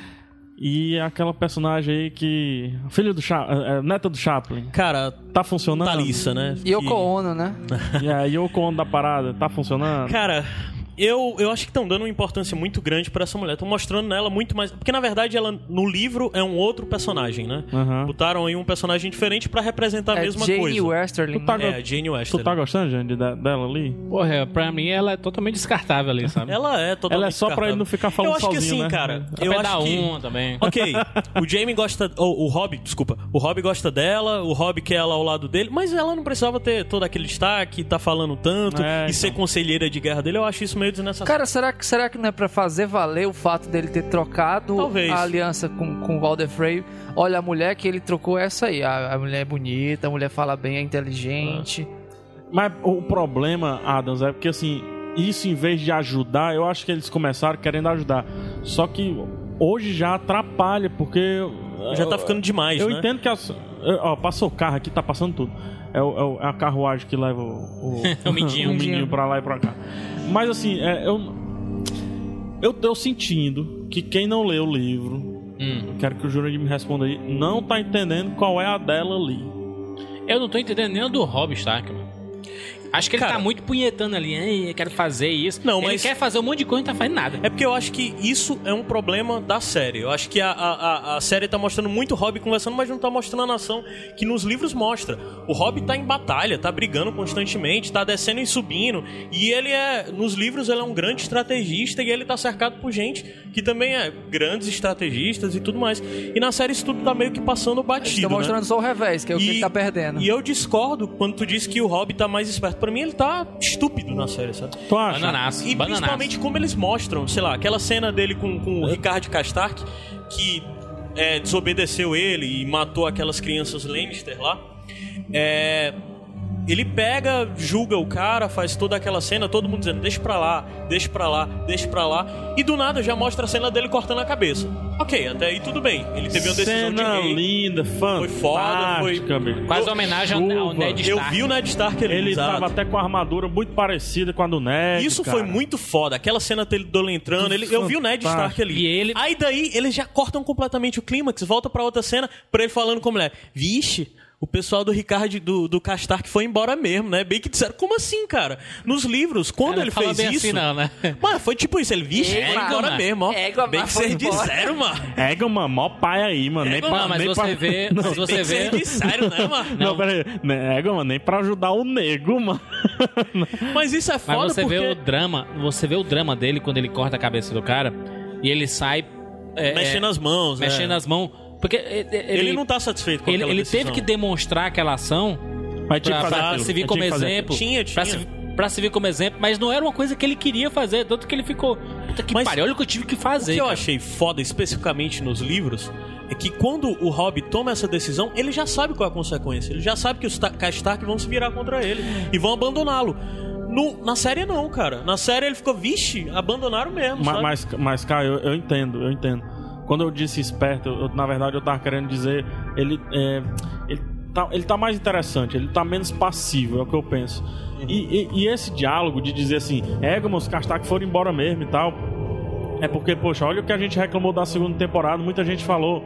Speaker 3: E aquela personagem aí que. Filho do Cha... é, é, neta do Chaplin.
Speaker 4: Cara,
Speaker 3: Tá funcionando?
Speaker 4: Thalissa, né?
Speaker 5: E o
Speaker 4: Que-
Speaker 5: Ono, né?
Speaker 3: E aí, o Ono da parada, tá funcionando?
Speaker 4: Cara, eu, eu acho que estão dando uma importância muito grande pra essa mulher. Estão mostrando nela muito mais. Porque, na verdade, ela no livro é um outro personagem, né?
Speaker 3: Aham.
Speaker 4: Botaram aí um personagem diferente pra representar a
Speaker 5: é
Speaker 4: mesma
Speaker 5: Jane
Speaker 4: coisa.
Speaker 5: Westerling.
Speaker 3: Tu tá-
Speaker 4: É, a Jane West.
Speaker 3: Tu tá gostando, Jane, de- dela ali?
Speaker 2: Porra, pra mim ela é totalmente descartável ali, sabe?
Speaker 4: Ela é totalmente
Speaker 3: tá Ela é só pra
Speaker 4: descartável.
Speaker 3: ele não ficar falando
Speaker 4: Eu acho que
Speaker 3: sozinho,
Speaker 4: assim,
Speaker 3: né?
Speaker 4: cara.
Speaker 2: Ela
Speaker 4: eu
Speaker 2: vai
Speaker 4: acho
Speaker 2: dar
Speaker 4: que...
Speaker 2: um também.
Speaker 4: Ok, o Jamie gosta. ou o Rob, desculpa. O Rob gosta dela, o Rob quer ela ao lado dele, mas ela não precisava ter todo aquele destaque, tá falando tanto,
Speaker 3: É,
Speaker 4: e
Speaker 3: então.
Speaker 4: ser conselheira de guerra dele. Eu acho isso meio desnecessário.
Speaker 5: Cara, será que, será que não é pra fazer valer o fato dele ter trocado
Speaker 4: Talvez.
Speaker 5: a aliança com, com o Valdefrey? Olha, a mulher que ele trocou é essa aí. A, a mulher é bonita, a mulher fala bem, é inteligente.
Speaker 3: Mas o problema, Adams, é porque assim, isso em vez de ajudar, eu acho que eles começaram querendo ajudar. Só que hoje já atrapalha, porque.
Speaker 4: Já tá ficando demais,
Speaker 3: Eu
Speaker 4: né?
Speaker 3: entendo que as. Ó, passou o carro aqui, tá passando tudo. É, o- é o- é a carruagem que leva o, o,
Speaker 4: É
Speaker 2: O mindinho.
Speaker 3: o mindinho pra lá e pra cá. Mas assim, é, eu, eu tô sentindo que quem não lê o livro,
Speaker 2: Hum.
Speaker 3: quero que o Jurandir me responda aí, não tá entendendo qual é a dela ali.
Speaker 2: Eu não tô entendendo nem o do Rob Stark, mano. Acho que ele
Speaker 4: Cara-
Speaker 2: tá muito punhetando ali, hein? Eu quero fazer isso.
Speaker 4: Não,
Speaker 2: ele
Speaker 4: mas-
Speaker 2: quer fazer um monte de coisa e não tá fazendo nada.
Speaker 4: É porque eu acho que isso é um problema da série. Eu acho que a, a, a- a série tá mostrando muito o Rob conversando, mas não tá mostrando a ação que nos livros mostra. O Rob tá em batalha, tá brigando constantemente, tá descendo e subindo. E ele é. Nos livros ele é um grande estrategista e ele tá cercado por gente que também é grandes estrategistas e tudo mais. E na série isso tudo tá meio que passando batido.
Speaker 5: Estão
Speaker 4: né?
Speaker 5: mostrando só o revés, que é o que ele tá perdendo.
Speaker 4: E eu discordo quando tu diz que o Rob tá mais esperto. Pra mim, ele tá estúpido na série, sabe?
Speaker 3: Tu acha?
Speaker 2: Bananaço,
Speaker 4: E
Speaker 2: bananaço.
Speaker 4: principalmente como eles mostram, sei lá, aquela cena dele com, com o
Speaker 3: É.
Speaker 4: Ricardo Castark, que é, desobedeceu ele e matou aquelas crianças Lannister lá. É, ele pega, julga o cara, faz toda aquela cena, todo mundo dizendo, deixa pra lá, deixa pra lá, deixa pra lá. E do nada já mostra a cena dele cortando a cabeça. Ok, até aí tudo bem. Ele teve uma decisão
Speaker 3: Cena
Speaker 4: de rei.
Speaker 3: linda, fantástica.
Speaker 4: foda, foi-
Speaker 3: meu.
Speaker 2: Faz uma homenagem ao- ao
Speaker 3: Chuva.
Speaker 2: Ned
Speaker 4: Eu
Speaker 2: Stark.
Speaker 4: vi o Ned Stark ali.
Speaker 3: Ele
Speaker 4: exato.
Speaker 3: tava até com a armadura muito parecida com a do Ned.
Speaker 4: Isso
Speaker 3: cara.
Speaker 4: foi muito foda. Aquela cena dele dele entrando, ele, eu vi o Ned Stark ali.
Speaker 2: E ele-
Speaker 4: Aí daí eles já cortam completamente o clímax, volta pra outra cena, pra ele falando com a mulher. Vixe, o pessoal do Ricardo do, do Castark foi embora mesmo, né? Bem que disseram, como assim, cara? Nos livros, quando
Speaker 2: Cara,
Speaker 4: ele
Speaker 2: fala
Speaker 4: fez
Speaker 2: bem
Speaker 4: isso.
Speaker 2: assim não, né?
Speaker 4: Mano, foi tipo isso, ele, vixe,
Speaker 5: Égua,
Speaker 4: foi embora
Speaker 2: mano.
Speaker 4: mesmo, ó.
Speaker 5: Égua,
Speaker 4: Bem que
Speaker 5: mas
Speaker 4: vocês
Speaker 5: foi embora.
Speaker 4: disseram, mano.
Speaker 3: Ega, mano, mó pai aí, mano. Nem
Speaker 4: Ega,
Speaker 3: pra,
Speaker 2: Não, mas
Speaker 3: nem
Speaker 2: você
Speaker 3: pra-
Speaker 2: vê.
Speaker 3: Não,
Speaker 2: Mas
Speaker 4: Bem
Speaker 2: você
Speaker 4: que vocês
Speaker 2: vê.
Speaker 4: disseram, né, mano?
Speaker 3: não, pera aí. Né, Ega, mano, nem pra ajudar o nego, mano.
Speaker 4: Mas isso é
Speaker 2: Mas
Speaker 4: foda
Speaker 2: você
Speaker 4: porque...
Speaker 2: vê o drama. Você vê o drama dele quando ele corta a cabeça do cara e ele sai. é,
Speaker 4: Mexendo
Speaker 2: é,
Speaker 4: as mãos, né?
Speaker 2: mexendo as mãos. Porque é, é,
Speaker 4: Ele,
Speaker 2: ele,
Speaker 4: não tá satisfeito com
Speaker 2: ele,
Speaker 4: aquela
Speaker 2: ele teve
Speaker 4: decisão.
Speaker 2: que demonstrar aquela ação
Speaker 3: Mas tinha
Speaker 2: pra,
Speaker 3: que fazer
Speaker 4: Tipo,
Speaker 2: pra
Speaker 3: aquilo,
Speaker 2: se vir
Speaker 3: tinha
Speaker 2: como
Speaker 3: que fazer
Speaker 2: exemplo.
Speaker 4: Tinha,
Speaker 2: Pra
Speaker 4: tinha.
Speaker 2: se, pra se vir como exemplo, mas não era uma coisa que ele queria fazer. Tanto que ele ficou. Puta que
Speaker 4: Mas-
Speaker 2: pariu, olha o que eu tive que
Speaker 4: O
Speaker 2: fazer.
Speaker 4: que eu
Speaker 2: cara.
Speaker 4: achei foda especificamente nos livros é que quando o Hobbit toma essa decisão, ele já sabe qual é a consequência. Ele já sabe que os Ta- Castark vão se virar contra ele e vão abandoná-lo. No- na série não, cara. Na série ele ficou, vixe, abandonaram mesmo.
Speaker 3: Ma-
Speaker 4: sabe?
Speaker 3: Mas, mas cara, eu, eu entendo, eu entendo. Quando eu disse esperto, eu- na verdade eu tava querendo dizer ele, é, ele, tá, ele tá mais interessante, ele tá menos passivo, é o que eu penso. E, e- e esse diálogo de dizer assim, é, os Castak foram embora mesmo e tal, é porque, poxa, olha o que a gente reclamou da segunda temporada, muita gente falou.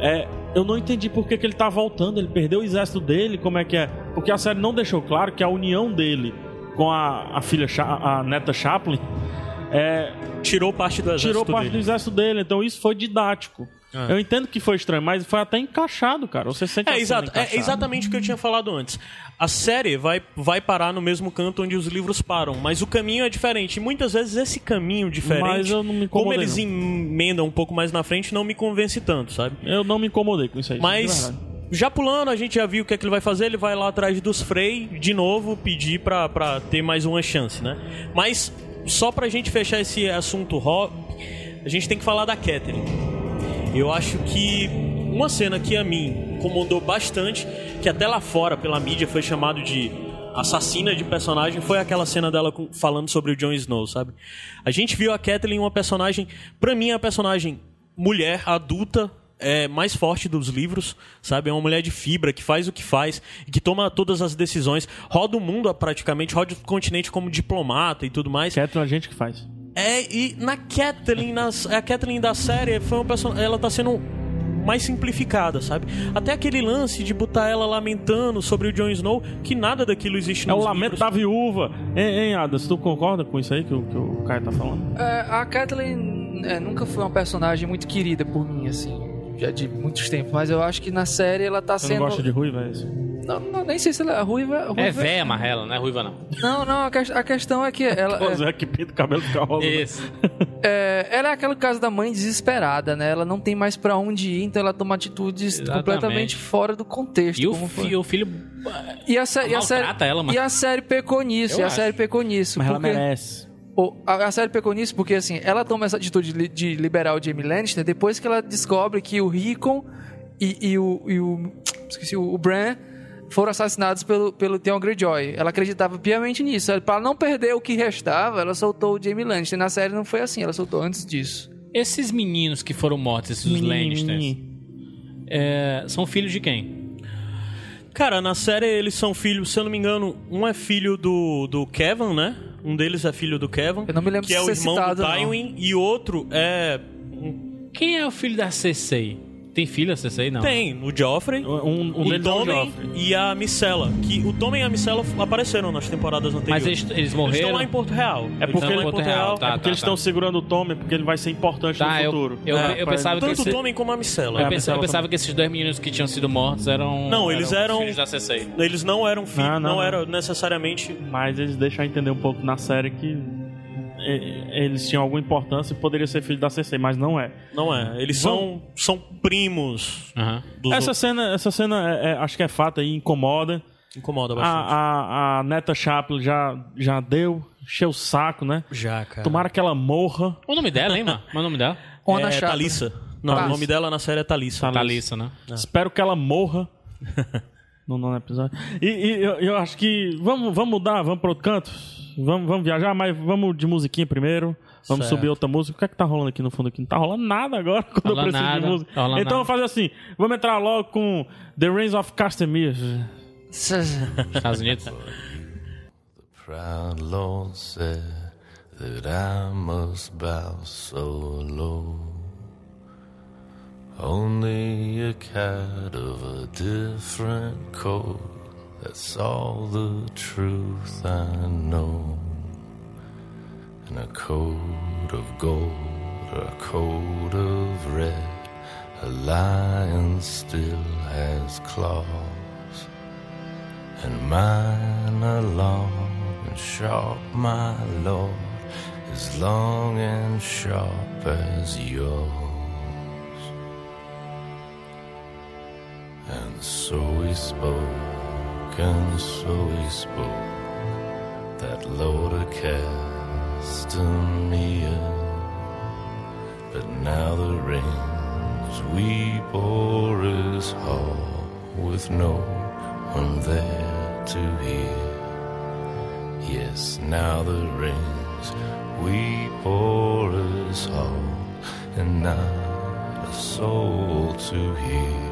Speaker 3: É, eu não entendi por que, que ele tá voltando, ele perdeu o exército dele, como é que é? Porque a série não deixou claro que a união dele com a, a filha, Cha- a neta Chaplin, é,
Speaker 4: Tirou parte do exército
Speaker 3: tirou parte do
Speaker 4: dele.
Speaker 3: exército dele. Então isso foi didático.
Speaker 4: É.
Speaker 3: Eu entendo que foi estranho, mas foi até encaixado, cara. Você sente assim, a
Speaker 4: É,
Speaker 3: cena
Speaker 4: exato, é
Speaker 3: encaixada.
Speaker 4: exatamente o que eu tinha falado antes. A série vai, vai parar no mesmo canto onde os livros param, mas o caminho é diferente. E muitas vezes esse caminho diferente,
Speaker 3: Mas eu não me
Speaker 4: como
Speaker 3: incomodei,
Speaker 4: eles
Speaker 3: não.
Speaker 4: emendam um pouco mais na frente, não me convence tanto, sabe?
Speaker 3: Eu não me incomodei com isso aí. de
Speaker 4: Mas
Speaker 3: verdade.
Speaker 4: já pulando, a gente já viu o que é que ele vai fazer. Ele vai lá atrás dos Frey de novo pedir pra, pra ter mais uma chance, né? Mas só pra gente fechar esse assunto Rob, a gente tem que falar da Catherine. Eu acho que uma cena que a mim incomodou bastante, que até lá fora pela mídia foi chamado de assassina de personagem, foi aquela cena dela com- falando sobre o Jon Snow, sabe? A gente viu a Catelyn uma personagem, pra mim é a personagem mulher adulta é mais forte dos livros, sabe? É uma mulher de fibra que faz o que faz e que toma todas as decisões, roda o mundo praticamente, roda o continente como diplomata e tudo mais.
Speaker 3: Catherine, a gente que faz.
Speaker 4: É, e na Kathleen, nas, a Kathleen da série foi uma pessoa. Ela um tá sendo mais simplificada, sabe? Até aquele lance de botar ela lamentando sobre o Jon Snow, que nada daquilo existe
Speaker 3: É o
Speaker 4: nos
Speaker 3: lamento
Speaker 4: livros.
Speaker 3: da viúva. Hein, hein, Adas, tu concorda com isso aí que o, que o Caio tá falando?
Speaker 5: É, a Catelyn é, nunca foi uma personagem muito querida por mim, assim, já de muitos tempos, mas eu acho que na série ela tá
Speaker 3: Você
Speaker 5: sendo.
Speaker 3: não gosta de ruiva, é isso?
Speaker 5: Não, não, nem sei se ela é ruiva. ruiva...
Speaker 2: É véia, Marrela, não é ruiva, não.
Speaker 5: Não, não, a, que- a questão é que ela.
Speaker 3: Pois é, que pinta o cabelo fica rosa. né?
Speaker 2: Isso.
Speaker 5: É, ela é aquele caso da mãe desesperada, né? Ela não tem mais pra onde ir, então ela toma atitudes
Speaker 2: Exatamente.
Speaker 5: completamente fora do contexto.
Speaker 2: E o,
Speaker 5: como foi.
Speaker 2: fi- o filho
Speaker 5: E a, sé- e a série,
Speaker 2: maltrata ela, mano.
Speaker 5: e a série pecou nisso,
Speaker 2: Eu
Speaker 5: e a
Speaker 2: acho.
Speaker 5: série pecou nisso.
Speaker 3: Mas ela
Speaker 5: porque-
Speaker 3: merece.
Speaker 5: o- a, a série pecou nisso porque, assim, ela toma essa atitude de, li- de liberar o Jamie Lannister depois que ela descobre que o Rickon e, e o, e o- Esqueci, o Bran foram assassinados pelo, pelo Theon Greyjoy. Ela acreditava piamente nisso. Ela- Pra não perder o que restava, ela soltou o Jamie Lannister. Na série não foi assim, ela soltou antes disso.
Speaker 2: Esses meninos que foram mortos, esses Lannisters, é, são filhos de quem?
Speaker 4: Cara, na série eles são filhos, se eu não me engano, um é filho do, do Kevin, né? Um deles é filho do Kevin.
Speaker 5: Eu não me lembro
Speaker 4: Que
Speaker 5: de
Speaker 4: é o
Speaker 5: ser
Speaker 4: irmão do
Speaker 5: citado, não.
Speaker 4: Tywin. E outro é. um-
Speaker 2: Quem é o filho da Cersei? Tem filho a Cersei? Não.
Speaker 4: Tem o Joffrey.
Speaker 3: Um, um
Speaker 4: o
Speaker 3: deles é o
Speaker 4: Tommen
Speaker 3: Joffrey.
Speaker 4: e a Micela. Que o Tommen e a Micela f- apareceram nas temporadas anteriores.
Speaker 2: Mas eles, eles
Speaker 4: Eles
Speaker 2: morreram?
Speaker 4: estão lá em Porto Real.
Speaker 3: É porque
Speaker 4: Eles estão
Speaker 3: ele-
Speaker 4: lá em Porto Real.
Speaker 2: Tá,
Speaker 3: é porque
Speaker 2: tá,
Speaker 3: eles
Speaker 2: tá.
Speaker 3: estão segurando o Tommy é porque ele vai ser importante
Speaker 2: Tá,
Speaker 3: no
Speaker 2: eu-
Speaker 3: futuro. É,
Speaker 2: eu- eu
Speaker 3: pra
Speaker 2: pensava
Speaker 3: ele-
Speaker 2: que-
Speaker 4: Tanto o
Speaker 2: Esse-
Speaker 4: Tommen como a Micela.
Speaker 2: Eu,
Speaker 3: É,
Speaker 2: pensa-
Speaker 3: Marcela
Speaker 2: eu pensava
Speaker 3: também.
Speaker 2: que esses dois meninos que tinham sido mortos eram.
Speaker 4: Não, eles eram-
Speaker 2: Filhos da Cersei.
Speaker 4: Eles não eram filhos,
Speaker 3: Não,
Speaker 4: não,
Speaker 3: não, não.
Speaker 4: era necessariamente.
Speaker 3: Mas eles deixam entender um pouco na série que é, eles tinham alguma importância e poderia ser filho da Cersei, mas não é.
Speaker 4: Não é. Eles são, são primos
Speaker 2: Aham.
Speaker 4: dos
Speaker 3: Essa cena, essa cena é- é- acho que é fato aí, incomoda.
Speaker 4: outros. Incomoda bastante.
Speaker 3: A, a- a Neta Chaplin já, já deu, encheu o saco, né?
Speaker 4: Já, cara.
Speaker 3: Tomara que ela morra.
Speaker 2: O nome dela, hein, mano? Mas o nome dela?
Speaker 5: Ona
Speaker 4: é
Speaker 5: Chata.
Speaker 4: Thalissa. Não,
Speaker 5: Thalissa.
Speaker 4: o nome dela na série é Thalissa.
Speaker 2: Thalissa, né?
Speaker 3: Espero que ela morra. no nono episódio. E, e eu, eu acho que. Vamos, vamos mudar, vamos pro outro canto. Vamos, vamos viajar, mas vamos de musiquinha primeiro. Vamos
Speaker 4: Certo.
Speaker 3: subir outra música. O que é que tá rolando aqui no fundo? Aqui? Não tá rolando nada agora quando eu
Speaker 2: Rola
Speaker 3: preciso de
Speaker 2: nada,
Speaker 3: música. Então
Speaker 2: rola
Speaker 3: eu vou
Speaker 2: nada.
Speaker 3: fazer assim: vamos entrar logo com The Reigns of Castamere.
Speaker 2: Estados Unidos.
Speaker 9: proud Lord said that I must bow so low. Only a cat of a different coat. That's all the truth I know. And a coat of gold, or a coat of red. A lion still has claws and mine are long and sharp, my lord, as long and sharp as yours. And so he spoke, and so he spoke, that Lord of Castamere. But now the rains weep o'er his hall with no one there to hear. Yes, now the rains weep o'er his hall and not a soul to hear.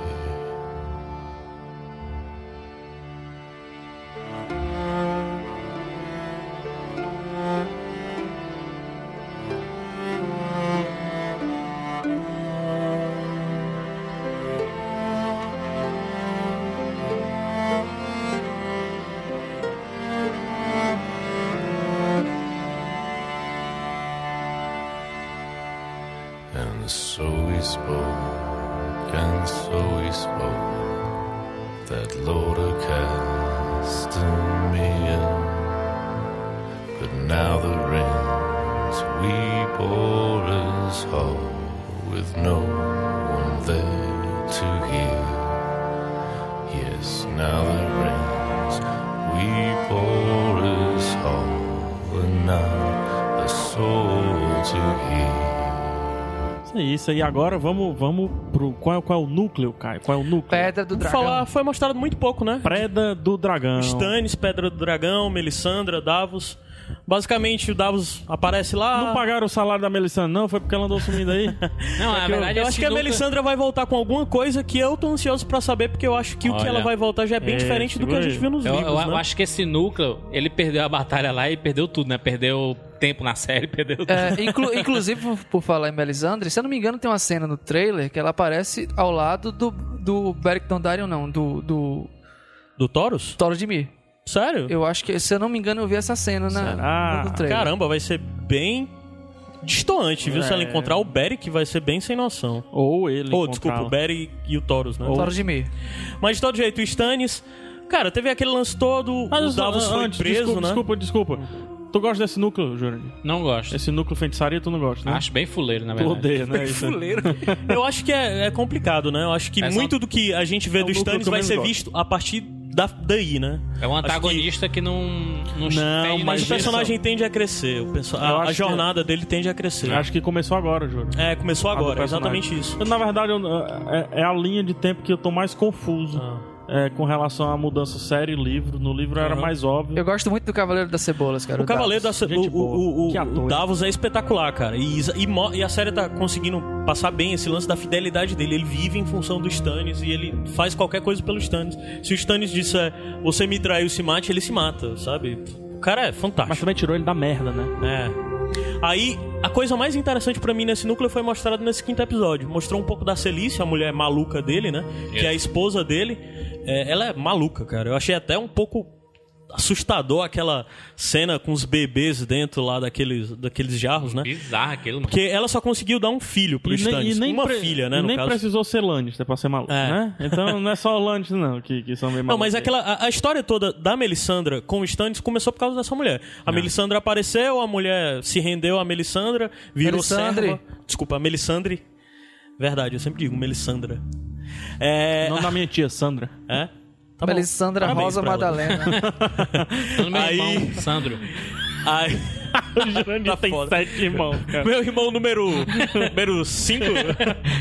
Speaker 9: And so he spoke, and so he spoke, that Lord of Castamere. But now the rains weep o'er his hall, with no one there to hear. Yes, now the rains weep o'er his hall, and not a soul to hear.
Speaker 3: Isso aí, É isso aí. Agora vamos, vamos pro. Qual é, qual é o núcleo, Caio? Qual é o núcleo?
Speaker 5: Pedra do
Speaker 4: Por
Speaker 5: Dragão.
Speaker 4: falar, foi mostrado muito pouco, né?
Speaker 3: Preda do Dragão.
Speaker 4: Stannis, Pedra do Dragão, Melisandra, Davos. Basicamente, o Davos aparece lá.
Speaker 3: Não pagaram o salário da Melissandre, não? Foi porque ela andou sumindo aí?
Speaker 2: Não, a verdade
Speaker 4: eu
Speaker 2: é
Speaker 4: acho que a
Speaker 2: nunca-
Speaker 4: Melissandra vai voltar com alguma coisa que eu tô ansioso pra saber, porque eu acho que o que
Speaker 2: Olha.
Speaker 4: ela vai voltar já é bem
Speaker 3: É,
Speaker 4: diferente do que
Speaker 3: segura
Speaker 4: a
Speaker 3: aí.
Speaker 4: gente viu nos
Speaker 2: Eu,
Speaker 4: livros,
Speaker 2: eu-
Speaker 4: né?
Speaker 2: eu acho que esse núcleo, ele perdeu a batalha lá e perdeu tudo, né? Perdeu tempo na série, perdeu tudo.
Speaker 5: É, inclu- inclusive, por- por falar em Melisandre, se eu não me engano, tem uma cena no trailer que ela aparece ao lado do, do Beric Dondarrion, não, do, do
Speaker 4: Do Taurus?
Speaker 5: Toro de Mir.
Speaker 4: Sério?
Speaker 5: Eu acho que, se eu não me engano, eu vi essa cena na,
Speaker 3: Será?
Speaker 5: no trailer.
Speaker 4: Caramba, vai ser bem distoante, viu? Se ela
Speaker 3: É.
Speaker 4: encontrar o Beric, vai ser bem sem noção.
Speaker 3: Ou ele.
Speaker 4: Ou, desculpa, o Beric e o Taurus, né?
Speaker 5: Toro de Mir.
Speaker 4: Mas de todo jeito, o Stannis... Cara, teve aquele lance todo, o Davos foi
Speaker 3: antes,
Speaker 4: preso,
Speaker 3: desculpa,
Speaker 4: né?
Speaker 3: Desculpa, desculpa. Tu gosta desse núcleo, Jurandir?
Speaker 2: Não gosto.
Speaker 3: Esse núcleo feitiçaria tu não gosta, né?
Speaker 2: Acho bem fuleiro, na
Speaker 3: Tu
Speaker 2: verdade.
Speaker 3: odeia, né? Isso.
Speaker 4: Eu acho que é, é complicado, né? Eu acho que
Speaker 2: É só-
Speaker 4: muito do que a gente vê
Speaker 3: É o
Speaker 4: do
Speaker 3: núcleo
Speaker 4: Stannis
Speaker 3: que eu
Speaker 4: vai
Speaker 3: menos
Speaker 4: ser
Speaker 3: gosto.
Speaker 4: visto a partir da- daí, né?
Speaker 2: É um
Speaker 4: Acho que-
Speaker 2: antagonista que, não... Não,
Speaker 4: Não,
Speaker 2: fede
Speaker 4: mas
Speaker 2: nem
Speaker 4: o personagem tende a crescer. O perso-
Speaker 3: Eu
Speaker 4: a,
Speaker 3: acho
Speaker 4: a jornada dele tende a crescer.
Speaker 3: Acho que começou agora, Júlio.
Speaker 4: É, começou
Speaker 3: A do
Speaker 4: agora,
Speaker 3: personagem.
Speaker 4: exatamente isso.
Speaker 3: Eu, Na verdade, eu- é, é a linha de tempo que eu tô mais confuso
Speaker 4: Ah.
Speaker 3: é, com relação à mudança série e livro. No livro era
Speaker 4: Aham.
Speaker 3: mais óbvio.
Speaker 5: Eu gosto muito do Cavaleiro das Cebolas, cara.
Speaker 4: O Cavaleiro da Ce-
Speaker 3: Gente
Speaker 4: o, o- o-
Speaker 3: boa. Que
Speaker 4: o
Speaker 3: ator, hein?
Speaker 4: Davos é espetacular, cara. E, isa- e mo- e a série tá conseguindo passar bem esse lance da fidelidade dele. Ele vive em função do Stannis e ele faz qualquer coisa pelo Stannis. Se o Stannis disser você me traiu, se mate, ele se mata, sabe? O cara é
Speaker 3: Mas
Speaker 4: fantástico.
Speaker 3: também tirou ele da merda, né?
Speaker 4: É. Aí, a coisa mais interessante pra mim nesse núcleo foi mostrado nesse quinto episódio. Mostrou um pouco da Celice, a mulher maluca dele, né? Que é a esposa dele. É, ela é maluca, cara. Eu achei até um pouco assustador aquela cena com os bebês dentro lá daqueles, daqueles jarros, né?
Speaker 2: Bizarro aquilo, mano.
Speaker 4: Porque ela só conseguiu dar um filho pro Stannis. Uma
Speaker 3: pre-
Speaker 4: filha,
Speaker 3: e
Speaker 4: né, no
Speaker 3: nem
Speaker 4: caso.
Speaker 3: precisou ser Lannister pra ser maluco,
Speaker 4: É.
Speaker 3: né? Então não é só o Lannister, não, que, que são meio
Speaker 4: Não, mas é
Speaker 3: malucos.
Speaker 4: aquela, a, a história toda da Melissandra com o Stannis começou por causa dessa mulher. A
Speaker 3: É.
Speaker 4: Melissandra apareceu, a mulher se rendeu à Melissandra, virou
Speaker 5: Melisandre.
Speaker 4: serva. Desculpa, a Melissandre. Verdade, eu sempre digo Melissandra. É.
Speaker 3: Não da minha tia, Sandra.
Speaker 4: é? Tá bom.
Speaker 5: Melisandra
Speaker 4: Parabéns
Speaker 5: Rosa
Speaker 4: pra ela.
Speaker 5: Madalena.
Speaker 2: Falando meu
Speaker 4: Aí-
Speaker 2: irmão, Sandro.
Speaker 4: Aí-
Speaker 3: O Jurandir
Speaker 4: Tá
Speaker 3: tem
Speaker 4: foda.
Speaker 3: sete irmãos, cara.
Speaker 4: meu irmão número 5, número cinco,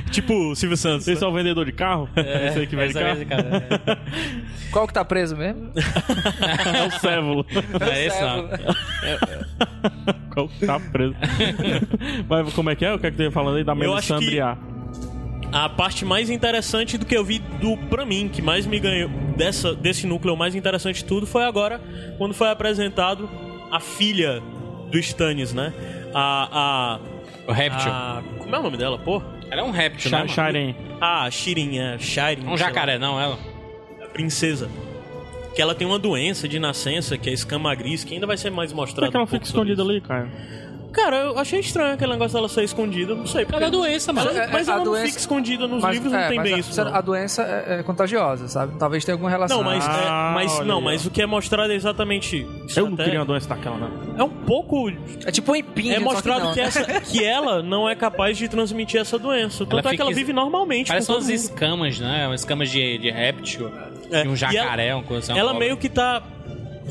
Speaker 4: tipo Silvio Santos.
Speaker 3: Vocês são vendedor de carro? É, Esse aí que vende
Speaker 2: essa
Speaker 3: carro?
Speaker 2: vez, cara.
Speaker 5: Qual que tá preso mesmo?
Speaker 3: É o Sévulo.
Speaker 2: É, esse, não.
Speaker 3: Qual que tá preso? mas como é que é? O que é que tu ia falando aí da
Speaker 4: Eu acho
Speaker 3: Melisandre
Speaker 4: que-
Speaker 3: A?
Speaker 4: A parte mais interessante do que eu vi do pra mim, que mais me ganhou dessa, desse núcleo mais interessante de tudo foi agora quando foi apresentado a filha do Stannis, né? A
Speaker 2: O
Speaker 4: a,
Speaker 2: réptil.
Speaker 4: a como é o nome dela, pô?
Speaker 2: Ela é um réptil, né?
Speaker 3: Sha-
Speaker 2: mano?
Speaker 3: Sharen.
Speaker 4: Ah, Shirin, é, Shirin.
Speaker 2: É Um
Speaker 4: sei
Speaker 2: jacaré, não, ela.
Speaker 4: Tipo, lá, a princesa. Que ela tem uma doença de nascença, que é a escama gris, que ainda vai ser mais
Speaker 3: Por
Speaker 4: mostrada.
Speaker 3: que, que ela
Speaker 4: um
Speaker 3: fica
Speaker 4: pouco sobre
Speaker 3: escondida ali, cara?
Speaker 4: isso. Cara, eu achei estranho aquele negócio dela ser escondida, não sei. Porque...
Speaker 2: Ela é doença, mano.
Speaker 5: É,
Speaker 4: Mas
Speaker 5: a
Speaker 4: ela não
Speaker 5: doença-
Speaker 4: fica escondida nos
Speaker 5: Mas-
Speaker 4: livros,
Speaker 5: é,
Speaker 4: não tem
Speaker 5: mas
Speaker 4: bem
Speaker 5: a,
Speaker 4: isso. não.
Speaker 5: A doensa é, é contagiosa, sabe? Talvez tenha alguma relação.
Speaker 4: Não, mas,
Speaker 3: Ah,
Speaker 4: é, mas
Speaker 3: olha
Speaker 4: não,
Speaker 3: aí,
Speaker 4: mas
Speaker 3: ó.
Speaker 4: o que é mostrado é exatamente. isso
Speaker 3: Eu não
Speaker 4: até-
Speaker 3: queria uma doença daquela, não.
Speaker 4: É um pouco.
Speaker 5: É tipo um impinho,
Speaker 4: É
Speaker 5: só
Speaker 4: mostrado
Speaker 5: não,
Speaker 4: que,
Speaker 5: né?
Speaker 4: essa, que ela não é capaz de transmitir essa doença. Tanto é que
Speaker 2: fica
Speaker 4: ela
Speaker 2: es-
Speaker 4: vive normalmente.
Speaker 2: Parece
Speaker 4: com todo
Speaker 2: umas
Speaker 4: mundo.
Speaker 2: escamas, né? Umas escamas de, de réptil.
Speaker 4: É.
Speaker 2: E um
Speaker 4: E
Speaker 2: jacaré, uma coisa assim. uma
Speaker 4: Ela
Speaker 2: cobra.
Speaker 4: meio que tá.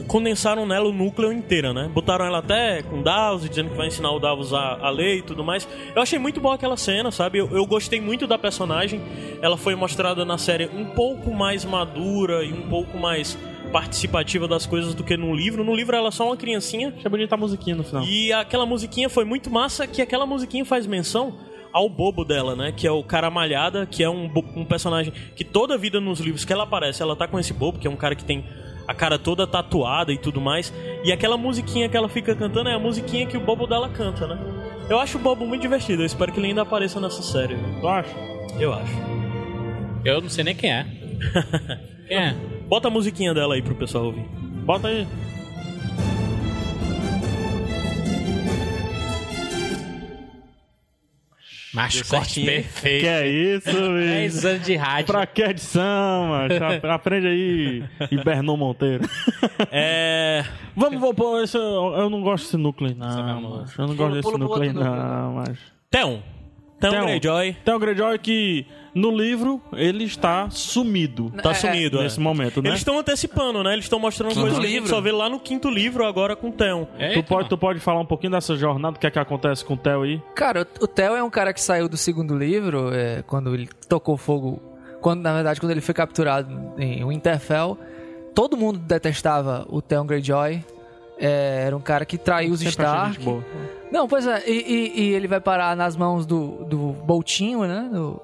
Speaker 4: Condensaram nela o núcleo inteira, né? Botaram ela até com Davos, dizendo que vai ensinar o Davos a, a ler e tudo mais. Eu achei muito boa aquela cena, sabe? Eu, eu gostei muito da personagem. Ela foi mostrada na série um pouco mais madura e um pouco mais participativa das coisas do que no livro. No livro ela é só uma criancinha
Speaker 3: Achei bonita a musiquinha no final.
Speaker 4: E aquela musiquinha foi muito massa, que aquela musiquinha faz menção ao bobo dela, né? Que é o cara malhada, que é um, bo- um personagem que toda vida nos livros que ela aparece, ela tá com esse bobo, que é um cara que tem a cara toda tatuada e tudo mais. E aquela musiquinha que ela fica cantando é a musiquinha que o bobo dela canta, né? Eu acho o bobo muito divertido, eu espero que ele ainda apareça nessa série.
Speaker 3: Tu acha?
Speaker 4: Eu acho.
Speaker 2: Eu não sei nem quem é. quem é?
Speaker 4: Bota a musiquinha dela aí pro pessoal ouvir.
Speaker 3: Bota aí.
Speaker 2: Macho, corte
Speaker 4: certinho.
Speaker 2: perfeito.
Speaker 3: Que é isso, bicho?
Speaker 2: 10 anos de rádio.
Speaker 3: Pra que edição, mano? Aprende aí, Hibernon Monteiro.
Speaker 4: É.
Speaker 3: Vamos, vou pôr esse. Eu não gosto desse núcleo, não.
Speaker 2: mesmo,
Speaker 3: macho. Eu não gosto desse
Speaker 5: é pula pro
Speaker 3: núcleo,
Speaker 5: outro núcleo.
Speaker 3: não, macho.
Speaker 4: Theon. Theon
Speaker 3: Theon.
Speaker 4: Greyjoy.
Speaker 3: Tem o Greyjoy que no livro ele está sumido
Speaker 4: Tá
Speaker 5: É, é.
Speaker 4: sumido, é.
Speaker 3: nesse momento, né?
Speaker 4: Eles estão antecipando, né? Eles estão mostrando
Speaker 5: Quinto
Speaker 4: coisas que a gente
Speaker 5: livro.
Speaker 4: só vê lá no quinto livro agora com o Theon.
Speaker 2: Eita,
Speaker 3: Tu pode,
Speaker 2: mano.
Speaker 3: tu pode falar um pouquinho dessa jornada, o que é que acontece com o Theo aí?
Speaker 5: Cara, o Theo é um cara que saiu do segundo livro, é, quando ele tocou fogo. Quando, na verdade, quando ele foi capturado em Winterfell, todo mundo detestava o Theon Greyjoy. É, era um cara que traiu os
Speaker 3: Sempre achei
Speaker 5: Stark.
Speaker 3: gente boa.
Speaker 5: Não, pois é, e, e- e ele vai parar nas mãos do, do Boltinho, né? Do,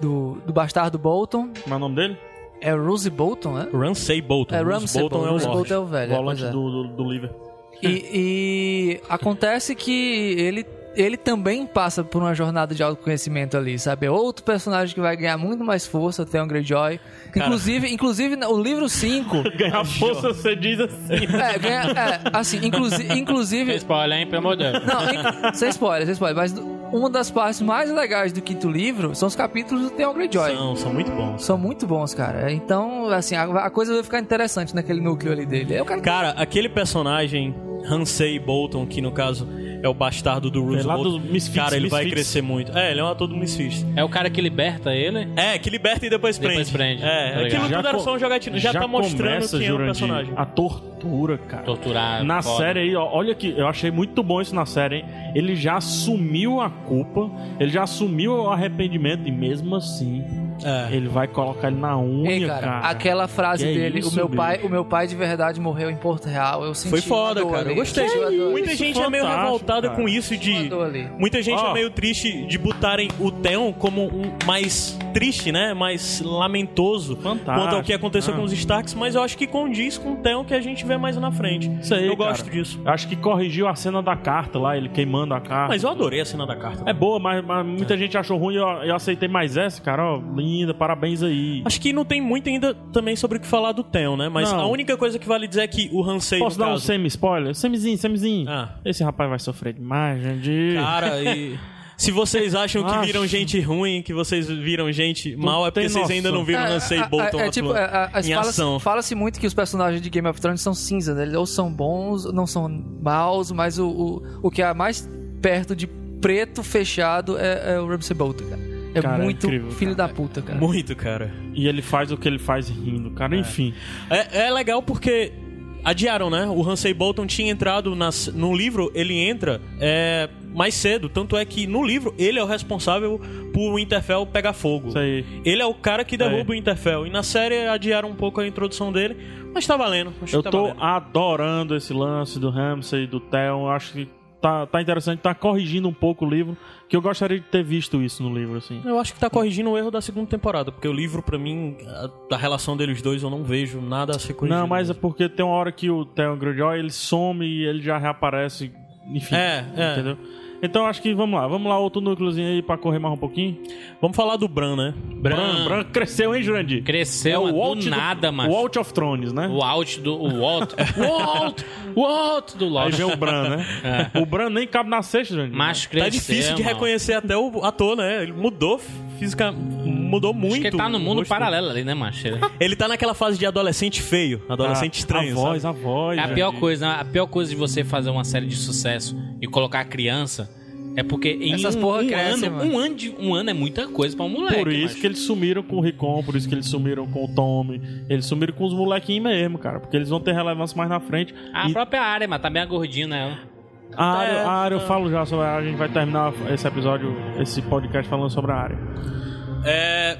Speaker 5: do, do bastardo Bolton.
Speaker 3: Como é o nome dele?
Speaker 5: É Rose Bolton, né?
Speaker 4: Ramsay Bolton.
Speaker 5: É
Speaker 4: Bruce
Speaker 5: Ramsay
Speaker 4: Bolton
Speaker 5: Bolton.
Speaker 4: é o
Speaker 5: Bruce
Speaker 4: Lorde.
Speaker 5: Bolton é o velho. é,
Speaker 3: Volante
Speaker 5: pois é.
Speaker 3: do, do, do Liverpool.
Speaker 5: E, e acontece que ele, ele também passa por uma jornada de autoconhecimento ali, sabe? É Outro personagem que vai ganhar muito mais força, até o Greyjoy. Inclusive, inclusive o livro 5.
Speaker 3: Ganhar força, você diz assim.
Speaker 5: é, ganha, é, assim, inclusi, inclusive.
Speaker 2: Spoiler, hein, pelo amor de Deus.
Speaker 5: Não, in- sem spoiler, sem spoiler, mas uma das partes mais legais do quinto livro são os capítulos do Theon Greyjoy.
Speaker 4: São, são muito bons.
Speaker 5: São muito bons, cara. Então, assim, a, a coisa vai ficar interessante naquele núcleo ali dele. É o cara
Speaker 4: Cara, aquele personagem, Ramsay Bolton, que no caso é o bastardo do Bruce
Speaker 3: lá
Speaker 4: Bolton.
Speaker 3: dos Misfits,
Speaker 4: cara, ele vai
Speaker 3: Misfits.
Speaker 4: crescer muito. É, ele é um ator do Misfits.
Speaker 2: É o cara que liberta ele?
Speaker 4: É, que liberta e depois prende.
Speaker 2: Depois prende,
Speaker 4: É,
Speaker 2: tá ligado.
Speaker 4: aquilo tudo era só um jogatina. Já, tá mostrando
Speaker 3: começa,
Speaker 4: quem é o
Speaker 3: Jurandir,
Speaker 4: personagem.
Speaker 3: A tortura, cara.
Speaker 2: Torturar.
Speaker 3: Na
Speaker 2: foda.
Speaker 3: série aí, ó, olha que eu achei muito bom isso na série, hein? Ele já assumiu a culpa, ele já assumiu o arrependimento e mesmo assim
Speaker 4: É.
Speaker 3: ele vai colocar ele na unha,
Speaker 5: Ei, cara,
Speaker 3: cara.
Speaker 5: aquela frase
Speaker 3: Que
Speaker 5: dele,
Speaker 3: isso,
Speaker 5: o meu
Speaker 3: bicho.
Speaker 5: pai, o meu pai de verdade morreu em Porto Real, eu senti
Speaker 4: Foi
Speaker 5: uma
Speaker 4: foda,
Speaker 5: dor
Speaker 4: cara.
Speaker 5: ali,
Speaker 4: Eu gostei.
Speaker 5: senti uma dor ali.
Speaker 4: Muita gente é meio
Speaker 3: fantástico,
Speaker 4: revoltada
Speaker 3: cara.
Speaker 4: com isso
Speaker 5: Uma
Speaker 4: de.
Speaker 5: dor ali.
Speaker 4: Muita gente
Speaker 3: Ó.
Speaker 4: é meio triste de botarem o Theon como um mais triste, né? Mais lamentoso
Speaker 3: Fantástico,
Speaker 4: quanto ao que aconteceu
Speaker 3: né?
Speaker 4: com os Starks, mas eu acho que condiz com o Theon que a gente vê mais na frente.
Speaker 3: Isso aí,
Speaker 4: eu
Speaker 3: cara.
Speaker 4: gosto disso.
Speaker 3: Acho que corrigiu a cena da carta lá, ele queimando a carta.
Speaker 4: Mas eu adorei a cena da carta.
Speaker 3: É boa, mas, mas muita gente achou ruim e eu, eu aceitei mais essa, cara. Ó, linda, parabéns aí.
Speaker 4: Acho que não tem muito ainda também sobre o que falar do Theon, né? Mas
Speaker 3: Não.
Speaker 4: a única coisa que vale dizer é que o Hansei,
Speaker 3: Posso
Speaker 4: no
Speaker 3: dar um
Speaker 4: caso...
Speaker 3: semi-spoiler? Semizinho, semizinho.
Speaker 4: Ah.
Speaker 3: Esse rapaz vai sofrer demais, Jandir.
Speaker 4: Cara, e... Se vocês acham que
Speaker 3: Acho.
Speaker 4: viram gente ruim, que vocês viram gente mal, é porque
Speaker 3: tem
Speaker 4: vocês ainda
Speaker 3: noção.
Speaker 4: não viram
Speaker 5: É,
Speaker 4: Hansei
Speaker 5: é,
Speaker 4: Bolton
Speaker 5: é, é, tipo,
Speaker 4: atuando
Speaker 5: é, é, as
Speaker 4: em
Speaker 5: falas-
Speaker 4: ação.
Speaker 5: Fala-se muito que os personagens de Game of Thrones são cinzas, né? Eles ou são bons, não são maus, mas o, o, o que é mais perto de preto fechado é, é o Ramsay Bolton, cara. É
Speaker 3: Cara, é
Speaker 5: muito
Speaker 3: incrível,
Speaker 5: filho da puta, cara.
Speaker 4: Muito, cara.
Speaker 3: E ele faz o que ele faz rindo, cara. Enfim.
Speaker 4: É, é legal porque adiaram, né? O Hansey Bolton tinha entrado nas- no livro, ele entra é, mais cedo. Tanto é que no livro ele é o responsável por o Interfell pegar fogo.
Speaker 3: Isso aí.
Speaker 4: Ele é o cara que derruba o Interfell. E na série adiaram um pouco a introdução dele, mas tá valendo. Acho
Speaker 3: Eu
Speaker 4: que tá
Speaker 3: tô
Speaker 4: valendo.
Speaker 3: adorando esse lance do Ramsey, do Theon. Acho que tá, tá interessante, tá corrigindo um pouco o livro. Que eu gostaria de ter visto isso no livro, assim.
Speaker 4: Eu acho que tá corrigindo o erro da segunda temporada, porque o livro, pra mim, a, da relação deles dois, eu não vejo nada a ser corrigido.
Speaker 3: Não, mas é porque tem uma hora que o Theon Greyjoy ele some e ele já reaparece. Enfim.
Speaker 4: É, é.
Speaker 3: Entendeu? Então acho que vamos lá. Vamos lá, outro núcleozinho aí pra correr mais um pouquinho.
Speaker 4: Vamos falar do Bran, né?
Speaker 3: Bran,
Speaker 2: Bran,
Speaker 3: Bran cresceu, hein, Jurandir? É
Speaker 2: Cresceu
Speaker 3: o
Speaker 2: mas
Speaker 3: Walt
Speaker 2: do nada,
Speaker 3: do,
Speaker 2: mano.
Speaker 3: O Walt of Thrones, né?
Speaker 2: O Walt do. O Walt. Walt! Walt do
Speaker 3: Aí
Speaker 2: Lost.
Speaker 3: vem o Bran, né? O Bran nem cabe na sexta, Jurandir.
Speaker 2: Mas cresceu.
Speaker 4: Tá difícil de
Speaker 2: mano.
Speaker 4: reconhecer até o ator, né? Ele mudou física, mudou muito.
Speaker 2: Acho que ele tá no
Speaker 4: o
Speaker 2: mundo
Speaker 4: rosto.
Speaker 2: paralelo ali, né, macho? Ele-
Speaker 4: Ele tá naquela fase de adolescente feio, adolescente
Speaker 3: Ah,
Speaker 4: estranho.
Speaker 3: A
Speaker 4: sabe?
Speaker 3: voz, a voz.
Speaker 2: É a
Speaker 3: Jurandir.
Speaker 2: pior coisa, né? A pior coisa de você fazer uma série de sucesso e colocar a criança é porque em
Speaker 5: Essas
Speaker 2: um,
Speaker 5: porra
Speaker 2: um
Speaker 5: crescem,
Speaker 2: ano,
Speaker 5: mano.
Speaker 2: um ano, de, um ano é muita coisa pra um moleque.
Speaker 3: Por isso
Speaker 2: macho.
Speaker 3: que eles sumiram com o Ricon, por isso que eles sumiram com o Tommy, eles sumiram com os molequinhos mesmo, cara, porque eles vão ter relevância mais na frente.
Speaker 2: A
Speaker 3: E Ah.
Speaker 2: própria área, mas tá bem gordinha, né?
Speaker 3: a área,
Speaker 4: É,
Speaker 3: a área eu falo já sobre a área, a gente vai terminar esse episódio, esse podcast falando sobre a área.
Speaker 4: É,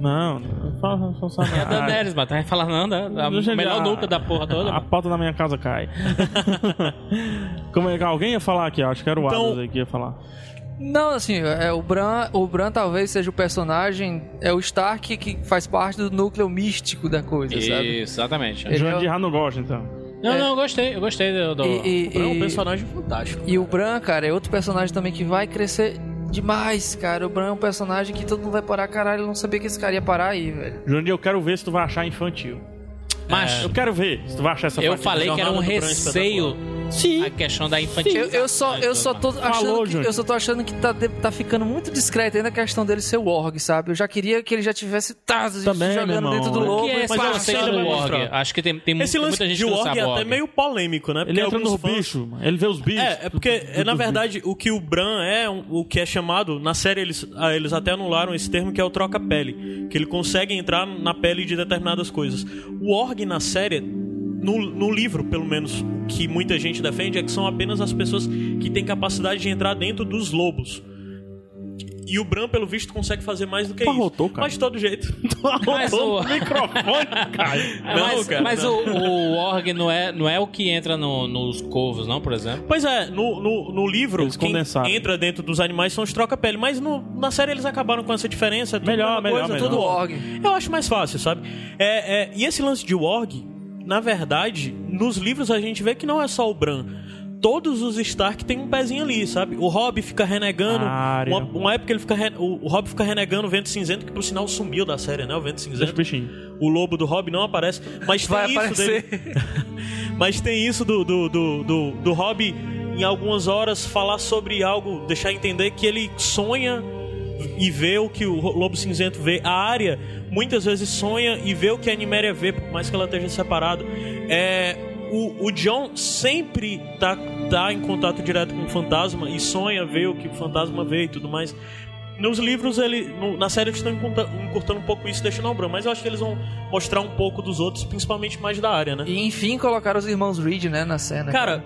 Speaker 3: Não, não fala só sobre
Speaker 2: É
Speaker 3: a
Speaker 2: a
Speaker 3: área.
Speaker 2: Daenerys, mas tá falando, não, da, da
Speaker 3: Deixa eu Ah,
Speaker 2: melhor
Speaker 3: já-
Speaker 2: nuca da porra toda.
Speaker 3: A
Speaker 2: mano.
Speaker 3: pauta da minha casa cai. Como é que alguém ia falar aqui? ó, Acho que era o
Speaker 4: Então-
Speaker 3: Adams aí que ia falar.
Speaker 5: Não, assim, é, o Bran, o Bran talvez seja o personagem, é o Stark que faz parte do núcleo místico da coisa, sabe?
Speaker 2: Isso, exatamente.
Speaker 5: Ele é o-
Speaker 3: Jandir já não gosta, então.
Speaker 2: Não, não, eu gostei, eu gostei do. do-
Speaker 5: E, e-
Speaker 4: é um
Speaker 5: e-
Speaker 4: personagem fantástico.
Speaker 5: e o Bran, cara, é outro personagem também que vai crescer demais, cara. O Bran é um personagem que todo mundo vai parar, caralho, eu não sabia que esse cara ia parar aí, velho.
Speaker 3: Jandir, eu quero ver se tu vai achar infantil.
Speaker 5: é,
Speaker 2: Macho,
Speaker 3: Eu quero ver se tu vai achar essa
Speaker 2: eu
Speaker 3: parte
Speaker 2: falei que era um
Speaker 4: Jornada do Bran
Speaker 2: receio
Speaker 3: Sim.
Speaker 2: a questão da
Speaker 5: Eu,
Speaker 2: infantilidade.
Speaker 5: eu só, eu só tô achando,
Speaker 3: Falou,
Speaker 5: que,
Speaker 3: Júnior.
Speaker 5: eu só tô achando que tá, de- tá ficando muito discreto ainda a questão dele ser o org, sabe? Eu já queria que ele já tivesse tá, se
Speaker 3: Também, meu
Speaker 5: jogando
Speaker 3: irmão,
Speaker 5: dentro do
Speaker 3: né?
Speaker 5: lobo.
Speaker 2: que é esse
Speaker 4: mas eu
Speaker 2: conceito
Speaker 4: sei,
Speaker 2: do
Speaker 4: vai
Speaker 2: Org?
Speaker 4: mostrar.
Speaker 2: Acho que tem, tem, mu-
Speaker 4: Esse
Speaker 2: tem
Speaker 4: lance
Speaker 2: muita gente
Speaker 4: de
Speaker 2: que não
Speaker 4: Org
Speaker 2: sabe
Speaker 4: é até
Speaker 2: Org.
Speaker 4: meio polêmico, né?
Speaker 3: Ele entra
Speaker 4: alguns
Speaker 3: nos
Speaker 4: fãs-
Speaker 3: bichos, mano. ele vê os bichos.
Speaker 4: É, é porque, é, na
Speaker 3: Dos
Speaker 4: verdade, o que o Bran é, um- o que é chamado, na série eles, ah, eles até anularam esse termo que é o troca-pele, que ele consegue entrar na pele de determinadas coisas. O Org na série, no, no livro, pelo menos, que muita gente defende, é que são apenas as pessoas que têm capacidade de entrar dentro dos lobos. E o Bram, pelo visto, consegue fazer mais do que
Speaker 3: Tu
Speaker 4: isso.
Speaker 3: arrotou, cara?
Speaker 4: Mas de todo jeito.
Speaker 2: Mas o-
Speaker 3: o microfone, cara.
Speaker 2: É,
Speaker 4: Não,
Speaker 2: mas
Speaker 4: cara,
Speaker 2: mas
Speaker 4: não.
Speaker 2: O, o org não é, não é o que entra no- nos corvos, não, por exemplo?
Speaker 4: Pois é, no, no, no livro,
Speaker 3: Eles
Speaker 4: quem
Speaker 3: condensaram.
Speaker 4: entra dentro dos animais são os troca-pele. Mas no- na série eles acabaram com essa diferença. é tudo
Speaker 3: Melhor,
Speaker 4: a mesma
Speaker 3: melhor,
Speaker 4: coisa,
Speaker 3: melhor.
Speaker 4: Tudo
Speaker 5: Org.
Speaker 4: Eu acho mais fácil, sabe? É, é, e esse lance de Warg, na verdade, nos livros a gente vê que não é só o Bran. Todos os Stark tem um pezinho ali, sabe? O Rob fica renegando.
Speaker 3: Arya.
Speaker 4: Uma, uma época ele fica re- o, o Rob fica renegando o Vento Cinzento, que por sinal sumiu da série, né? O Vento
Speaker 3: Deixa
Speaker 4: Cinzento.
Speaker 3: o bichinho.
Speaker 4: O lobo do Hobbit não aparece, mas
Speaker 5: Vai
Speaker 4: tem
Speaker 5: aparecer.
Speaker 4: isso dele. mas tem isso do do, do, do do Hobbit em algumas horas falar sobre algo, deixar entender que ele sonha e vê o que o Ro- lobo cinzento vê. A área muitas vezes sonha e vê o que a Niméria vê, por mais que ela esteja separada. É, o, o John sempre tá, tá em contato direto com o fantasma e sonha vê o que o fantasma vê e tudo mais. Nos livros, ele. no- na série eles estão encurta- encurtando um pouco isso, deixando o Bran, mas eu acho que eles vão mostrar um pouco dos outros, principalmente mais da área, né?
Speaker 5: E enfim colocaram os irmãos Reed, né, na cena.
Speaker 4: Cara,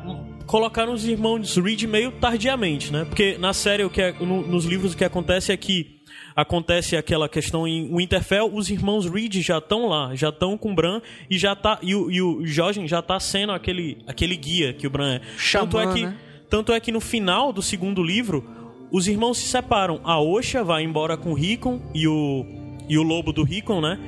Speaker 4: colocaram os irmãos Reed meio tardiamente, né? Porque na série, o que é- no- nos livros, o que acontece é que acontece aquela questão em Winterfell, os irmãos Reed já estão lá, já estão com o Bran e já tá e o, e o Jorgen já tá sendo aquele aquele guia que o Bran é.
Speaker 5: Xamã,
Speaker 4: tanto é que
Speaker 5: né?
Speaker 4: tanto é que no final do segundo livro, os irmãos se separam. A Osha vai embora com o Rickon e o e o lobo do Rickon, né?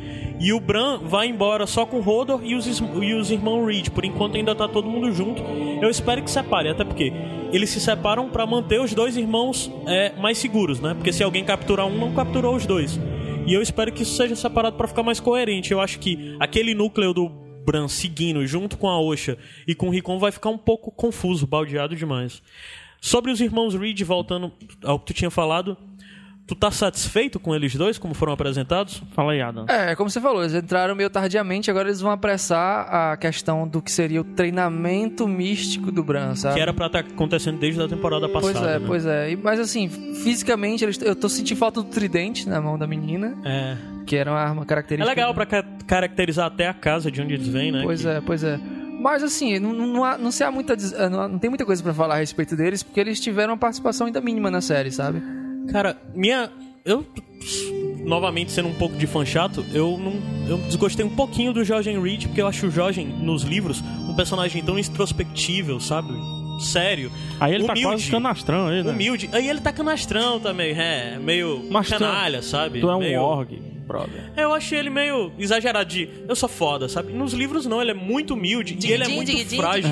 Speaker 4: E o Bran vai embora só com o Hodor e os, is- e os irmãos Reed. Por enquanto ainda tá todo mundo junto. Eu espero que separe, até porque eles se separam pra manter os dois irmãos é, mais seguros, né? Porque se alguém capturar um, não capturou os dois. E eu espero que isso seja separado pra ficar mais coerente. Eu acho que aquele núcleo do Bran seguindo junto com a Osha e com o Ricon vai ficar um pouco confuso, baldeado demais. Sobre os irmãos Reed, voltando ao que tu tinha falado, tu tá satisfeito com eles dois, como foram apresentados?
Speaker 3: Fala aí, Adam.
Speaker 5: É, como você falou, eles entraram meio tardiamente, agora eles vão apressar a questão do que seria o treinamento místico do Bran, sabe?
Speaker 4: Que era pra estar acontecendo desde a temporada passada.
Speaker 5: Pois é,
Speaker 4: né?
Speaker 5: pois é. E- Mas assim, fisicamente, eles- eu tô sentindo falta do tridente na mão da menina,
Speaker 4: É.
Speaker 5: que era uma arma
Speaker 4: É
Speaker 5: característica.
Speaker 4: legal pra ca- caracterizar até a casa de onde eles vêm, né?
Speaker 5: Pois
Speaker 4: Que-
Speaker 5: é, pois é. Mas assim, não, não, há- não se há muita, des- eh, não, há- não tem muita coisa pra falar a respeito deles, porque eles tiveram uma participação ainda mínima na série, sabe?
Speaker 4: Cara, minha. Eu. Novamente sendo um pouco de fã chato, eu não. Eu desgostei um pouquinho do Jorgen Reed, porque eu acho o Jorgen, nos livros, um personagem tão introspectivo, sabe? Sério.
Speaker 3: Aí ele
Speaker 4: humilde,
Speaker 3: tá quase canastrão aí, né?
Speaker 4: Humilde. Aí ele tá canastrão também, é. Meio
Speaker 3: Mas tu-
Speaker 4: canalha, sabe?
Speaker 3: Tu é um
Speaker 4: meio... É,
Speaker 3: org, brother.
Speaker 4: Eu achei ele meio exagerado de eu sou foda, sabe? Nos livros não, ele é muito humilde e ele é muito frágil.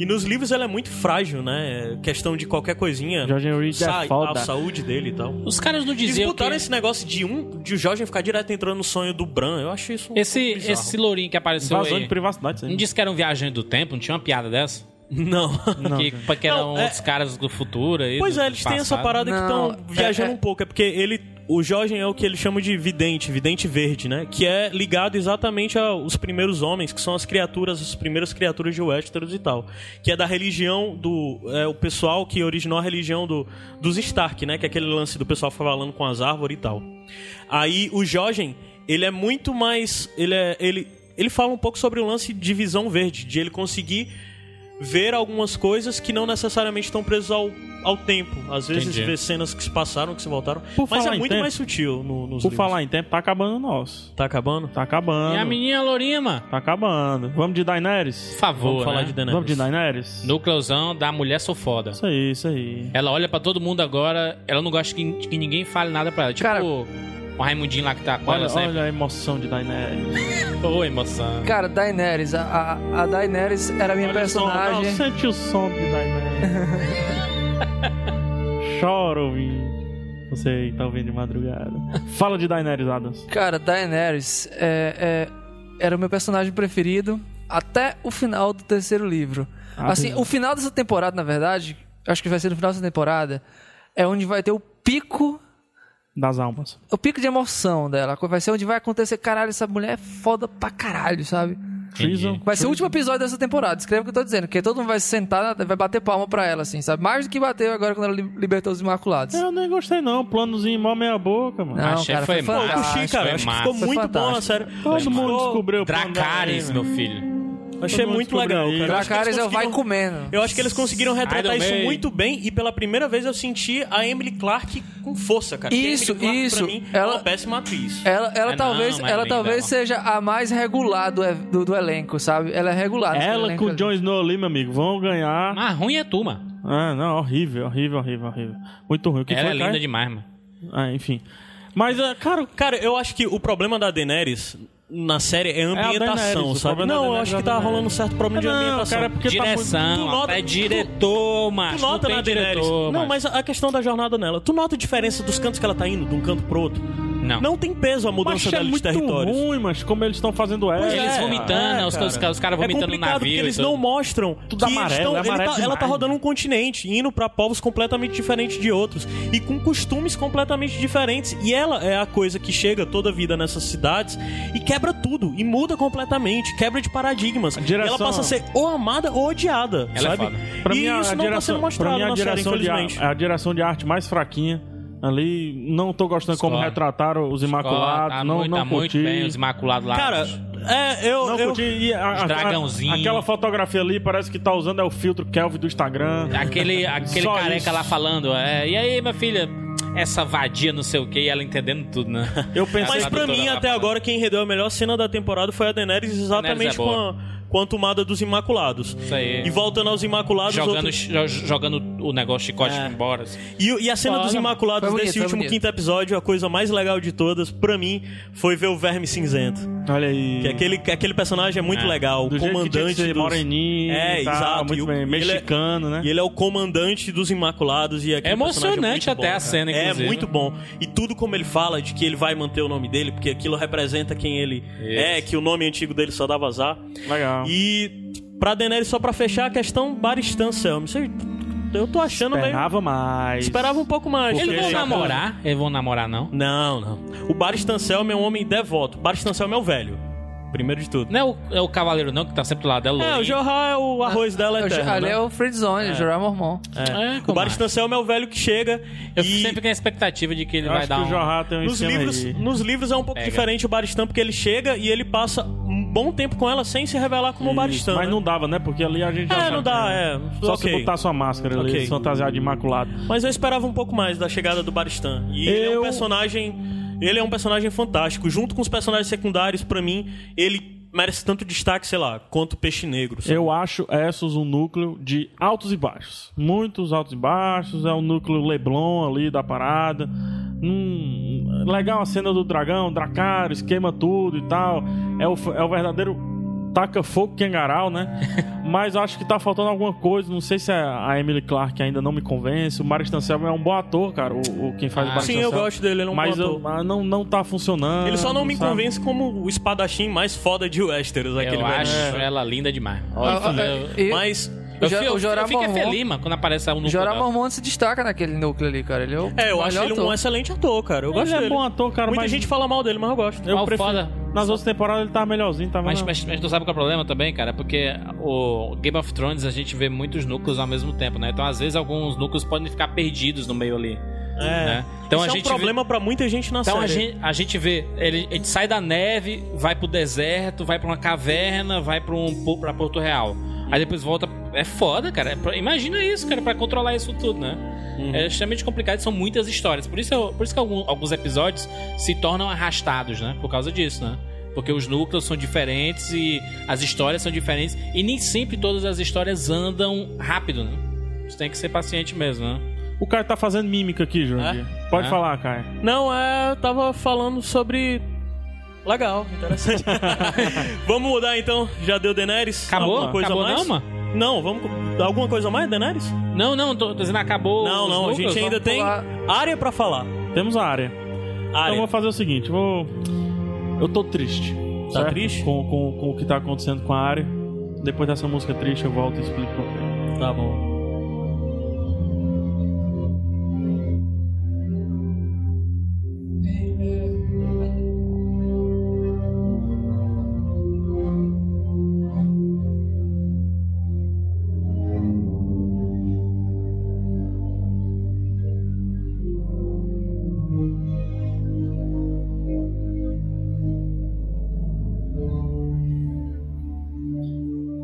Speaker 4: E nos livros ele é muito frágil, né? É Questão de qualquer coisinha.
Speaker 3: Jorge Reed
Speaker 4: Sa-
Speaker 3: é foda.
Speaker 4: A saúde dele e tal.
Speaker 2: Os caras não
Speaker 4: Eles
Speaker 2: diziam que...
Speaker 4: botaram esse negócio de um, de o Jorge ficar direto entrando no sonho do Bran. Eu acho isso um
Speaker 2: Esse,
Speaker 4: pouco bizarro.
Speaker 2: esse lourinho que apareceu
Speaker 3: Vazão de
Speaker 2: aí...
Speaker 3: privacidade, isso aí.
Speaker 2: Não disse que era um viajante do tempo? Não tinha uma piada dessa?
Speaker 4: Não.
Speaker 3: Não,
Speaker 2: que, que eram
Speaker 4: Não, é-
Speaker 2: outros caras do futuro aí,
Speaker 4: Pois
Speaker 2: do
Speaker 4: é, eles têm essa
Speaker 2: passado.
Speaker 4: parada que
Speaker 5: Não,
Speaker 4: estão viajando
Speaker 5: é- é-
Speaker 4: um pouco. É porque ele. O Jorge é o que eles chamam de vidente, vidente verde, né? Que é ligado exatamente aos primeiros homens, que são as criaturas, as primeiras criaturas de Westeros e tal. Que é da religião do. É o pessoal que originou a religião do, dos Stark, né? Que é aquele lance do pessoal falando com as árvores e tal. Aí o Jorgen, ele é muito mais. Ele é. Ele, ele fala um pouco sobre o lance de visão verde, de ele conseguir ver algumas coisas que não necessariamente estão presas ao, ao tempo. Às vezes
Speaker 2: Entendi.
Speaker 4: ver cenas que se passaram, que se voltaram.
Speaker 3: Por
Speaker 4: mas
Speaker 3: falar
Speaker 4: é
Speaker 3: em
Speaker 4: muito
Speaker 3: tempo-
Speaker 4: mais sutil no, nos
Speaker 3: Por
Speaker 4: livros.
Speaker 3: falar em tempo, tá acabando o nosso.
Speaker 4: Tá acabando?
Speaker 3: Tá acabando.
Speaker 2: E a menina lourinha, mano?
Speaker 3: Tá acabando. Vamos de
Speaker 2: Por
Speaker 3: Daenerys?
Speaker 2: favor,
Speaker 4: Vamos falar
Speaker 2: né?
Speaker 4: de Daenerys.
Speaker 3: Vamos de Daenerys?
Speaker 2: Núcleozão da mulher sou foda.
Speaker 3: Isso aí, isso aí.
Speaker 2: Ela olha pra todo mundo agora, ela não gosta que, que ninguém fale nada pra ela. Tipo
Speaker 5: Cara-
Speaker 2: o Raimundinho lá que tá com
Speaker 3: Olha,
Speaker 2: ela sempre.
Speaker 3: olha a emoção de Daenerys.
Speaker 2: Ô, emoção.
Speaker 5: Cara, Daenerys, a, a, a Daenerys era a minha
Speaker 3: Olha só,
Speaker 5: personagem.
Speaker 3: não, sente o som de Daenerys. Chora, ouvinte. Você aí tá ouvindo de madrugada. Fala de Daenerys, Adams.
Speaker 5: Cara, Daenerys é- é- era o meu personagem preferido até o final do terceiro livro.
Speaker 3: Ah,
Speaker 5: assim,
Speaker 3: beleza.
Speaker 5: o final dessa temporada, na verdade, acho que vai ser no final dessa temporada, é onde vai ter o pico,
Speaker 3: Das almas.
Speaker 5: o pico de emoção dela. Vai ser onde vai acontecer, caralho, essa mulher é foda pra caralho, sabe?
Speaker 3: Treason.
Speaker 5: Vai ser o último episódio dessa temporada, escreva o que eu tô dizendo, porque todo mundo vai se sentar, vai bater palma pra ela, assim, sabe? Mais do que bateu agora quando ela li- libertou os Imaculados.
Speaker 3: Eu nem gostei, não. Planozinho mó meia boca, mano.
Speaker 5: Não,
Speaker 2: Achei
Speaker 5: cara,
Speaker 2: foi
Speaker 5: foi
Speaker 2: massa.
Speaker 4: Eu
Speaker 5: fantástico.
Speaker 4: curti, cara.
Speaker 2: foi
Speaker 4: Acho que
Speaker 2: massa.
Speaker 4: ficou
Speaker 5: Foi
Speaker 4: muito bom,
Speaker 5: fantástico.
Speaker 4: sério.
Speaker 3: Todo mundo
Speaker 4: Ficou-
Speaker 3: descobriu o plano da
Speaker 2: Dracarys,
Speaker 3: Daenerys.
Speaker 2: meu filho.
Speaker 4: Achei
Speaker 3: mundo
Speaker 4: muito
Speaker 3: descobriu
Speaker 4: legal,
Speaker 3: aí.
Speaker 4: cara. Eu acho que
Speaker 5: Dracarys
Speaker 4: eles
Speaker 5: é o vai
Speaker 4: conseguiram-
Speaker 5: comendo.
Speaker 4: Eu acho que eles conseguiram retratar
Speaker 2: Iron
Speaker 4: isso
Speaker 2: Man.
Speaker 4: muito bem e pela primeira vez eu senti a Emily Clark com força, cara. Porque a
Speaker 5: Isso,
Speaker 4: Emily Clark,
Speaker 5: isso.
Speaker 4: Pra mim, é
Speaker 5: Ela-
Speaker 4: uma péssima atriz.
Speaker 5: Ela, ela
Speaker 2: É, não,
Speaker 5: talvez,
Speaker 2: mas
Speaker 5: ela
Speaker 2: bem,
Speaker 5: talvez
Speaker 2: não.
Speaker 5: seja a mais regular do, ev- do, do elenco, sabe? Ela é regular. nesse
Speaker 3: Ela
Speaker 5: elenco
Speaker 3: com o
Speaker 5: ali.
Speaker 3: Jon Snow ali, meu amigo, vão ganhar.
Speaker 2: Mas ruim é tu, mano.
Speaker 3: Ah, não, horrível, horrível, horrível, horrível. Muito ruim. O que
Speaker 2: Ela é
Speaker 3: foi,
Speaker 2: linda
Speaker 3: Caio?
Speaker 2: demais, mano.
Speaker 3: Ah, enfim. Mas, ah, cara,
Speaker 4: Cara, eu acho que o problema da Daenerys na série é a
Speaker 3: a
Speaker 4: ambientação,
Speaker 3: Daenerys, o
Speaker 4: sabe?
Speaker 3: problema da
Speaker 4: Não, eu
Speaker 3: Daenerys
Speaker 4: acho
Speaker 3: é
Speaker 4: que
Speaker 3: a
Speaker 4: tá
Speaker 3: Daenerys.
Speaker 4: rolando um certo problema de
Speaker 3: não,
Speaker 4: ambientação.
Speaker 3: cara, é porque tá
Speaker 2: Direção,
Speaker 4: tu nota-
Speaker 2: até
Speaker 4: tu-
Speaker 2: diretor,
Speaker 4: Tu
Speaker 2: macho. Não
Speaker 4: nota
Speaker 2: tem
Speaker 4: na Daenerys.
Speaker 2: diretor,
Speaker 4: não,
Speaker 2: macho.
Speaker 4: mas a questão da jornada nela. Tu nota a diferença dos cantos que ela tá indo, de um canto pro outro?
Speaker 2: Não.
Speaker 4: Não tem peso a
Speaker 3: mas
Speaker 4: mudança
Speaker 3: é
Speaker 4: dela de
Speaker 3: muito
Speaker 4: territórios.
Speaker 3: ruim, mas como eles estão fazendo ela.
Speaker 2: Eles
Speaker 4: é,
Speaker 2: vomitando,
Speaker 4: é,
Speaker 2: os,
Speaker 4: cara.
Speaker 2: os, os caras
Speaker 4: É
Speaker 2: vomitando no
Speaker 4: complicado porque
Speaker 2: navio. então.
Speaker 4: eles
Speaker 2: e tudo.
Speaker 4: não mostram
Speaker 3: Tudo
Speaker 4: então. que
Speaker 3: amarelo,
Speaker 4: eles tão-
Speaker 3: é
Speaker 4: ele
Speaker 3: amarelo
Speaker 4: tá- ela tá
Speaker 3: demais.
Speaker 4: rodando um continente, indo pra povos completamente diferentes de outros e com costumes completamente diferentes. E ela é a coisa que chega toda a vida nessas cidades e quebra tudo e muda completamente, quebra de paradigmas.
Speaker 3: A direção-
Speaker 4: E ela passa a ser ou amada ou odiada,
Speaker 2: Ela é
Speaker 4: sabe?
Speaker 2: foda.
Speaker 3: Pra
Speaker 4: e
Speaker 3: mim, a,
Speaker 4: isso
Speaker 3: a
Speaker 4: não tá
Speaker 3: direção,
Speaker 4: sendo
Speaker 3: pra
Speaker 4: mostrado
Speaker 3: mim, a
Speaker 4: na série,
Speaker 3: direção de
Speaker 4: infelizmente.
Speaker 3: ar- a, direção de arte mais fraquinha ali. Não tô gostando como
Speaker 2: Escola.
Speaker 3: retrataram os Imaculados.
Speaker 2: Ó, tá
Speaker 3: não
Speaker 2: muito,
Speaker 3: não
Speaker 2: tá muito
Speaker 3: curti.
Speaker 2: bem, os imaculados lá.
Speaker 4: Cara, é, eu,
Speaker 3: Não
Speaker 4: eu-
Speaker 3: curti. E a- a- a-
Speaker 2: dragãozinho.
Speaker 3: aquela fotografia ali parece que tá usando é o filtro Kelvin do Instagram.
Speaker 2: Aquele, aquele
Speaker 3: Só
Speaker 2: careca
Speaker 3: isso.
Speaker 2: lá falando, é, e aí, minha filha, essa vadia não sei o que, e ela entendendo tudo, né?
Speaker 3: Eu pensei
Speaker 4: Mas
Speaker 2: Sabe
Speaker 4: pra
Speaker 2: toda
Speaker 4: mim,
Speaker 2: a
Speaker 4: até
Speaker 2: parada.
Speaker 4: agora, quem rendeu a melhor cena da temporada foi a Daenerys
Speaker 2: Daenerys
Speaker 4: exatamente
Speaker 2: é
Speaker 4: com, a, com a tomada dos Imaculados.
Speaker 2: Isso aí.
Speaker 4: E voltando aos Imaculados...
Speaker 2: jogando,
Speaker 4: outro-
Speaker 2: jo- jogando o negócio chicote
Speaker 4: É.
Speaker 2: embora. assim.
Speaker 4: E, e a cena dos
Speaker 5: Olha,
Speaker 4: Imaculados
Speaker 5: foi bonito,
Speaker 4: desse
Speaker 5: foi
Speaker 4: último
Speaker 5: bonito.
Speaker 4: quinto episódio, a coisa mais legal de todas, pra mim, foi ver o Verme Cinzento.
Speaker 3: assim, Olha aí.
Speaker 4: Que é aquele, aquele personagem é muito
Speaker 2: É.
Speaker 4: legal. O
Speaker 3: do jeito que tinha que
Speaker 4: comandante
Speaker 3: ser,
Speaker 4: dos...
Speaker 3: moreninho,
Speaker 4: É,
Speaker 3: e tal,
Speaker 4: exato. E
Speaker 3: muito
Speaker 4: o-
Speaker 3: bem,
Speaker 4: e ele é-
Speaker 3: mexicano, né?
Speaker 4: E ele é o comandante dos Imaculados e aquele
Speaker 2: É emocionante
Speaker 4: personagem é muito
Speaker 2: até
Speaker 4: bom,
Speaker 2: a cena,
Speaker 4: cara.
Speaker 2: inclusive.
Speaker 4: É muito bom. E tudo como ele fala de que ele vai manter o nome dele, porque aquilo representa quem ele é, que o nome antigo dele só dava azar.
Speaker 3: Legal.
Speaker 4: E pra Daenerys, só pra fechar, a questão Baristan Selmy. Você- Eu tô achando meio...
Speaker 3: Esperava mais.
Speaker 4: Esperava um pouco mais.
Speaker 2: Eles vão
Speaker 4: Porque-
Speaker 3: tá.
Speaker 2: namorar? Eles vão namorar, não?
Speaker 4: Não, não. O Baristan Selmy é um homem devoto. Baristan Selmy é o velho. Primeiro de tudo.
Speaker 2: Não é o, é o cavaleiro, não, que tá sempre do lado dela.
Speaker 4: É, o Jorah é o arroz dela
Speaker 5: Eu-
Speaker 4: eterno,
Speaker 5: ali
Speaker 4: né?
Speaker 5: é o Friendzone, é. Jorah Mormon.
Speaker 2: É,
Speaker 4: O
Speaker 2: como
Speaker 4: Baristan Selmy é o velho que chega
Speaker 2: Eu
Speaker 4: e...
Speaker 2: sempre tenho a expectativa de que ele
Speaker 3: Eu
Speaker 2: vai
Speaker 3: acho
Speaker 2: dar
Speaker 3: que
Speaker 2: um...
Speaker 3: o Jorrá tem um
Speaker 4: Nos
Speaker 3: esquema
Speaker 4: livros,
Speaker 3: aí.
Speaker 4: nos livros é um pouco
Speaker 2: Pega.
Speaker 4: diferente o Baristan, porque ele chega e ele passa um bom tempo com ela sem se revelar como
Speaker 3: Isso,
Speaker 4: Baristan.
Speaker 3: Mas
Speaker 4: né?
Speaker 3: não dava, né? Porque ali a gente já
Speaker 4: É,
Speaker 3: sabe,
Speaker 4: não dá,
Speaker 3: né?
Speaker 4: é.
Speaker 3: Só
Speaker 4: Ok.
Speaker 3: se botar sua máscara ali,
Speaker 4: Ok.
Speaker 3: fantasiado de imaculado.
Speaker 4: Mas eu esperava um pouco mais da chegada do Baristan. E ele é
Speaker 3: Eu-
Speaker 4: um personagem. Ele é um personagem fantástico. Junto com os personagens secundários, pra mim, ele merece tanto destaque, sei lá, quanto o Peixe Negro. sabe?
Speaker 3: Eu acho Essos um núcleo de altos e baixos. Muitos altos e baixos. É o núcleo Leblon ali da parada. Hum, legal a cena do dragão, Dracar, esquema tudo e tal. É o, f- é o verdadeiro taca fogo Kengarau, né? Mas acho que tá faltando alguma coisa. Não sei se é a Emily Clark ainda não me convence. O Mário Stancel é um bom ator, cara. O, o- quem faz
Speaker 2: Ah,
Speaker 3: o Mário
Speaker 4: Sim, eu gosto dele, ele é um
Speaker 3: mas
Speaker 4: bom
Speaker 3: eu-
Speaker 4: ator.
Speaker 3: mas não, não tá funcionando.
Speaker 4: Ele só não me
Speaker 3: sabe?
Speaker 4: convence como o espadachim mais foda de Westeros, aquele
Speaker 2: Eu
Speaker 4: velho.
Speaker 2: acho ela linda demais.
Speaker 5: Ah, ah,
Speaker 2: eu,
Speaker 5: e-
Speaker 4: Mas.
Speaker 2: eu,
Speaker 5: Jo-
Speaker 2: fico-
Speaker 5: o
Speaker 2: eu,
Speaker 5: Jorah
Speaker 2: fico é
Speaker 5: Mormont-
Speaker 2: feliz, mano, quando aparece um no
Speaker 5: Jorah
Speaker 2: canal.
Speaker 5: Mormon se destaca naquele núcleo ali, cara. Ele é, o
Speaker 4: É, eu acho
Speaker 5: melhor
Speaker 4: ele
Speaker 5: ator.
Speaker 4: um excelente ator, cara. Eu gosto
Speaker 3: Ele é
Speaker 4: dele.
Speaker 3: bom ator, cara,
Speaker 4: Muita
Speaker 3: mas-
Speaker 4: gente fala mal dele, mas eu gosto.
Speaker 2: Mas
Speaker 3: Eu
Speaker 2: o
Speaker 3: prefiro-
Speaker 2: foda-
Speaker 3: Nas outras temporadas ele tava melhorzinho, tá tava
Speaker 2: Mas,
Speaker 3: não.
Speaker 2: mas, mas tu sabe qual é o problema também, cara? Porque o Game of Thrones a gente vê muitos núcleos ao mesmo tempo, né? Então às vezes alguns núcleos podem ficar perdidos no meio ali.
Speaker 4: É.
Speaker 2: Né? Então
Speaker 4: Isso
Speaker 2: a
Speaker 4: é um
Speaker 2: gente vê-
Speaker 4: problema pra muita gente na
Speaker 2: Então a
Speaker 4: série.
Speaker 2: gente, a gente vê, ele, a gente sai da neve, vai pro deserto, vai pra uma caverna, vai pra, um, pu- pra Porto Real. Aí depois volta. É foda, cara. É pra- Imagina isso, cara, pra controlar isso tudo, né? É extremamente complicado, são muitas histórias. Por isso, eu- por isso que algum- alguns episódios se tornam arrastados, né? Por causa disso, né? Porque os núcleos são diferentes e as histórias são diferentes. E nem sempre todas as histórias andam rápido, né? Você tem que ser paciente mesmo, né?
Speaker 3: O cara tá fazendo mímica aqui, Jurandir. Pode
Speaker 2: É?
Speaker 3: falar, Caio.
Speaker 4: Não, é, eu tava falando sobre. Legal, interessante. vamos mudar então. Já deu Daenerys?
Speaker 2: Acabou?
Speaker 4: Alguma coisa
Speaker 2: Acabou
Speaker 4: mais?
Speaker 2: não, mano?
Speaker 4: Não, vamos. com- Alguma coisa mais, Daenerys?
Speaker 2: Não, não, tô, tô dizendo, acabou.
Speaker 4: não,
Speaker 2: os
Speaker 4: não. A
Speaker 2: núcleos,
Speaker 4: gente
Speaker 2: ó.
Speaker 4: ainda tem
Speaker 5: pular.
Speaker 4: área pra falar.
Speaker 3: Temos a área. Então
Speaker 4: Área.
Speaker 3: eu vou fazer o seguinte, vou. Eu tô triste.
Speaker 4: Tá triste?
Speaker 3: Com, com, com o que tá acontecendo com a área. Depois dessa música triste eu volto e explico pra você.
Speaker 4: Tá bom.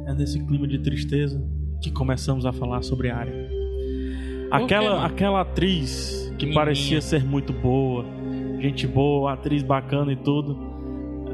Speaker 3: É desse clima de tristeza que começamos a falar sobre a área. Aquela,
Speaker 2: mano?
Speaker 3: aquela atriz que
Speaker 2: Menininha.
Speaker 3: parecia ser muito boa, gente boa, atriz bacana e tudo,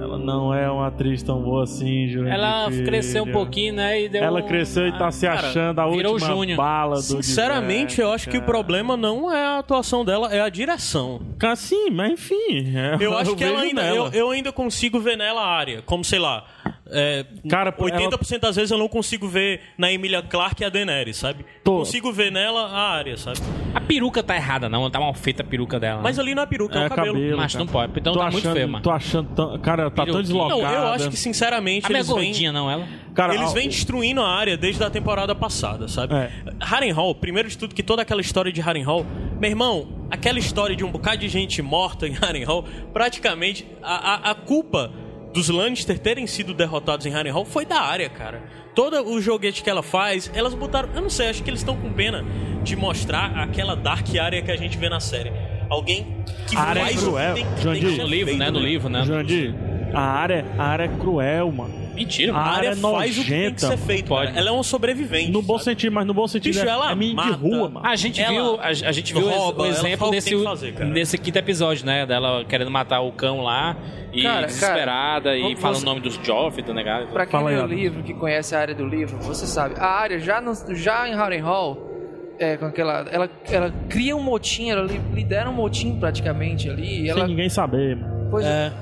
Speaker 3: ela não é uma atriz tão boa assim, Jurandir.
Speaker 2: Ela
Speaker 3: Filho.
Speaker 2: cresceu um pouquinho, né? E deu
Speaker 3: Ela cresceu e tá
Speaker 2: Ah,
Speaker 3: se
Speaker 2: cara,
Speaker 3: achando a
Speaker 2: virou
Speaker 3: última
Speaker 2: Júnior.
Speaker 3: bala do
Speaker 4: Sinceramente, eu acho que o
Speaker 3: deserto,
Speaker 4: problema não é a atuação dela, é a direção.
Speaker 3: cara. Assim, mas enfim. é-
Speaker 4: Eu acho que ela
Speaker 3: vejo
Speaker 4: ainda,
Speaker 3: nela.
Speaker 4: eu, eu ainda consigo ver nela a área. Como, sei lá. é,
Speaker 3: Cara, pô,
Speaker 4: 80% das vezes eu não consigo ver na Emília Clark e a Daenerys, sabe?
Speaker 3: Tô.
Speaker 4: Consigo ver nela a área, sabe?
Speaker 2: A peruca tá errada, não. Tá mal feita a peruca dela.
Speaker 4: Mas ali não é peruca, é,
Speaker 3: É
Speaker 4: o cabelo.
Speaker 3: cabelo.
Speaker 2: Mas não pode. Então
Speaker 3: tô
Speaker 2: tá
Speaker 3: achando,
Speaker 2: muito feio, mano.
Speaker 3: Tô achando tão- cara, tá tão
Speaker 2: Peruquinha. Não,
Speaker 3: deslocada.
Speaker 4: Não, eu acho que sinceramente
Speaker 2: A minha
Speaker 4: eles vêm,
Speaker 2: gordinha, não, ela?
Speaker 3: Cara,
Speaker 4: eles
Speaker 3: ó,
Speaker 4: vêm destruindo a área desde a temporada passada, sabe?
Speaker 3: É.
Speaker 4: Harrenhal, primeiro de tudo que toda aquela história de Harrenhal, meu irmão, aquela história de um bocado de gente morta em Harrenhal, praticamente a, a, a culpa dos Lannister terem sido derrotados em Harrenhal foi da área, cara. Todo o joguete que ela faz, elas botaram, eu não sei, acho que eles estão com pena de mostrar aquela dark área que a gente vê na série. Alguém que
Speaker 3: A área é
Speaker 4: faz o que
Speaker 3: cruel.
Speaker 4: tem, que-
Speaker 3: Jandir,
Speaker 4: tem que ser
Speaker 2: No livro,
Speaker 4: feito,
Speaker 2: né? No livro, né?
Speaker 3: Jurandir, a área, a área é cruel, mano.
Speaker 2: Mentira,
Speaker 3: A
Speaker 2: mano.
Speaker 4: A área
Speaker 3: área é
Speaker 4: faz o que tem que
Speaker 3: nojenta,
Speaker 4: ser feito.
Speaker 2: pode.
Speaker 4: cara. Ela é uma sobrevivente.
Speaker 3: No bom
Speaker 4: sabe?
Speaker 3: sentido, mas no bom sentido
Speaker 4: Bicho,
Speaker 3: é,
Speaker 4: ela
Speaker 3: é menino de
Speaker 4: mata. Ah,
Speaker 3: rua, mano.
Speaker 2: A gente
Speaker 4: Ela
Speaker 2: viu, a, a gente viu
Speaker 4: rouba,
Speaker 2: o
Speaker 4: ela fala
Speaker 2: exemplo
Speaker 4: o que tem
Speaker 2: desse,
Speaker 4: que fazer, cara.
Speaker 2: desse quinto episódio, né? Dela querendo matar o cão lá e
Speaker 5: Cara, cara,
Speaker 2: desesperada e
Speaker 5: vamos-
Speaker 2: falando o
Speaker 5: você-
Speaker 2: nome dos Joff, do negado.
Speaker 5: Pra quem
Speaker 3: Fala aí,
Speaker 5: lê o
Speaker 3: Adam.
Speaker 5: livro, que conhece a área do livro, você sabe. A área já, no, já em Harrenhal, é, com aquela, ela, ela cria um motim, ela li- lidera um motim praticamente ali. E
Speaker 3: Sem
Speaker 5: ela,
Speaker 3: ninguém saber, mano.
Speaker 5: pois-
Speaker 4: É,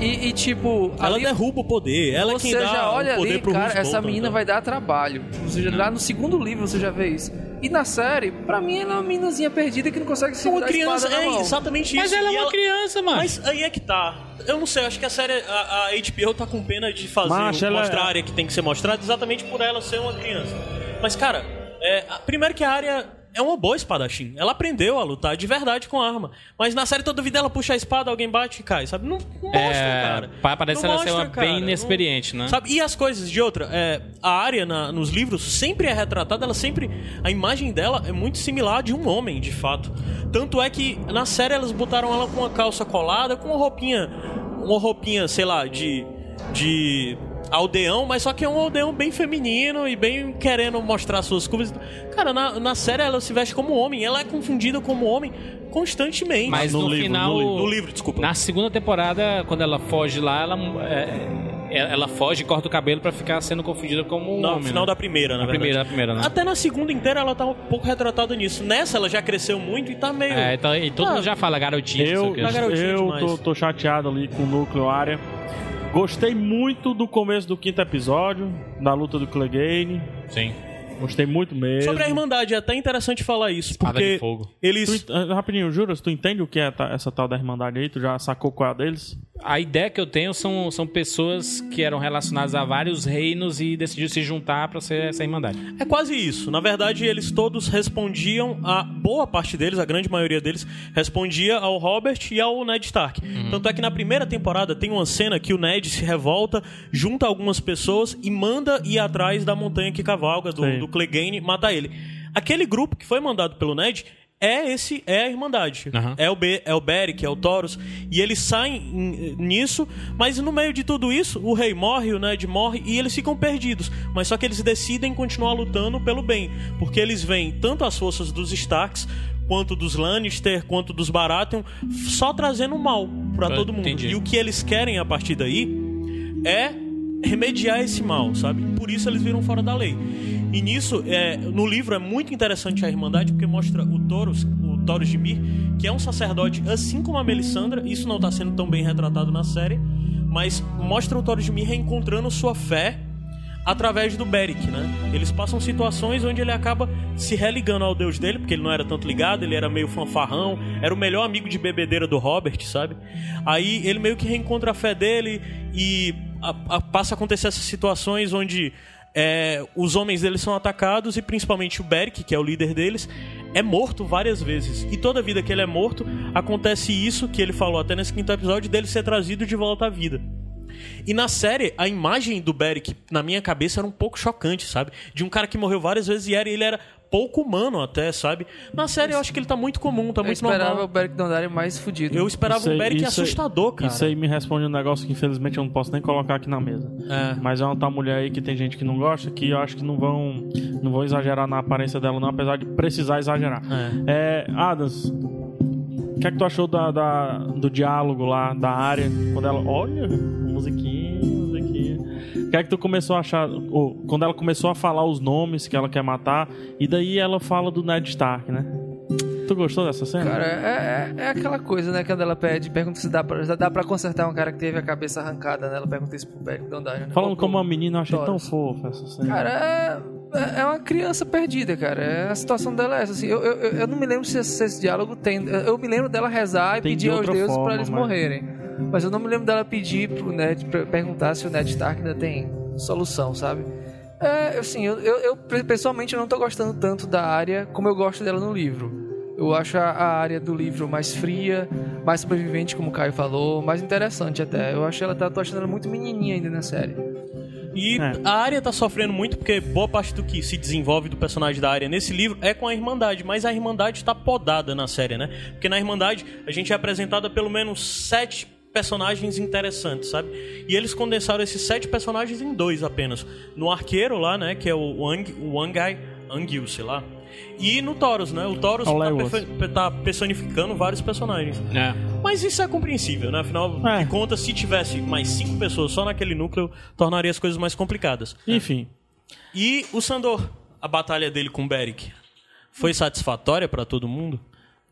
Speaker 5: e, e, tipo,
Speaker 4: ela
Speaker 5: ali
Speaker 4: derruba o poder. Ela é
Speaker 5: você
Speaker 4: quem dá
Speaker 5: já olha
Speaker 4: o poder
Speaker 5: ali,
Speaker 4: pro
Speaker 5: cara,
Speaker 4: Roose
Speaker 5: essa
Speaker 4: Bolton,
Speaker 5: menina
Speaker 4: então. Hum.
Speaker 5: vai dar trabalho. Você já, lá no segundo livro você já vê isso. E na série, pra mim ela é uma meninazinha perdida que não consegue
Speaker 4: É
Speaker 5: segurar
Speaker 4: uma criança,
Speaker 5: a espada na
Speaker 4: é
Speaker 5: mão.
Speaker 4: exatamente isso.
Speaker 2: Mas ela é
Speaker 4: E
Speaker 2: uma criança, mano.
Speaker 4: Mas aí é que tá. Eu não sei, eu acho que a série, a, a HBO tá com pena de fazer,
Speaker 3: Macho,
Speaker 2: é-
Speaker 3: ela-
Speaker 4: mostrar a área que tem que ser mostrada exatamente por ela ser uma criança. Mas, cara, é, a- primeiro que a área é uma boa espadachim. Ela aprendeu a lutar de verdade com arma. Mas na série toda vida ela puxa a espada, alguém bate e cai, sabe? Não, não mostra, cara.
Speaker 2: É, pa- Parece
Speaker 4: não
Speaker 2: ela ser
Speaker 4: mostra,
Speaker 2: uma
Speaker 4: cara.
Speaker 2: bem
Speaker 4: Não-
Speaker 2: inexperiente, né?
Speaker 4: Sabe? E as coisas de outra, é, a área nos livros sempre é retratada, ela sempre. A imagem dela é muito similar à de um homem, de fato. Tanto é que na série elas botaram ela com uma calça colada, com uma roupinha. Uma roupinha, sei lá, de. de. aldeão, mas só que é um aldeão bem feminino e bem querendo mostrar suas curvas. Cara, na, na série ela se veste como homem, ela é confundida como homem constantemente.
Speaker 2: Mas
Speaker 3: no
Speaker 2: no,
Speaker 3: livro,
Speaker 2: final.
Speaker 3: no livro.
Speaker 4: No livro, desculpa.
Speaker 2: Na segunda temporada, quando ela foge lá, ela, é, é- ela foge e corta o cabelo pra ficar sendo confundida como um
Speaker 4: No
Speaker 2: homem.
Speaker 4: final
Speaker 2: né?
Speaker 4: da primeira, na
Speaker 2: Na
Speaker 4: verdade. Ah,
Speaker 2: primeira, na primeira, né?
Speaker 4: Até na segunda inteira ela tá um pouco retratada nisso. Nessa ela já cresceu muito e tá meio.
Speaker 2: É, então, e todo
Speaker 4: Ah,
Speaker 2: mundo já fala garotinha, não
Speaker 3: Eu,
Speaker 2: sei o quê.
Speaker 4: Mas- garotinha
Speaker 3: eu
Speaker 4: demais.
Speaker 3: tô, tô chateado ali com o núcleo área. Gostei muito do começo do quinto episódio, da luta do Clegane.
Speaker 2: Sim.
Speaker 3: Gostei muito mesmo.
Speaker 4: Sobre a Irmandade, é até interessante falar isso,
Speaker 2: Espada
Speaker 4: porque
Speaker 2: de fogo.
Speaker 3: Tu
Speaker 4: eles.
Speaker 3: ent- ah, rapidinho, juras, tu entende o que é ta- essa tal da Irmandade aí? Tu já sacou qual é a deles?
Speaker 2: A ideia que eu tenho são, são pessoas que eram relacionadas a vários reinos e decidiram se juntar pra ser essa irmandade.
Speaker 4: É quase isso. Na verdade, eles todos respondiam a. Boa parte deles, a grande maioria deles, respondia ao Robert e ao Ned Stark.
Speaker 2: Uhum.
Speaker 4: Tanto é que na primeira temporada tem uma cena que o Ned se revolta, junta algumas pessoas e manda ir atrás da montanha que cavalga,
Speaker 3: Sim.
Speaker 4: do, do Clegane, matar ele. Aquele grupo que foi mandado pelo Ned. É esse, é a Irmandade.
Speaker 2: Aham.
Speaker 4: É o, Be é o Beric, é o Taurus. E eles saem em- nisso, mas no meio de tudo isso, o rei morre, o Ned morre e eles ficam perdidos. Mas só que eles decidem continuar lutando pelo bem. Porque eles veem tanto as forças dos Starks, quanto dos Lannister, quanto dos Baratheon, só trazendo mal pra
Speaker 2: Eu
Speaker 4: todo mundo.
Speaker 2: entendi.
Speaker 4: E o que eles querem a partir daí é remediar esse mal, sabe? Por isso eles viram fora da lei. E nisso, é, no livro é muito interessante a Irmandade, porque mostra o Taurus, o Taurus de Mir, que é um sacerdote, assim como a Melisandra, isso não está sendo tão bem retratado na série, mas mostra o Taurus de Mir reencontrando sua fé através do Beric, né? Eles passam situações onde ele acaba se religando ao deus dele, porque ele não era tanto ligado, ele era meio fanfarrão, era o melhor amigo de bebedeira do Robert, sabe? Aí ele meio que reencontra a fé dele e a- a- passa a acontecer essas situações onde é, os homens deles são atacados e principalmente o Beric, que é o líder deles, é morto várias vezes. E toda vida que ele é morto, acontece isso que ele falou até nesse quinto episódio dele ser trazido de volta à vida. E na série, a imagem do Beric, na minha cabeça, era um pouco chocante, sabe? De um cara que morreu várias vezes e era, ele era pouco humano até, sabe? Na série eu acho que ele tá muito comum, tá
Speaker 5: Eu
Speaker 4: muito
Speaker 5: esperava o
Speaker 4: normal.
Speaker 5: Beric Dondarrion mais fudido.
Speaker 4: Eu esperava
Speaker 3: Isso aí-
Speaker 4: um Beric
Speaker 3: isso aí-
Speaker 4: assustador, cara.
Speaker 3: Isso aí me responde um negócio que infelizmente eu não posso nem colocar aqui na mesa.
Speaker 4: É.
Speaker 3: Mas é uma tal mulher aí que tem gente que não gosta, que eu acho que não vão, não vão exagerar na aparência dela, não, apesar de precisar exagerar. É, Adams, o que é que tu achou da, da- do diálogo lá, da área, quando ela. Olha, musiquinha, musiquinha. O que é que tu começou a achar? ou, quando ela começou a falar os nomes que ela quer matar, e daí ela fala do Ned Stark, né? Tu gostou dessa cena?
Speaker 5: Cara, é, é- é aquela coisa, né? Quando ela pede, pergunta se dá pra, dá pra consertar um cara que teve a cabeça arrancada, né? Ela pergunta isso pro Beric Dondarrion. né?
Speaker 3: Falando
Speaker 5: Ou pro-
Speaker 3: como uma menina, eu achei tão
Speaker 5: Doris.
Speaker 3: fofa essa cena.
Speaker 5: Cara, é, é uma criança perdida, cara. É, a situação dela é essa, assim. Eu, eu, eu- eu não me lembro se esse, se esse diálogo tem. Eu me lembro dela rezar e
Speaker 3: Tem de
Speaker 5: pedir aos
Speaker 3: outra
Speaker 5: deuses
Speaker 3: forma,
Speaker 5: pra eles
Speaker 3: mas-
Speaker 5: morrerem. Mas eu não me lembro dela pedir pro Ned, pra perguntar se o Ned Stark ainda tem solução, sabe? É, assim, eu, eu, eu, pe- pessoalmente eu não tô gostando tanto da área como eu gosto dela no livro. Eu acho a, a área do livro mais fria, mais sobrevivente, como o Caio falou, mais interessante até. Eu acho ela, tá- tô achando ela muito menininha ainda na série.
Speaker 4: E
Speaker 3: É.
Speaker 4: a área tá sofrendo muito porque boa parte do que se desenvolve do personagem da área nesse livro é com a Irmandade, mas a Irmandade tá podada na série, né? Porque na Irmandade a gente é apresentada pelo menos sete personagens interessantes, sabe? E eles condensaram esses sete personagens em dois apenas. No arqueiro lá, né, que é o Wang, o Wangai, Angil, sei lá. E no Taurus, né? O Taurus
Speaker 3: É o
Speaker 4: tá,
Speaker 3: Legolas.
Speaker 4: perfe- tá personificando vários personagens.
Speaker 2: É.
Speaker 4: Mas isso é compreensível, né? Afinal
Speaker 3: É.
Speaker 4: de contas, se tivesse mais cinco pessoas só naquele núcleo, tornaria as coisas mais complicadas.
Speaker 3: Enfim,
Speaker 4: E o Sandor, a batalha dele com o Beric, foi satisfatória pra todo mundo?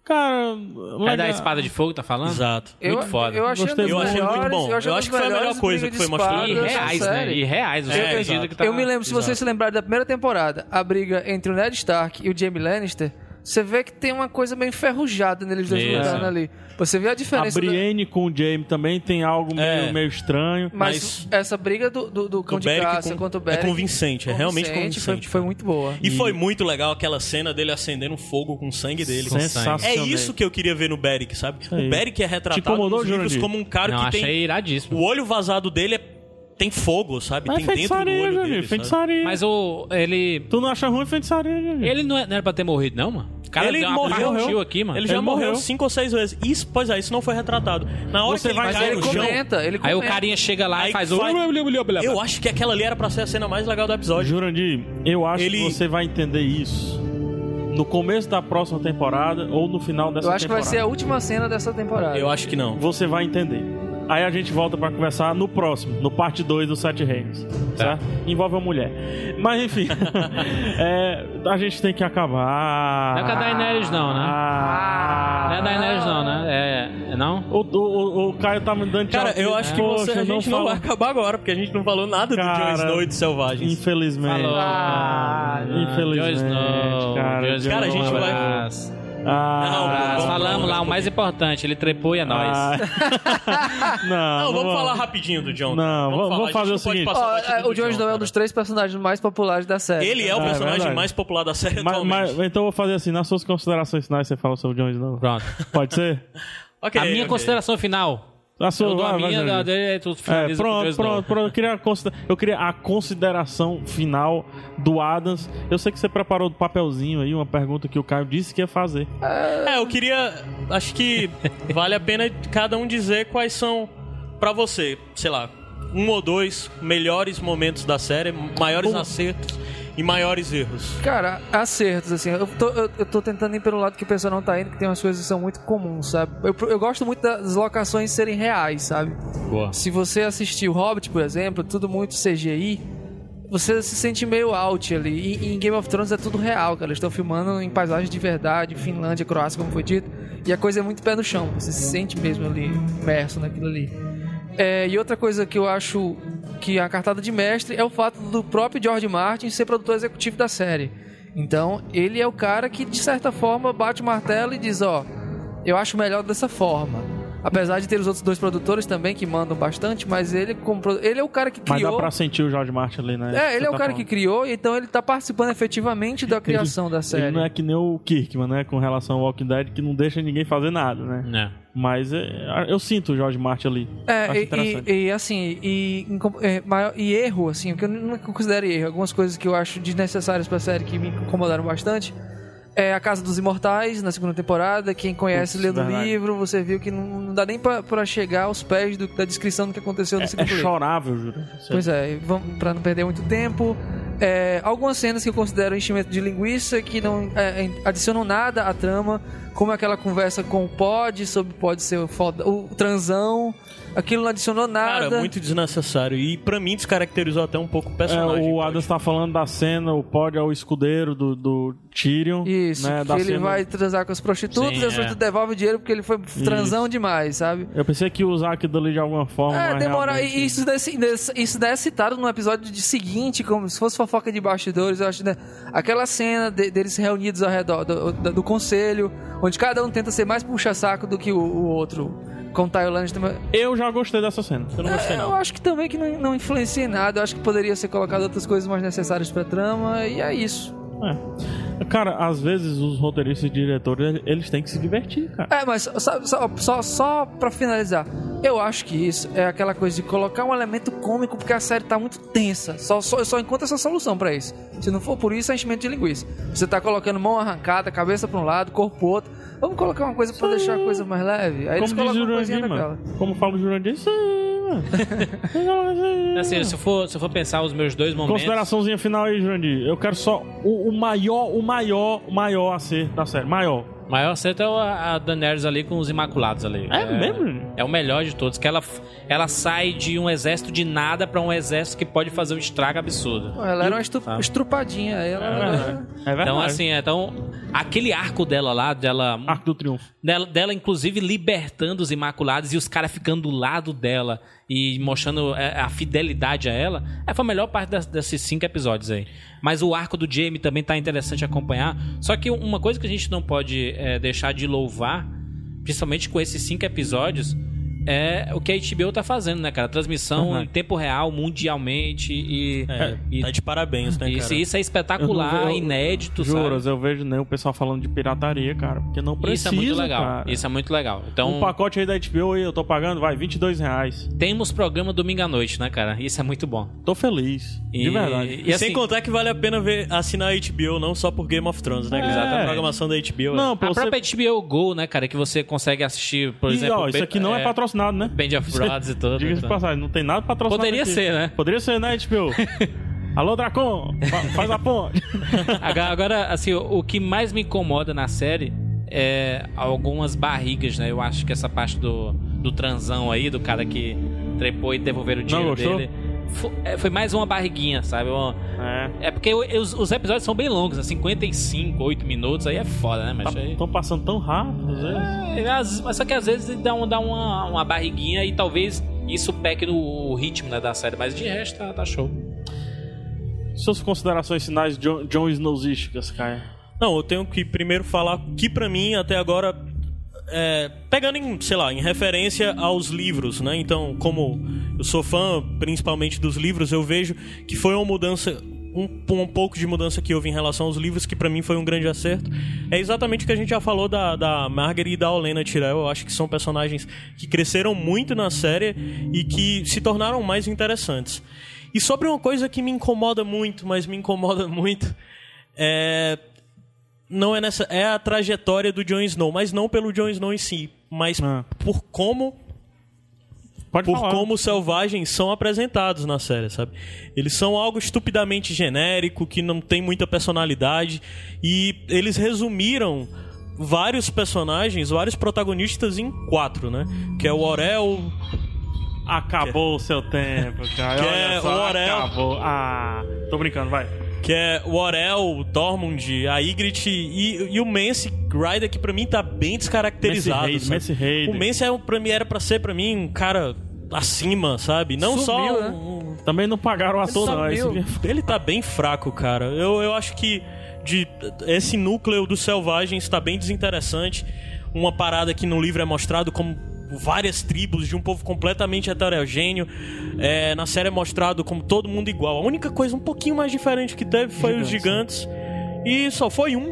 Speaker 3: cara.
Speaker 2: É
Speaker 3: legal.
Speaker 2: da espada de fogo, tá
Speaker 3: Ah.
Speaker 2: falando?
Speaker 4: Exato.
Speaker 5: É
Speaker 2: Muito foda.
Speaker 5: Eu achei,
Speaker 3: Gostei
Speaker 5: um dos
Speaker 3: muito. Eu achei
Speaker 5: melhores,
Speaker 4: muito bom.
Speaker 5: achei
Speaker 4: Eu
Speaker 5: um
Speaker 4: acho
Speaker 5: dos
Speaker 4: que foi a
Speaker 5: melhores
Speaker 4: melhor coisa
Speaker 5: brigas
Speaker 4: que foi É,
Speaker 5: de
Speaker 4: mostrada.
Speaker 2: E
Speaker 5: espadas da
Speaker 2: reais, né?
Speaker 5: série.
Speaker 2: E reais. Eu
Speaker 4: É,
Speaker 2: acredito
Speaker 4: exato.
Speaker 2: que tá...
Speaker 5: Eu me lembro, se
Speaker 2: Exato.
Speaker 5: vocês se lembrarem da primeira temporada, a briga entre o Ned Stark e o Jaime Lannister, você vê que tem uma coisa meio enferrujada neles dois
Speaker 2: Isso.
Speaker 5: lutando ali. Você vê a
Speaker 3: A
Speaker 5: diferença. da-
Speaker 3: Brienne com o Jaime também tem algo meio,
Speaker 4: É.
Speaker 3: meio estranho.
Speaker 5: Mas essa briga do, do, do um cão
Speaker 4: Do
Speaker 5: de
Speaker 4: Beric
Speaker 5: caça
Speaker 4: com-
Speaker 5: contra o
Speaker 4: é
Speaker 5: Beric.
Speaker 4: convincente, é realmente
Speaker 5: Foi,
Speaker 4: convincente.
Speaker 5: foi muito boa.
Speaker 4: E foi muito legal aquela cena dele acendendo fogo com o sangue dele.
Speaker 3: Sensacional.
Speaker 4: É isso que eu queria ver no Beric, sabe?
Speaker 3: aí.
Speaker 4: O Beric é
Speaker 3: Te
Speaker 4: retratado
Speaker 3: incomodou,
Speaker 4: nos livros
Speaker 3: Jurandir?
Speaker 4: como um cara
Speaker 2: Não,
Speaker 4: que
Speaker 2: achei
Speaker 4: tem...
Speaker 2: iradíssimo.
Speaker 4: O olho vazado dele é- tem fogo, sabe?
Speaker 3: Mas
Speaker 4: tem dentro do
Speaker 3: feitiçaria,
Speaker 4: olho
Speaker 3: Júnior.
Speaker 4: dele, sabe?
Speaker 3: Feitiçaria.
Speaker 2: Mas o... Ele...
Speaker 3: Tu não acha ruim feitiçaria, Júnior?
Speaker 2: Ele não é- não era pra ter morrido, não, mano? O cara
Speaker 4: ele
Speaker 2: deu uma partiu
Speaker 4: morreu,
Speaker 2: aqui, mano.
Speaker 4: Ele já
Speaker 3: Ele
Speaker 4: morreu,
Speaker 3: morreu.
Speaker 4: cinco ou seis vezes. Isso, pois é, isso não foi retratado. Na hora
Speaker 3: Você
Speaker 4: que ele
Speaker 3: vai-
Speaker 5: Mas
Speaker 4: cai
Speaker 5: ele
Speaker 4: no chão,
Speaker 5: comenta, ele
Speaker 2: Aí
Speaker 5: comenta.
Speaker 2: o carinha chega lá
Speaker 4: Aí
Speaker 2: e faz um- o...
Speaker 4: faz- eu acho que aquela ali era pra ser a cena mais legal do episódio.
Speaker 3: Jurandir, eu acho
Speaker 4: Ele-
Speaker 3: que você vai entender isso no começo da próxima temporada ou no final dessa
Speaker 5: Eu acho que vai
Speaker 3: temporada.
Speaker 5: ser a última cena dessa temporada.
Speaker 4: Eu acho que não.
Speaker 3: Você vai entender. Aí a gente volta pra conversar no próximo, no parte 2 do Sete Reinos.
Speaker 4: Tá.
Speaker 3: Certo? Envolve a mulher. Mas enfim, é, a gente tem que acabar.
Speaker 2: Não é com a Daenerys, não, né?
Speaker 3: Ah.
Speaker 2: Não é Daenerys, não, né? É... é Não?
Speaker 3: O, o, o, o Caio tá me dando tchau.
Speaker 4: Cara, eu acho que
Speaker 3: Poxa,
Speaker 4: você, a gente não,
Speaker 3: fala.
Speaker 4: vai acabar agora, porque a gente não falou nada
Speaker 3: Cara,
Speaker 4: do Jon Snow e dos Selvagens.
Speaker 3: Infelizmente. Ah,
Speaker 2: Falou.
Speaker 3: infelizmente,
Speaker 2: Jon Snow, Jon
Speaker 3: cara,
Speaker 2: Snow,
Speaker 4: Ah, Cara, a gente
Speaker 2: um
Speaker 4: vai-
Speaker 2: abraço.
Speaker 4: Não,
Speaker 3: Ah,
Speaker 2: Abraço.
Speaker 4: vamos-
Speaker 2: Falamos
Speaker 4: vamos
Speaker 2: lá, o mais importante, ele trepou e é nóis.
Speaker 3: Ah. não,
Speaker 4: Não, vamos falar rapidinho do Jon.
Speaker 3: Não, vamos- vamos
Speaker 4: falar,
Speaker 3: fazer
Speaker 4: a gente não
Speaker 3: o
Speaker 4: pode
Speaker 3: seguinte.
Speaker 4: passar
Speaker 5: Ó,
Speaker 4: batido
Speaker 5: é,
Speaker 4: do
Speaker 5: o Jon Snow é um
Speaker 4: cara.
Speaker 5: dos três personagens mais populares da série.
Speaker 4: Ele é o
Speaker 3: É
Speaker 4: personagem
Speaker 3: verdade.
Speaker 4: mais popular da série
Speaker 3: Mas-
Speaker 4: atualmente.
Speaker 3: mas- então eu vou fazer assim, nas suas considerações finais você fala sobre o Jon Snow.
Speaker 2: Pronto.
Speaker 3: Pode ser?
Speaker 4: Ok,
Speaker 2: a minha
Speaker 4: ok.
Speaker 2: consideração final.
Speaker 3: Na sua,
Speaker 2: Eu dou a
Speaker 3: vai, vai,
Speaker 2: minha,
Speaker 3: Jorge.
Speaker 2: a dele, tu finaliza
Speaker 3: É,
Speaker 2: com o Jon
Speaker 3: pronto,
Speaker 2: Snow.
Speaker 3: pronto, pronto. Eu queria, a considera- eu queria a consideração final do Adams. Eu sei que você preparou do papelzinho aí uma pergunta que o Caio disse que ia fazer.
Speaker 4: É, eu queria. Acho que vale a pena cada um dizer quais são, pra você, sei lá, um ou dois melhores momentos da série, maiores
Speaker 3: Um.
Speaker 4: acertos e maiores erros.
Speaker 5: Cara, acertos, assim. Eu tô, eu, eu tô tentando ir pelo lado que o pessoal não tá indo, que tem umas coisas que são muito comuns, sabe? Eu, eu gosto muito das locações serem reais, sabe?
Speaker 2: Boa.
Speaker 5: Se você assistiu Hobbit, por exemplo, tudo muito CGI, você se sente meio out ali. E, e em Game of Thrones é tudo real, cara. Eles estão filmando em paisagens de verdade, Finlândia, Croácia, como foi dito. E a coisa é muito pé no chão. Você se sente mesmo ali, imerso naquilo ali. É, e outra coisa que eu acho que a cartada de mestre é o fato do próprio George Martin ser produtor executivo da série. Então, ele é o cara que, de certa forma, bate o martelo e diz: Ó, eu acho melhor dessa forma. Apesar de ter os outros dois produtores também que mandam bastante, mas ele comprou. Ele é o cara que
Speaker 3: Mas dá
Speaker 5: criou.
Speaker 3: pra sentir o George Martin ali, né?
Speaker 5: É,
Speaker 3: Você
Speaker 5: ele é o
Speaker 3: tá
Speaker 5: cara que
Speaker 3: falando.
Speaker 5: criou, então ele tá participando efetivamente da criação da
Speaker 3: Ele é
Speaker 5: série.
Speaker 3: não é que nem o Kirkman, né? Com relação ao Walking Dead, que não deixa ninguém fazer nada, né?
Speaker 2: É.
Speaker 3: Mas é, eu sinto o George Martin ali. Acho
Speaker 5: É, e-
Speaker 3: interessante.
Speaker 5: e, e, assim, e, incom- é, maior- e erro, assim, porque eu não considero erro. Algumas coisas que eu acho desnecessárias pra série que me incomodaram bastante. É a Casa dos Imortais, na segunda temporada. Quem conhece,
Speaker 3: Putz,
Speaker 5: lê do
Speaker 3: verdade.
Speaker 5: livro, você viu que não, não dá nem pra, pra chegar aos pés do- da descrição do que aconteceu
Speaker 3: é,
Speaker 5: no
Speaker 3: é
Speaker 5: segundo livro.
Speaker 3: chorável, juro.
Speaker 5: Pois é, e vamos para não perder muito tempo. é, algumas cenas que eu considero enchimento de linguiça que não é, é, adicionam nada à trama, como aquela conversa com o Pod sobre pode ser o, foda, o transão, aquilo não adicionou nada.
Speaker 4: Cara, muito desnecessário. E pra mim descaracterizou até um pouco o
Speaker 3: É,
Speaker 4: personagem.
Speaker 3: o
Speaker 4: pode.
Speaker 3: Adams tá falando da cena, o Pod é o escudeiro do, do Tyrion.
Speaker 5: Isso,
Speaker 3: né,
Speaker 5: que
Speaker 3: da
Speaker 5: ele
Speaker 3: cena-
Speaker 5: vai transar com as
Speaker 2: Sim,
Speaker 5: prostitutas, e as
Speaker 2: é.
Speaker 5: prostitutas devolvem o dinheiro porque ele foi transão demais, sabe?
Speaker 3: Eu pensei que ia usar aquilo ali de alguma forma.
Speaker 5: É,
Speaker 3: mas
Speaker 5: demora.
Speaker 3: realmente-
Speaker 5: e Isso, daí se- des- isso daí é citado no episódio de seguinte, como se fosse fofoca de bastidores. Eu acho, né? Aquela cena de- deles reunidos ao redor do, do- do conselho, onde cada um tenta ser mais puxa-saco do que o, o outro. Com o Tyrone também. É,
Speaker 3: Eu já gostei dessa cena.
Speaker 4: Eu não gostei,
Speaker 5: Eu
Speaker 4: não.
Speaker 5: acho que também que não, não influencia em nada. Eu acho que poderia ser colocado outras coisas mais necessárias pra trama, e é isso.
Speaker 3: É. Cara, às vezes os roteiristas e diretores, eles têm que se divertir, cara.
Speaker 5: É, mas só, só, só, só pra finalizar, eu acho que isso é aquela coisa de colocar um elemento cômico porque a série tá muito tensa. Só, só, eu só encontro essa solução pra isso. Se não for por isso, é enchimento de linguiça. Você tá colocando mão arrancada, cabeça pra um lado, corpo pro outro. Vamos colocar uma coisa pra deixar a coisa mais leve? Aí É, eles
Speaker 3: Como diz
Speaker 5: colocam
Speaker 3: o
Speaker 5: uma coisinha
Speaker 3: Jurandir,
Speaker 5: daquela.
Speaker 3: mano. Como fala o Jurandir, isso é, aí, mano.
Speaker 2: Assim, se eu for, se eu for pensar os meus dois momentos.
Speaker 3: Consideraçãozinha final aí, Jurandir. Eu quero só o, o maior, o maior, o maior acerto da série. Maior.
Speaker 2: O maior acerto é o- a Daenerys ali com os Imaculados ali.
Speaker 3: É, mesmo, Jurandir?
Speaker 2: É o melhor de todos, que ela, ela sai de um exército de nada pra um exército que pode fazer um estrago absurdo.
Speaker 5: Pô, Ela era uma estu-
Speaker 2: Ah.
Speaker 5: estrupadinha. aí Ela,
Speaker 3: É verdade. É verdade.
Speaker 2: Então, assim, é, então, aquele arco dela lá, dela,
Speaker 3: Arco do Triunfo.
Speaker 2: dela, dela, inclusive libertando os Imaculados e os caras ficando do lado dela e mostrando é, a fidelidade a ela, é, foi a melhor parte das- desses cinco episódios aí. Mas o arco do Jamie também tá interessante acompanhar. Só que uma coisa que a gente não pode é, deixar de louvar, principalmente com esses cinco episódios, é o que a HBO tá fazendo, né, cara? Transmissão
Speaker 3: Uhum.
Speaker 2: em tempo real, mundialmente e.
Speaker 4: É,
Speaker 2: e-
Speaker 4: tá de parabéns, né,
Speaker 2: isso,
Speaker 4: cara?
Speaker 2: isso é
Speaker 3: Eu
Speaker 2: espetacular,
Speaker 3: não ve- eu-
Speaker 2: inédito, sabe?
Speaker 3: Juras, eu vejo nem o pessoal falando de pirataria, cara. Porque não precisa.
Speaker 2: Isso é muito legal.
Speaker 3: cara.
Speaker 2: Isso é muito legal. Então,
Speaker 3: Um pacote aí da HBO aí, eu tô pagando, vai, 22 reais.
Speaker 2: temos programa domingo à noite, né, cara? Isso é muito bom.
Speaker 3: Tô feliz. De
Speaker 2: E-
Speaker 3: verdade.
Speaker 2: E
Speaker 4: E
Speaker 2: assim,
Speaker 4: sem contar que vale a pena ver, assinar a HBO, não só por Game of Thrones, né? Exato.
Speaker 3: É.
Speaker 4: A programação da HBO.
Speaker 3: Não,
Speaker 4: é.
Speaker 3: pô,
Speaker 2: a
Speaker 3: você...
Speaker 2: própria HBO Go, né, cara, que você consegue assistir, por
Speaker 3: E,
Speaker 2: exemplo...
Speaker 3: ó, isso
Speaker 2: Ba-
Speaker 3: aqui não é, patrocinado, né?
Speaker 2: Band of Brothers e tudo.
Speaker 3: Diga-se de
Speaker 2: então.
Speaker 3: passagem, não tem nada patrocinado.
Speaker 2: Poderia
Speaker 3: aqui.
Speaker 2: ser, né?
Speaker 3: Poderia ser, né, HBO? Alô, Dracon, fa- faz a ponte.
Speaker 2: Aga- Agora, assim, o o que mais me incomoda na série é algumas barrigas, né? Eu acho que essa parte do, do transão aí, do cara que trepou e devolveram o dinheiro
Speaker 3: gostou?
Speaker 2: dele... fo- é, Foi mais uma barriguinha, sabe? Uma-
Speaker 3: É.
Speaker 2: É porque eu- eu- os, os episódios são bem longos, né? 55, 8 minutos, aí é foda, né,
Speaker 3: Tá-
Speaker 2: mas aí...
Speaker 3: Tão passando tão rápido, às vezes.
Speaker 2: É, às- Mas só que às vezes dá, um, dá uma, uma barriguinha e talvez isso peque no o ritmo né, da série, mas de resto tá, tá show.
Speaker 3: Suas considerações finais John, John Snowzísticas, cara.
Speaker 4: Não, eu tenho que primeiro falar que pra mim até agora é, pegando em, sei lá, em referência aos livros, né? Então, como eu sou fã principalmente dos livros, eu vejo que foi uma mudança um, um pouco de mudança que houve em relação aos livros, que pra mim foi um grande acerto. É exatamente o que a gente já falou da, da Margaret e da Olena Tyrell. Eu acho que são personagens que cresceram muito na série e que se tornaram mais interessantes. E sobre uma coisa que me incomoda muito, mas me incomoda muito, é não é nessa. É a trajetória do Jon Snow, mas não pelo Jon Snow em si, mas
Speaker 3: Ah.
Speaker 4: por como.
Speaker 3: Pode
Speaker 4: Por
Speaker 3: falar.
Speaker 4: como os selvagens são apresentados na série, sabe? Eles são algo estupidamente genérico, que não tem muita personalidade. E eles resumiram vários personagens, vários protagonistas em quatro, né? Que é o Orel,
Speaker 3: Acabou o seu tempo, cara.
Speaker 4: Que
Speaker 3: Olha
Speaker 4: é
Speaker 3: só,
Speaker 4: o Orel.
Speaker 3: acabou. Ah, tô brincando, vai.
Speaker 4: que é o Orel, o Dormund, a Ygritte e, e o Mance Rider, que pra mim tá bem descaracterizado.
Speaker 3: Mance Raider,
Speaker 4: sabe?
Speaker 3: Mance Raider.
Speaker 4: O Mance é, um- pra mim, era pra ser pra mim um cara acima, sabe? Não
Speaker 5: Sumiu,
Speaker 4: só.
Speaker 5: né?
Speaker 4: um- um-
Speaker 3: Também não pagaram o ator, não.
Speaker 5: sumiu.
Speaker 3: Esse-
Speaker 4: Ele tá bem fraco, cara. Eu, eu acho que de, esse núcleo dos selvagens tá bem desinteressante. Uma parada que no livro é mostrado como várias tribos de um povo completamente heterogêneo. É, na série é mostrado como todo
Speaker 2: né?
Speaker 4: mundo igual. A única coisa um pouquinho mais diferente que teve foi os gigantes. E só foi um.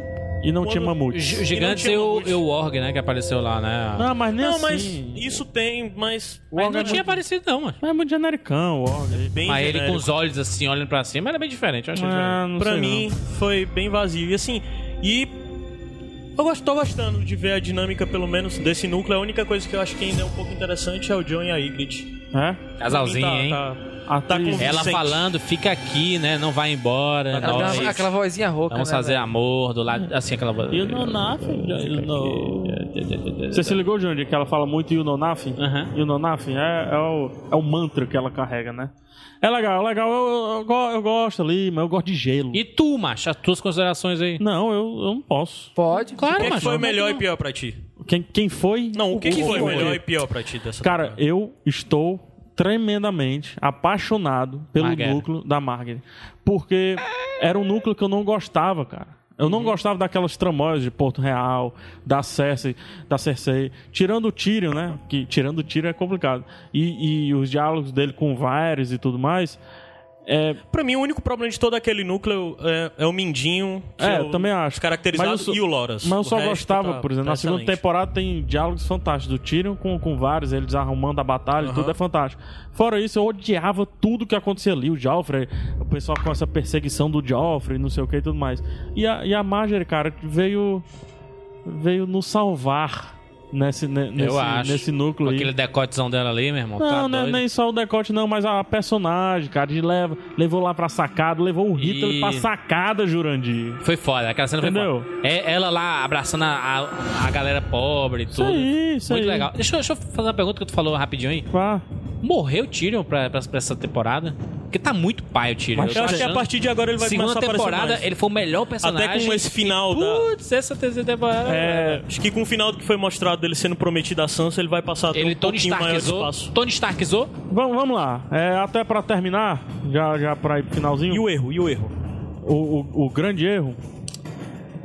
Speaker 3: E não tinha mamute.
Speaker 2: Gi- Gigantes
Speaker 4: E não
Speaker 2: e
Speaker 4: tinha
Speaker 2: o,
Speaker 4: mamute.
Speaker 2: e o Org, né? Que apareceu lá, né?
Speaker 3: Não, mas nem
Speaker 4: Não, é
Speaker 3: assim. é
Speaker 4: mas isso tem, mas. é
Speaker 2: mas não tinha aparecido, não, mano.
Speaker 3: Mas é muito genericão, ó.
Speaker 4: Bem
Speaker 2: Mas ele com
Speaker 4: genérico.
Speaker 2: os olhos assim, olhando pra cima, era bem diferente. Eu achei
Speaker 3: Ah,
Speaker 2: diferente.
Speaker 3: não
Speaker 4: pra
Speaker 3: sei
Speaker 4: mim foi bem vazio. E assim, e eu gosto, tô gostando de ver a dinâmica, pelo menos, desse núcleo. A única coisa que eu acho que ainda é um pouco interessante é o John e a Ygritte.
Speaker 3: não. É?
Speaker 2: Casalzinho,
Speaker 4: Pra mim
Speaker 2: hein?
Speaker 4: tá-
Speaker 3: A atriz-
Speaker 4: com-
Speaker 2: Ela
Speaker 4: Vicente.
Speaker 2: falando, fica aqui, né? Não vai embora.
Speaker 5: Ela
Speaker 2: nós
Speaker 5: dá uma- aquela vozinha rouca.
Speaker 2: Vamos
Speaker 5: né,
Speaker 2: fazer
Speaker 5: velho?
Speaker 2: amor do lado. Assim, aquela voz.
Speaker 3: You know nothing, you know. Você se ligou, Júnior, que ela fala muito You know nothing?
Speaker 2: Aham.
Speaker 3: You know nothing é, é, o, é o mantra que ela carrega, né? É legal, é legal. Eu, eu, go- eu gosto ali, mas eu gosto de gelo.
Speaker 2: E tu, macho, as tuas considerações aí?
Speaker 3: Não, eu, eu não posso.
Speaker 5: Pode.
Speaker 4: O
Speaker 2: Claro,
Speaker 4: é que, que
Speaker 2: macho.
Speaker 4: foi melhor e pior pra ti?
Speaker 3: Quem, quem foi?
Speaker 4: Não, o que,
Speaker 3: é O-
Speaker 4: que
Speaker 3: o-
Speaker 4: foi
Speaker 3: o-
Speaker 4: melhor e pior pra ti dessa
Speaker 3: Cara,
Speaker 4: temporada?
Speaker 3: eu estou tremendamente apaixonado pelo
Speaker 2: Margaret.
Speaker 3: núcleo da Margaret. Porque era um núcleo que eu não gostava, cara. Eu
Speaker 4: Uhum.
Speaker 3: não gostava daquelas tramóias de Porto Real, da Cersei, da Cersei. Tirando o Tyrion, né? Que tirando o Tyrion é complicado. E, e os diálogos dele com o Varys e tudo mais. É,
Speaker 4: pra mim, o único problema de todo aquele núcleo é, é o Mindinho. que
Speaker 3: é,
Speaker 4: é
Speaker 3: eu
Speaker 4: o
Speaker 3: também acho.
Speaker 4: Caracterizado
Speaker 3: Mas eu só-
Speaker 4: e o Loras.
Speaker 3: Mas eu
Speaker 4: O
Speaker 3: só
Speaker 4: resto
Speaker 3: gostava,
Speaker 4: tá-
Speaker 3: por exemplo,
Speaker 4: tá
Speaker 3: na segunda
Speaker 4: excelente.
Speaker 3: temporada tem diálogos fantásticos do Tyrion com, com vários, eles arrumando a batalha,
Speaker 4: Aham.
Speaker 3: tudo é fantástico. Fora isso, eu odiava tudo que acontecia ali, o Joffrey, o pessoal com essa perseguição do Joffrey, não sei o que e tudo mais. E a, e a Marjorie, cara, veio veio nos salvar nesse, ne- nesse,
Speaker 2: Eu acho.
Speaker 3: nesse
Speaker 2: Com
Speaker 3: núcleo aí.
Speaker 2: aquele decotezão dela ali, meu irmão. tá
Speaker 3: Não, não é
Speaker 2: doido.
Speaker 3: nem só o decote, não, mas a personagem, cara, de leva, levou lá pra sacada, levou o Hitler
Speaker 2: E-
Speaker 3: pra sacada, Jurandir.
Speaker 2: Foi foda, aquela cena
Speaker 3: Entendeu?
Speaker 2: foi foda. É, ela lá abraçando a, a, a galera pobre e tudo.
Speaker 3: aí, isso
Speaker 2: Muito
Speaker 3: aí.
Speaker 2: legal. Deixa, eu- deixa eu fazer uma pergunta que tu falou rapidinho aí.
Speaker 3: Vá.
Speaker 2: Morreu o Tyrion pra, pra, pra essa temporada? Porque tá muito pai o Tyrion.
Speaker 3: Mas
Speaker 2: tô
Speaker 4: Eu acho que a
Speaker 2: achando.
Speaker 4: partir de agora ele vai
Speaker 2: Segunda
Speaker 4: começar a aparecer
Speaker 2: temporada,
Speaker 4: mais.
Speaker 2: ele foi o melhor
Speaker 3: um
Speaker 2: personagem.
Speaker 4: Até com esse final da...
Speaker 2: Putz, essa terceira temporada.
Speaker 3: É,
Speaker 4: Acho que com o final que foi mostrado dele sendo prometido a Sansa, ele vai passar a ter
Speaker 2: Ele
Speaker 4: um
Speaker 2: Tony
Speaker 4: pouquinho maior de
Speaker 2: Starkizou.
Speaker 4: espaço.
Speaker 2: Tony Starkizou.
Speaker 3: Vamos, vamos lá. É, até pra terminar, já, já pra ir pro finalzinho,
Speaker 4: E o erro, e o erro?
Speaker 3: o, o- o grande erro,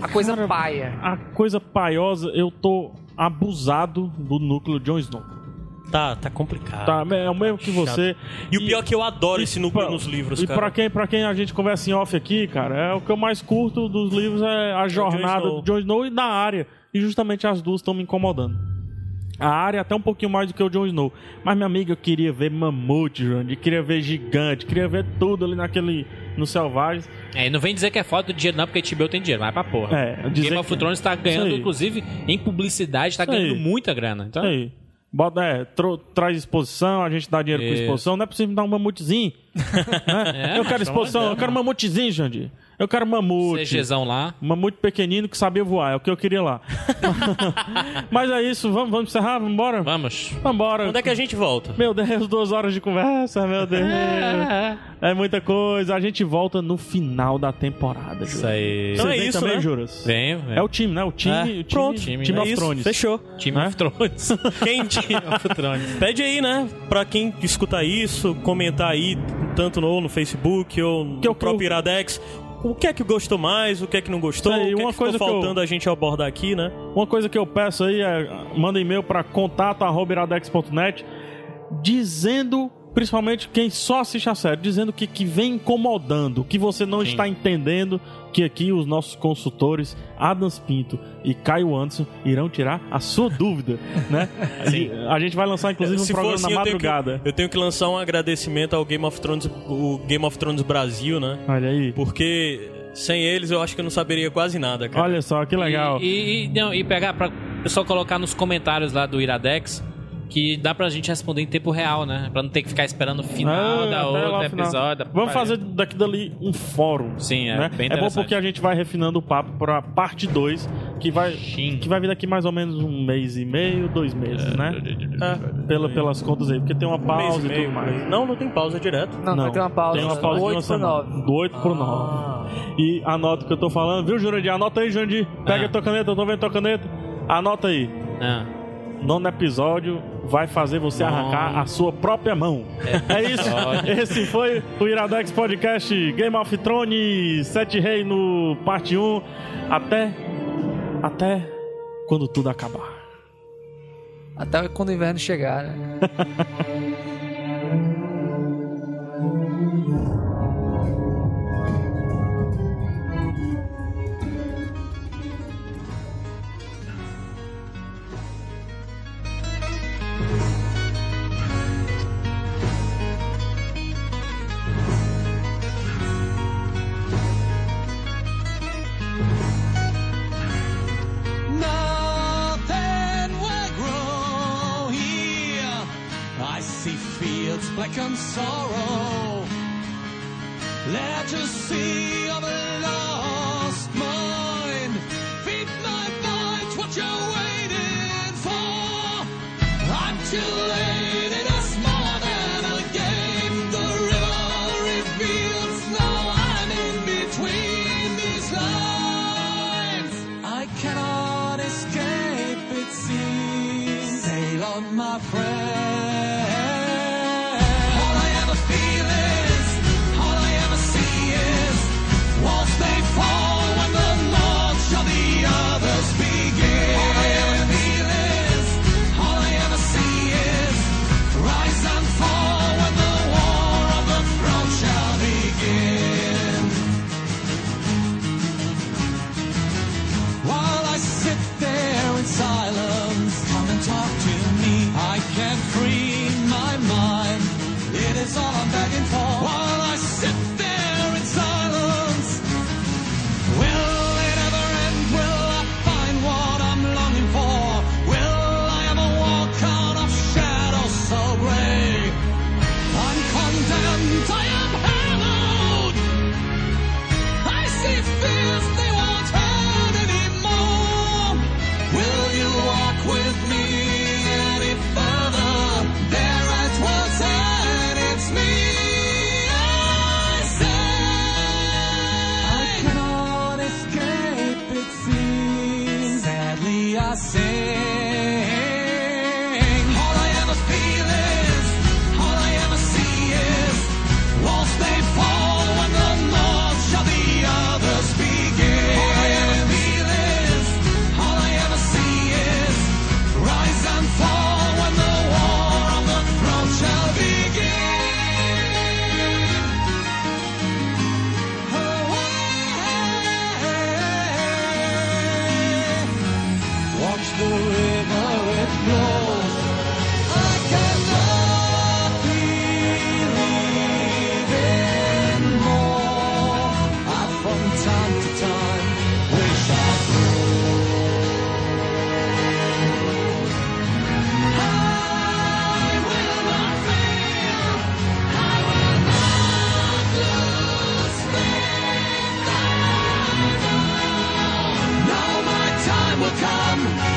Speaker 5: A coisa paia.
Speaker 3: a coisa paiosa, eu tô abusado do núcleo Jon Snow.
Speaker 4: Tá, tá complicado.
Speaker 3: Tá, é o mesmo que
Speaker 4: Chato.
Speaker 3: você.
Speaker 4: E o pior é que eu adoro
Speaker 3: e
Speaker 4: esse núcleo
Speaker 3: pra-
Speaker 4: nos livros,
Speaker 3: e
Speaker 4: cara.
Speaker 3: pra quem, pra quem a gente conversa em off aqui, cara, é o que eu mais curto dos livros é a jornada
Speaker 4: Snow.
Speaker 3: do Jon Snow e da área. E justamente as duas estão me incomodando. A área até um pouquinho mais do que o Jon Snow. Mas, minha amiga, eu queria ver mamute, Jurandir, queria ver gigante, queria ver tudo ali naquele. no Selvagens.
Speaker 2: É, e não vem dizer que é falta de dinheiro, não, porque HBO tem dinheiro, vai pra porra.
Speaker 3: É, dizer
Speaker 2: Game of
Speaker 3: que-
Speaker 2: Thrones tá ganhando,
Speaker 3: Isso aí.
Speaker 2: inclusive, em publicidade, tá
Speaker 3: Isso
Speaker 2: ganhando
Speaker 3: aí.
Speaker 2: muita grana. Então,
Speaker 3: Aí. Bota, é, tro- traz exposição, a gente dá dinheiro com
Speaker 2: Isso.
Speaker 3: exposição. Não é possível me dar um mamutezinho. né?
Speaker 2: É,
Speaker 3: eu quero
Speaker 2: mas
Speaker 3: exposição,
Speaker 2: vamos
Speaker 3: eu quero mamutezinho, Jandir. Eu quero mamute.
Speaker 2: CGzão lá.
Speaker 3: Mamute pequenino que sabia voar, é o que eu queria lá. Mas é isso, vamos, vamos encerrar? Vamos embora?
Speaker 2: Vamos.
Speaker 3: Vamos embora.
Speaker 4: Quando é que a gente volta?
Speaker 3: Meu Deus, duas horas de conversa, meu Deus.
Speaker 2: Ah.
Speaker 3: é muita coisa. A gente volta no final da temporada. Juras.
Speaker 2: Isso aí.
Speaker 4: Então
Speaker 3: Vocês
Speaker 4: é
Speaker 3: vêm
Speaker 4: isso,
Speaker 3: também,
Speaker 4: né?
Speaker 3: Juras?
Speaker 2: Vem, vem.
Speaker 3: É o né? time, né? O time,
Speaker 4: É,
Speaker 3: o time,
Speaker 4: pronto. né?
Speaker 3: time,
Speaker 2: É
Speaker 3: of
Speaker 4: isso,
Speaker 3: Thrones.
Speaker 4: Fechou.
Speaker 2: Time of Thrones.
Speaker 4: Quem
Speaker 3: É
Speaker 4: Pede aí, né? Pra quem escutar isso, comentar aí, tanto no, no Facebook ou no
Speaker 3: Que eu-
Speaker 4: próprio Iradex. O que é que gostou mais, o que é que não gostou,
Speaker 3: Isso aí,
Speaker 4: o que
Speaker 3: uma
Speaker 4: é que ficou
Speaker 3: coisa que eu-
Speaker 4: faltando a gente abordar aqui, né?
Speaker 3: Uma coisa que eu peço aí é manda e-mail para contato@iradex.net dizendo principalmente quem só assiste a série, dizendo que que vem incomodando, que você não
Speaker 2: Sim.
Speaker 3: está entendendo, que aqui os nossos consultores Adams Pinto e Caio Anderson irão tirar a sua dúvida, né? E A gente vai lançar inclusive um
Speaker 4: Se for
Speaker 3: programa
Speaker 4: assim,
Speaker 3: na
Speaker 4: eu tenho que-
Speaker 3: madrugada.
Speaker 4: Eu tenho que lançar um agradecimento ao Game of Thrones, o Game of Thrones Brasil, né?
Speaker 3: Olha aí.
Speaker 4: Porque sem eles eu acho que eu não saberia quase nada, cara.
Speaker 3: Olha só que legal.
Speaker 2: E, e- não, e pegar pra só colocar nos comentários lá do Iradex que dá pra gente responder em tempo real, né? Pra não ter que ficar esperando o final
Speaker 3: É,
Speaker 2: da
Speaker 3: até lá
Speaker 2: outra
Speaker 3: o final.
Speaker 2: episódio.
Speaker 3: Vamos fazer daqui dali um fórum.
Speaker 2: Sim, é bem
Speaker 3: né? É bom
Speaker 2: interessante.
Speaker 3: porque a gente vai refinando o papo pra parte 2, que vai
Speaker 2: Sim.
Speaker 3: que vai vir daqui mais ou menos um mês e meio, dois meses, né? É, pela, pelas contas aí, porque tem uma
Speaker 4: Um mês
Speaker 3: pausa
Speaker 4: e
Speaker 3: e,
Speaker 4: meio,
Speaker 3: tudo mais.
Speaker 4: Não, não tem pausa é direto.
Speaker 5: Não, vai ter uma pausa.
Speaker 3: Tem uma pausa
Speaker 5: do
Speaker 3: de uma
Speaker 5: 8 pro
Speaker 3: semana.
Speaker 5: 9.
Speaker 3: Do 8 pro 9. E anota o que eu tô falando, viu, Jurandir? Anota aí, Jurandir. Pega
Speaker 2: Ah.
Speaker 3: a tua caneta, eu tô vendo tua caneta. Anota aí.
Speaker 2: Ah,
Speaker 3: Nono episódio vai fazer você arrancar a sua própria mão. É, isso. Esse foi o Iradex Podcast Game of Thrones Sete Rei no parte 1. Até até quando tudo acabar.
Speaker 5: Até quando o inverno chegar, né? second sorrow. Legacy of a lost mind. Feed my mind what you're waiting for. I'm too late. It is more than a game. The river reveals now I'm in between these lines. I cannot escape, it seems. Sail on, my friend. All I ever feel is, all I ever see is, walls they fall when the march of the others begin. All I ever feel is, all I ever see is, rise and fall when the war of the throne shall begin. While I sit there in silence, come and talk to me. I can't free my mind. It is all I'm begging for. While I sit there in silence, will it ever end? Will I find what I'm longing for? Will I ever walk out of shadows so gray? I'm condemned. I am hallowed. I see fears they won't hurt anymore. Will you walk with me any further? There it was, and it's me. I say I cannot escape. It seems sadly I sing. All I ever feel is, all I ever see is, walls they fall when the north shall the others begin. All I ever feel is, all I ever see is, rise and fall when the war on the throne shall begin. Watch the river, it flows. I cannot believe anymore. I, from time to time, wish I could. I will not fail. I will not lose faith. Now my time will come.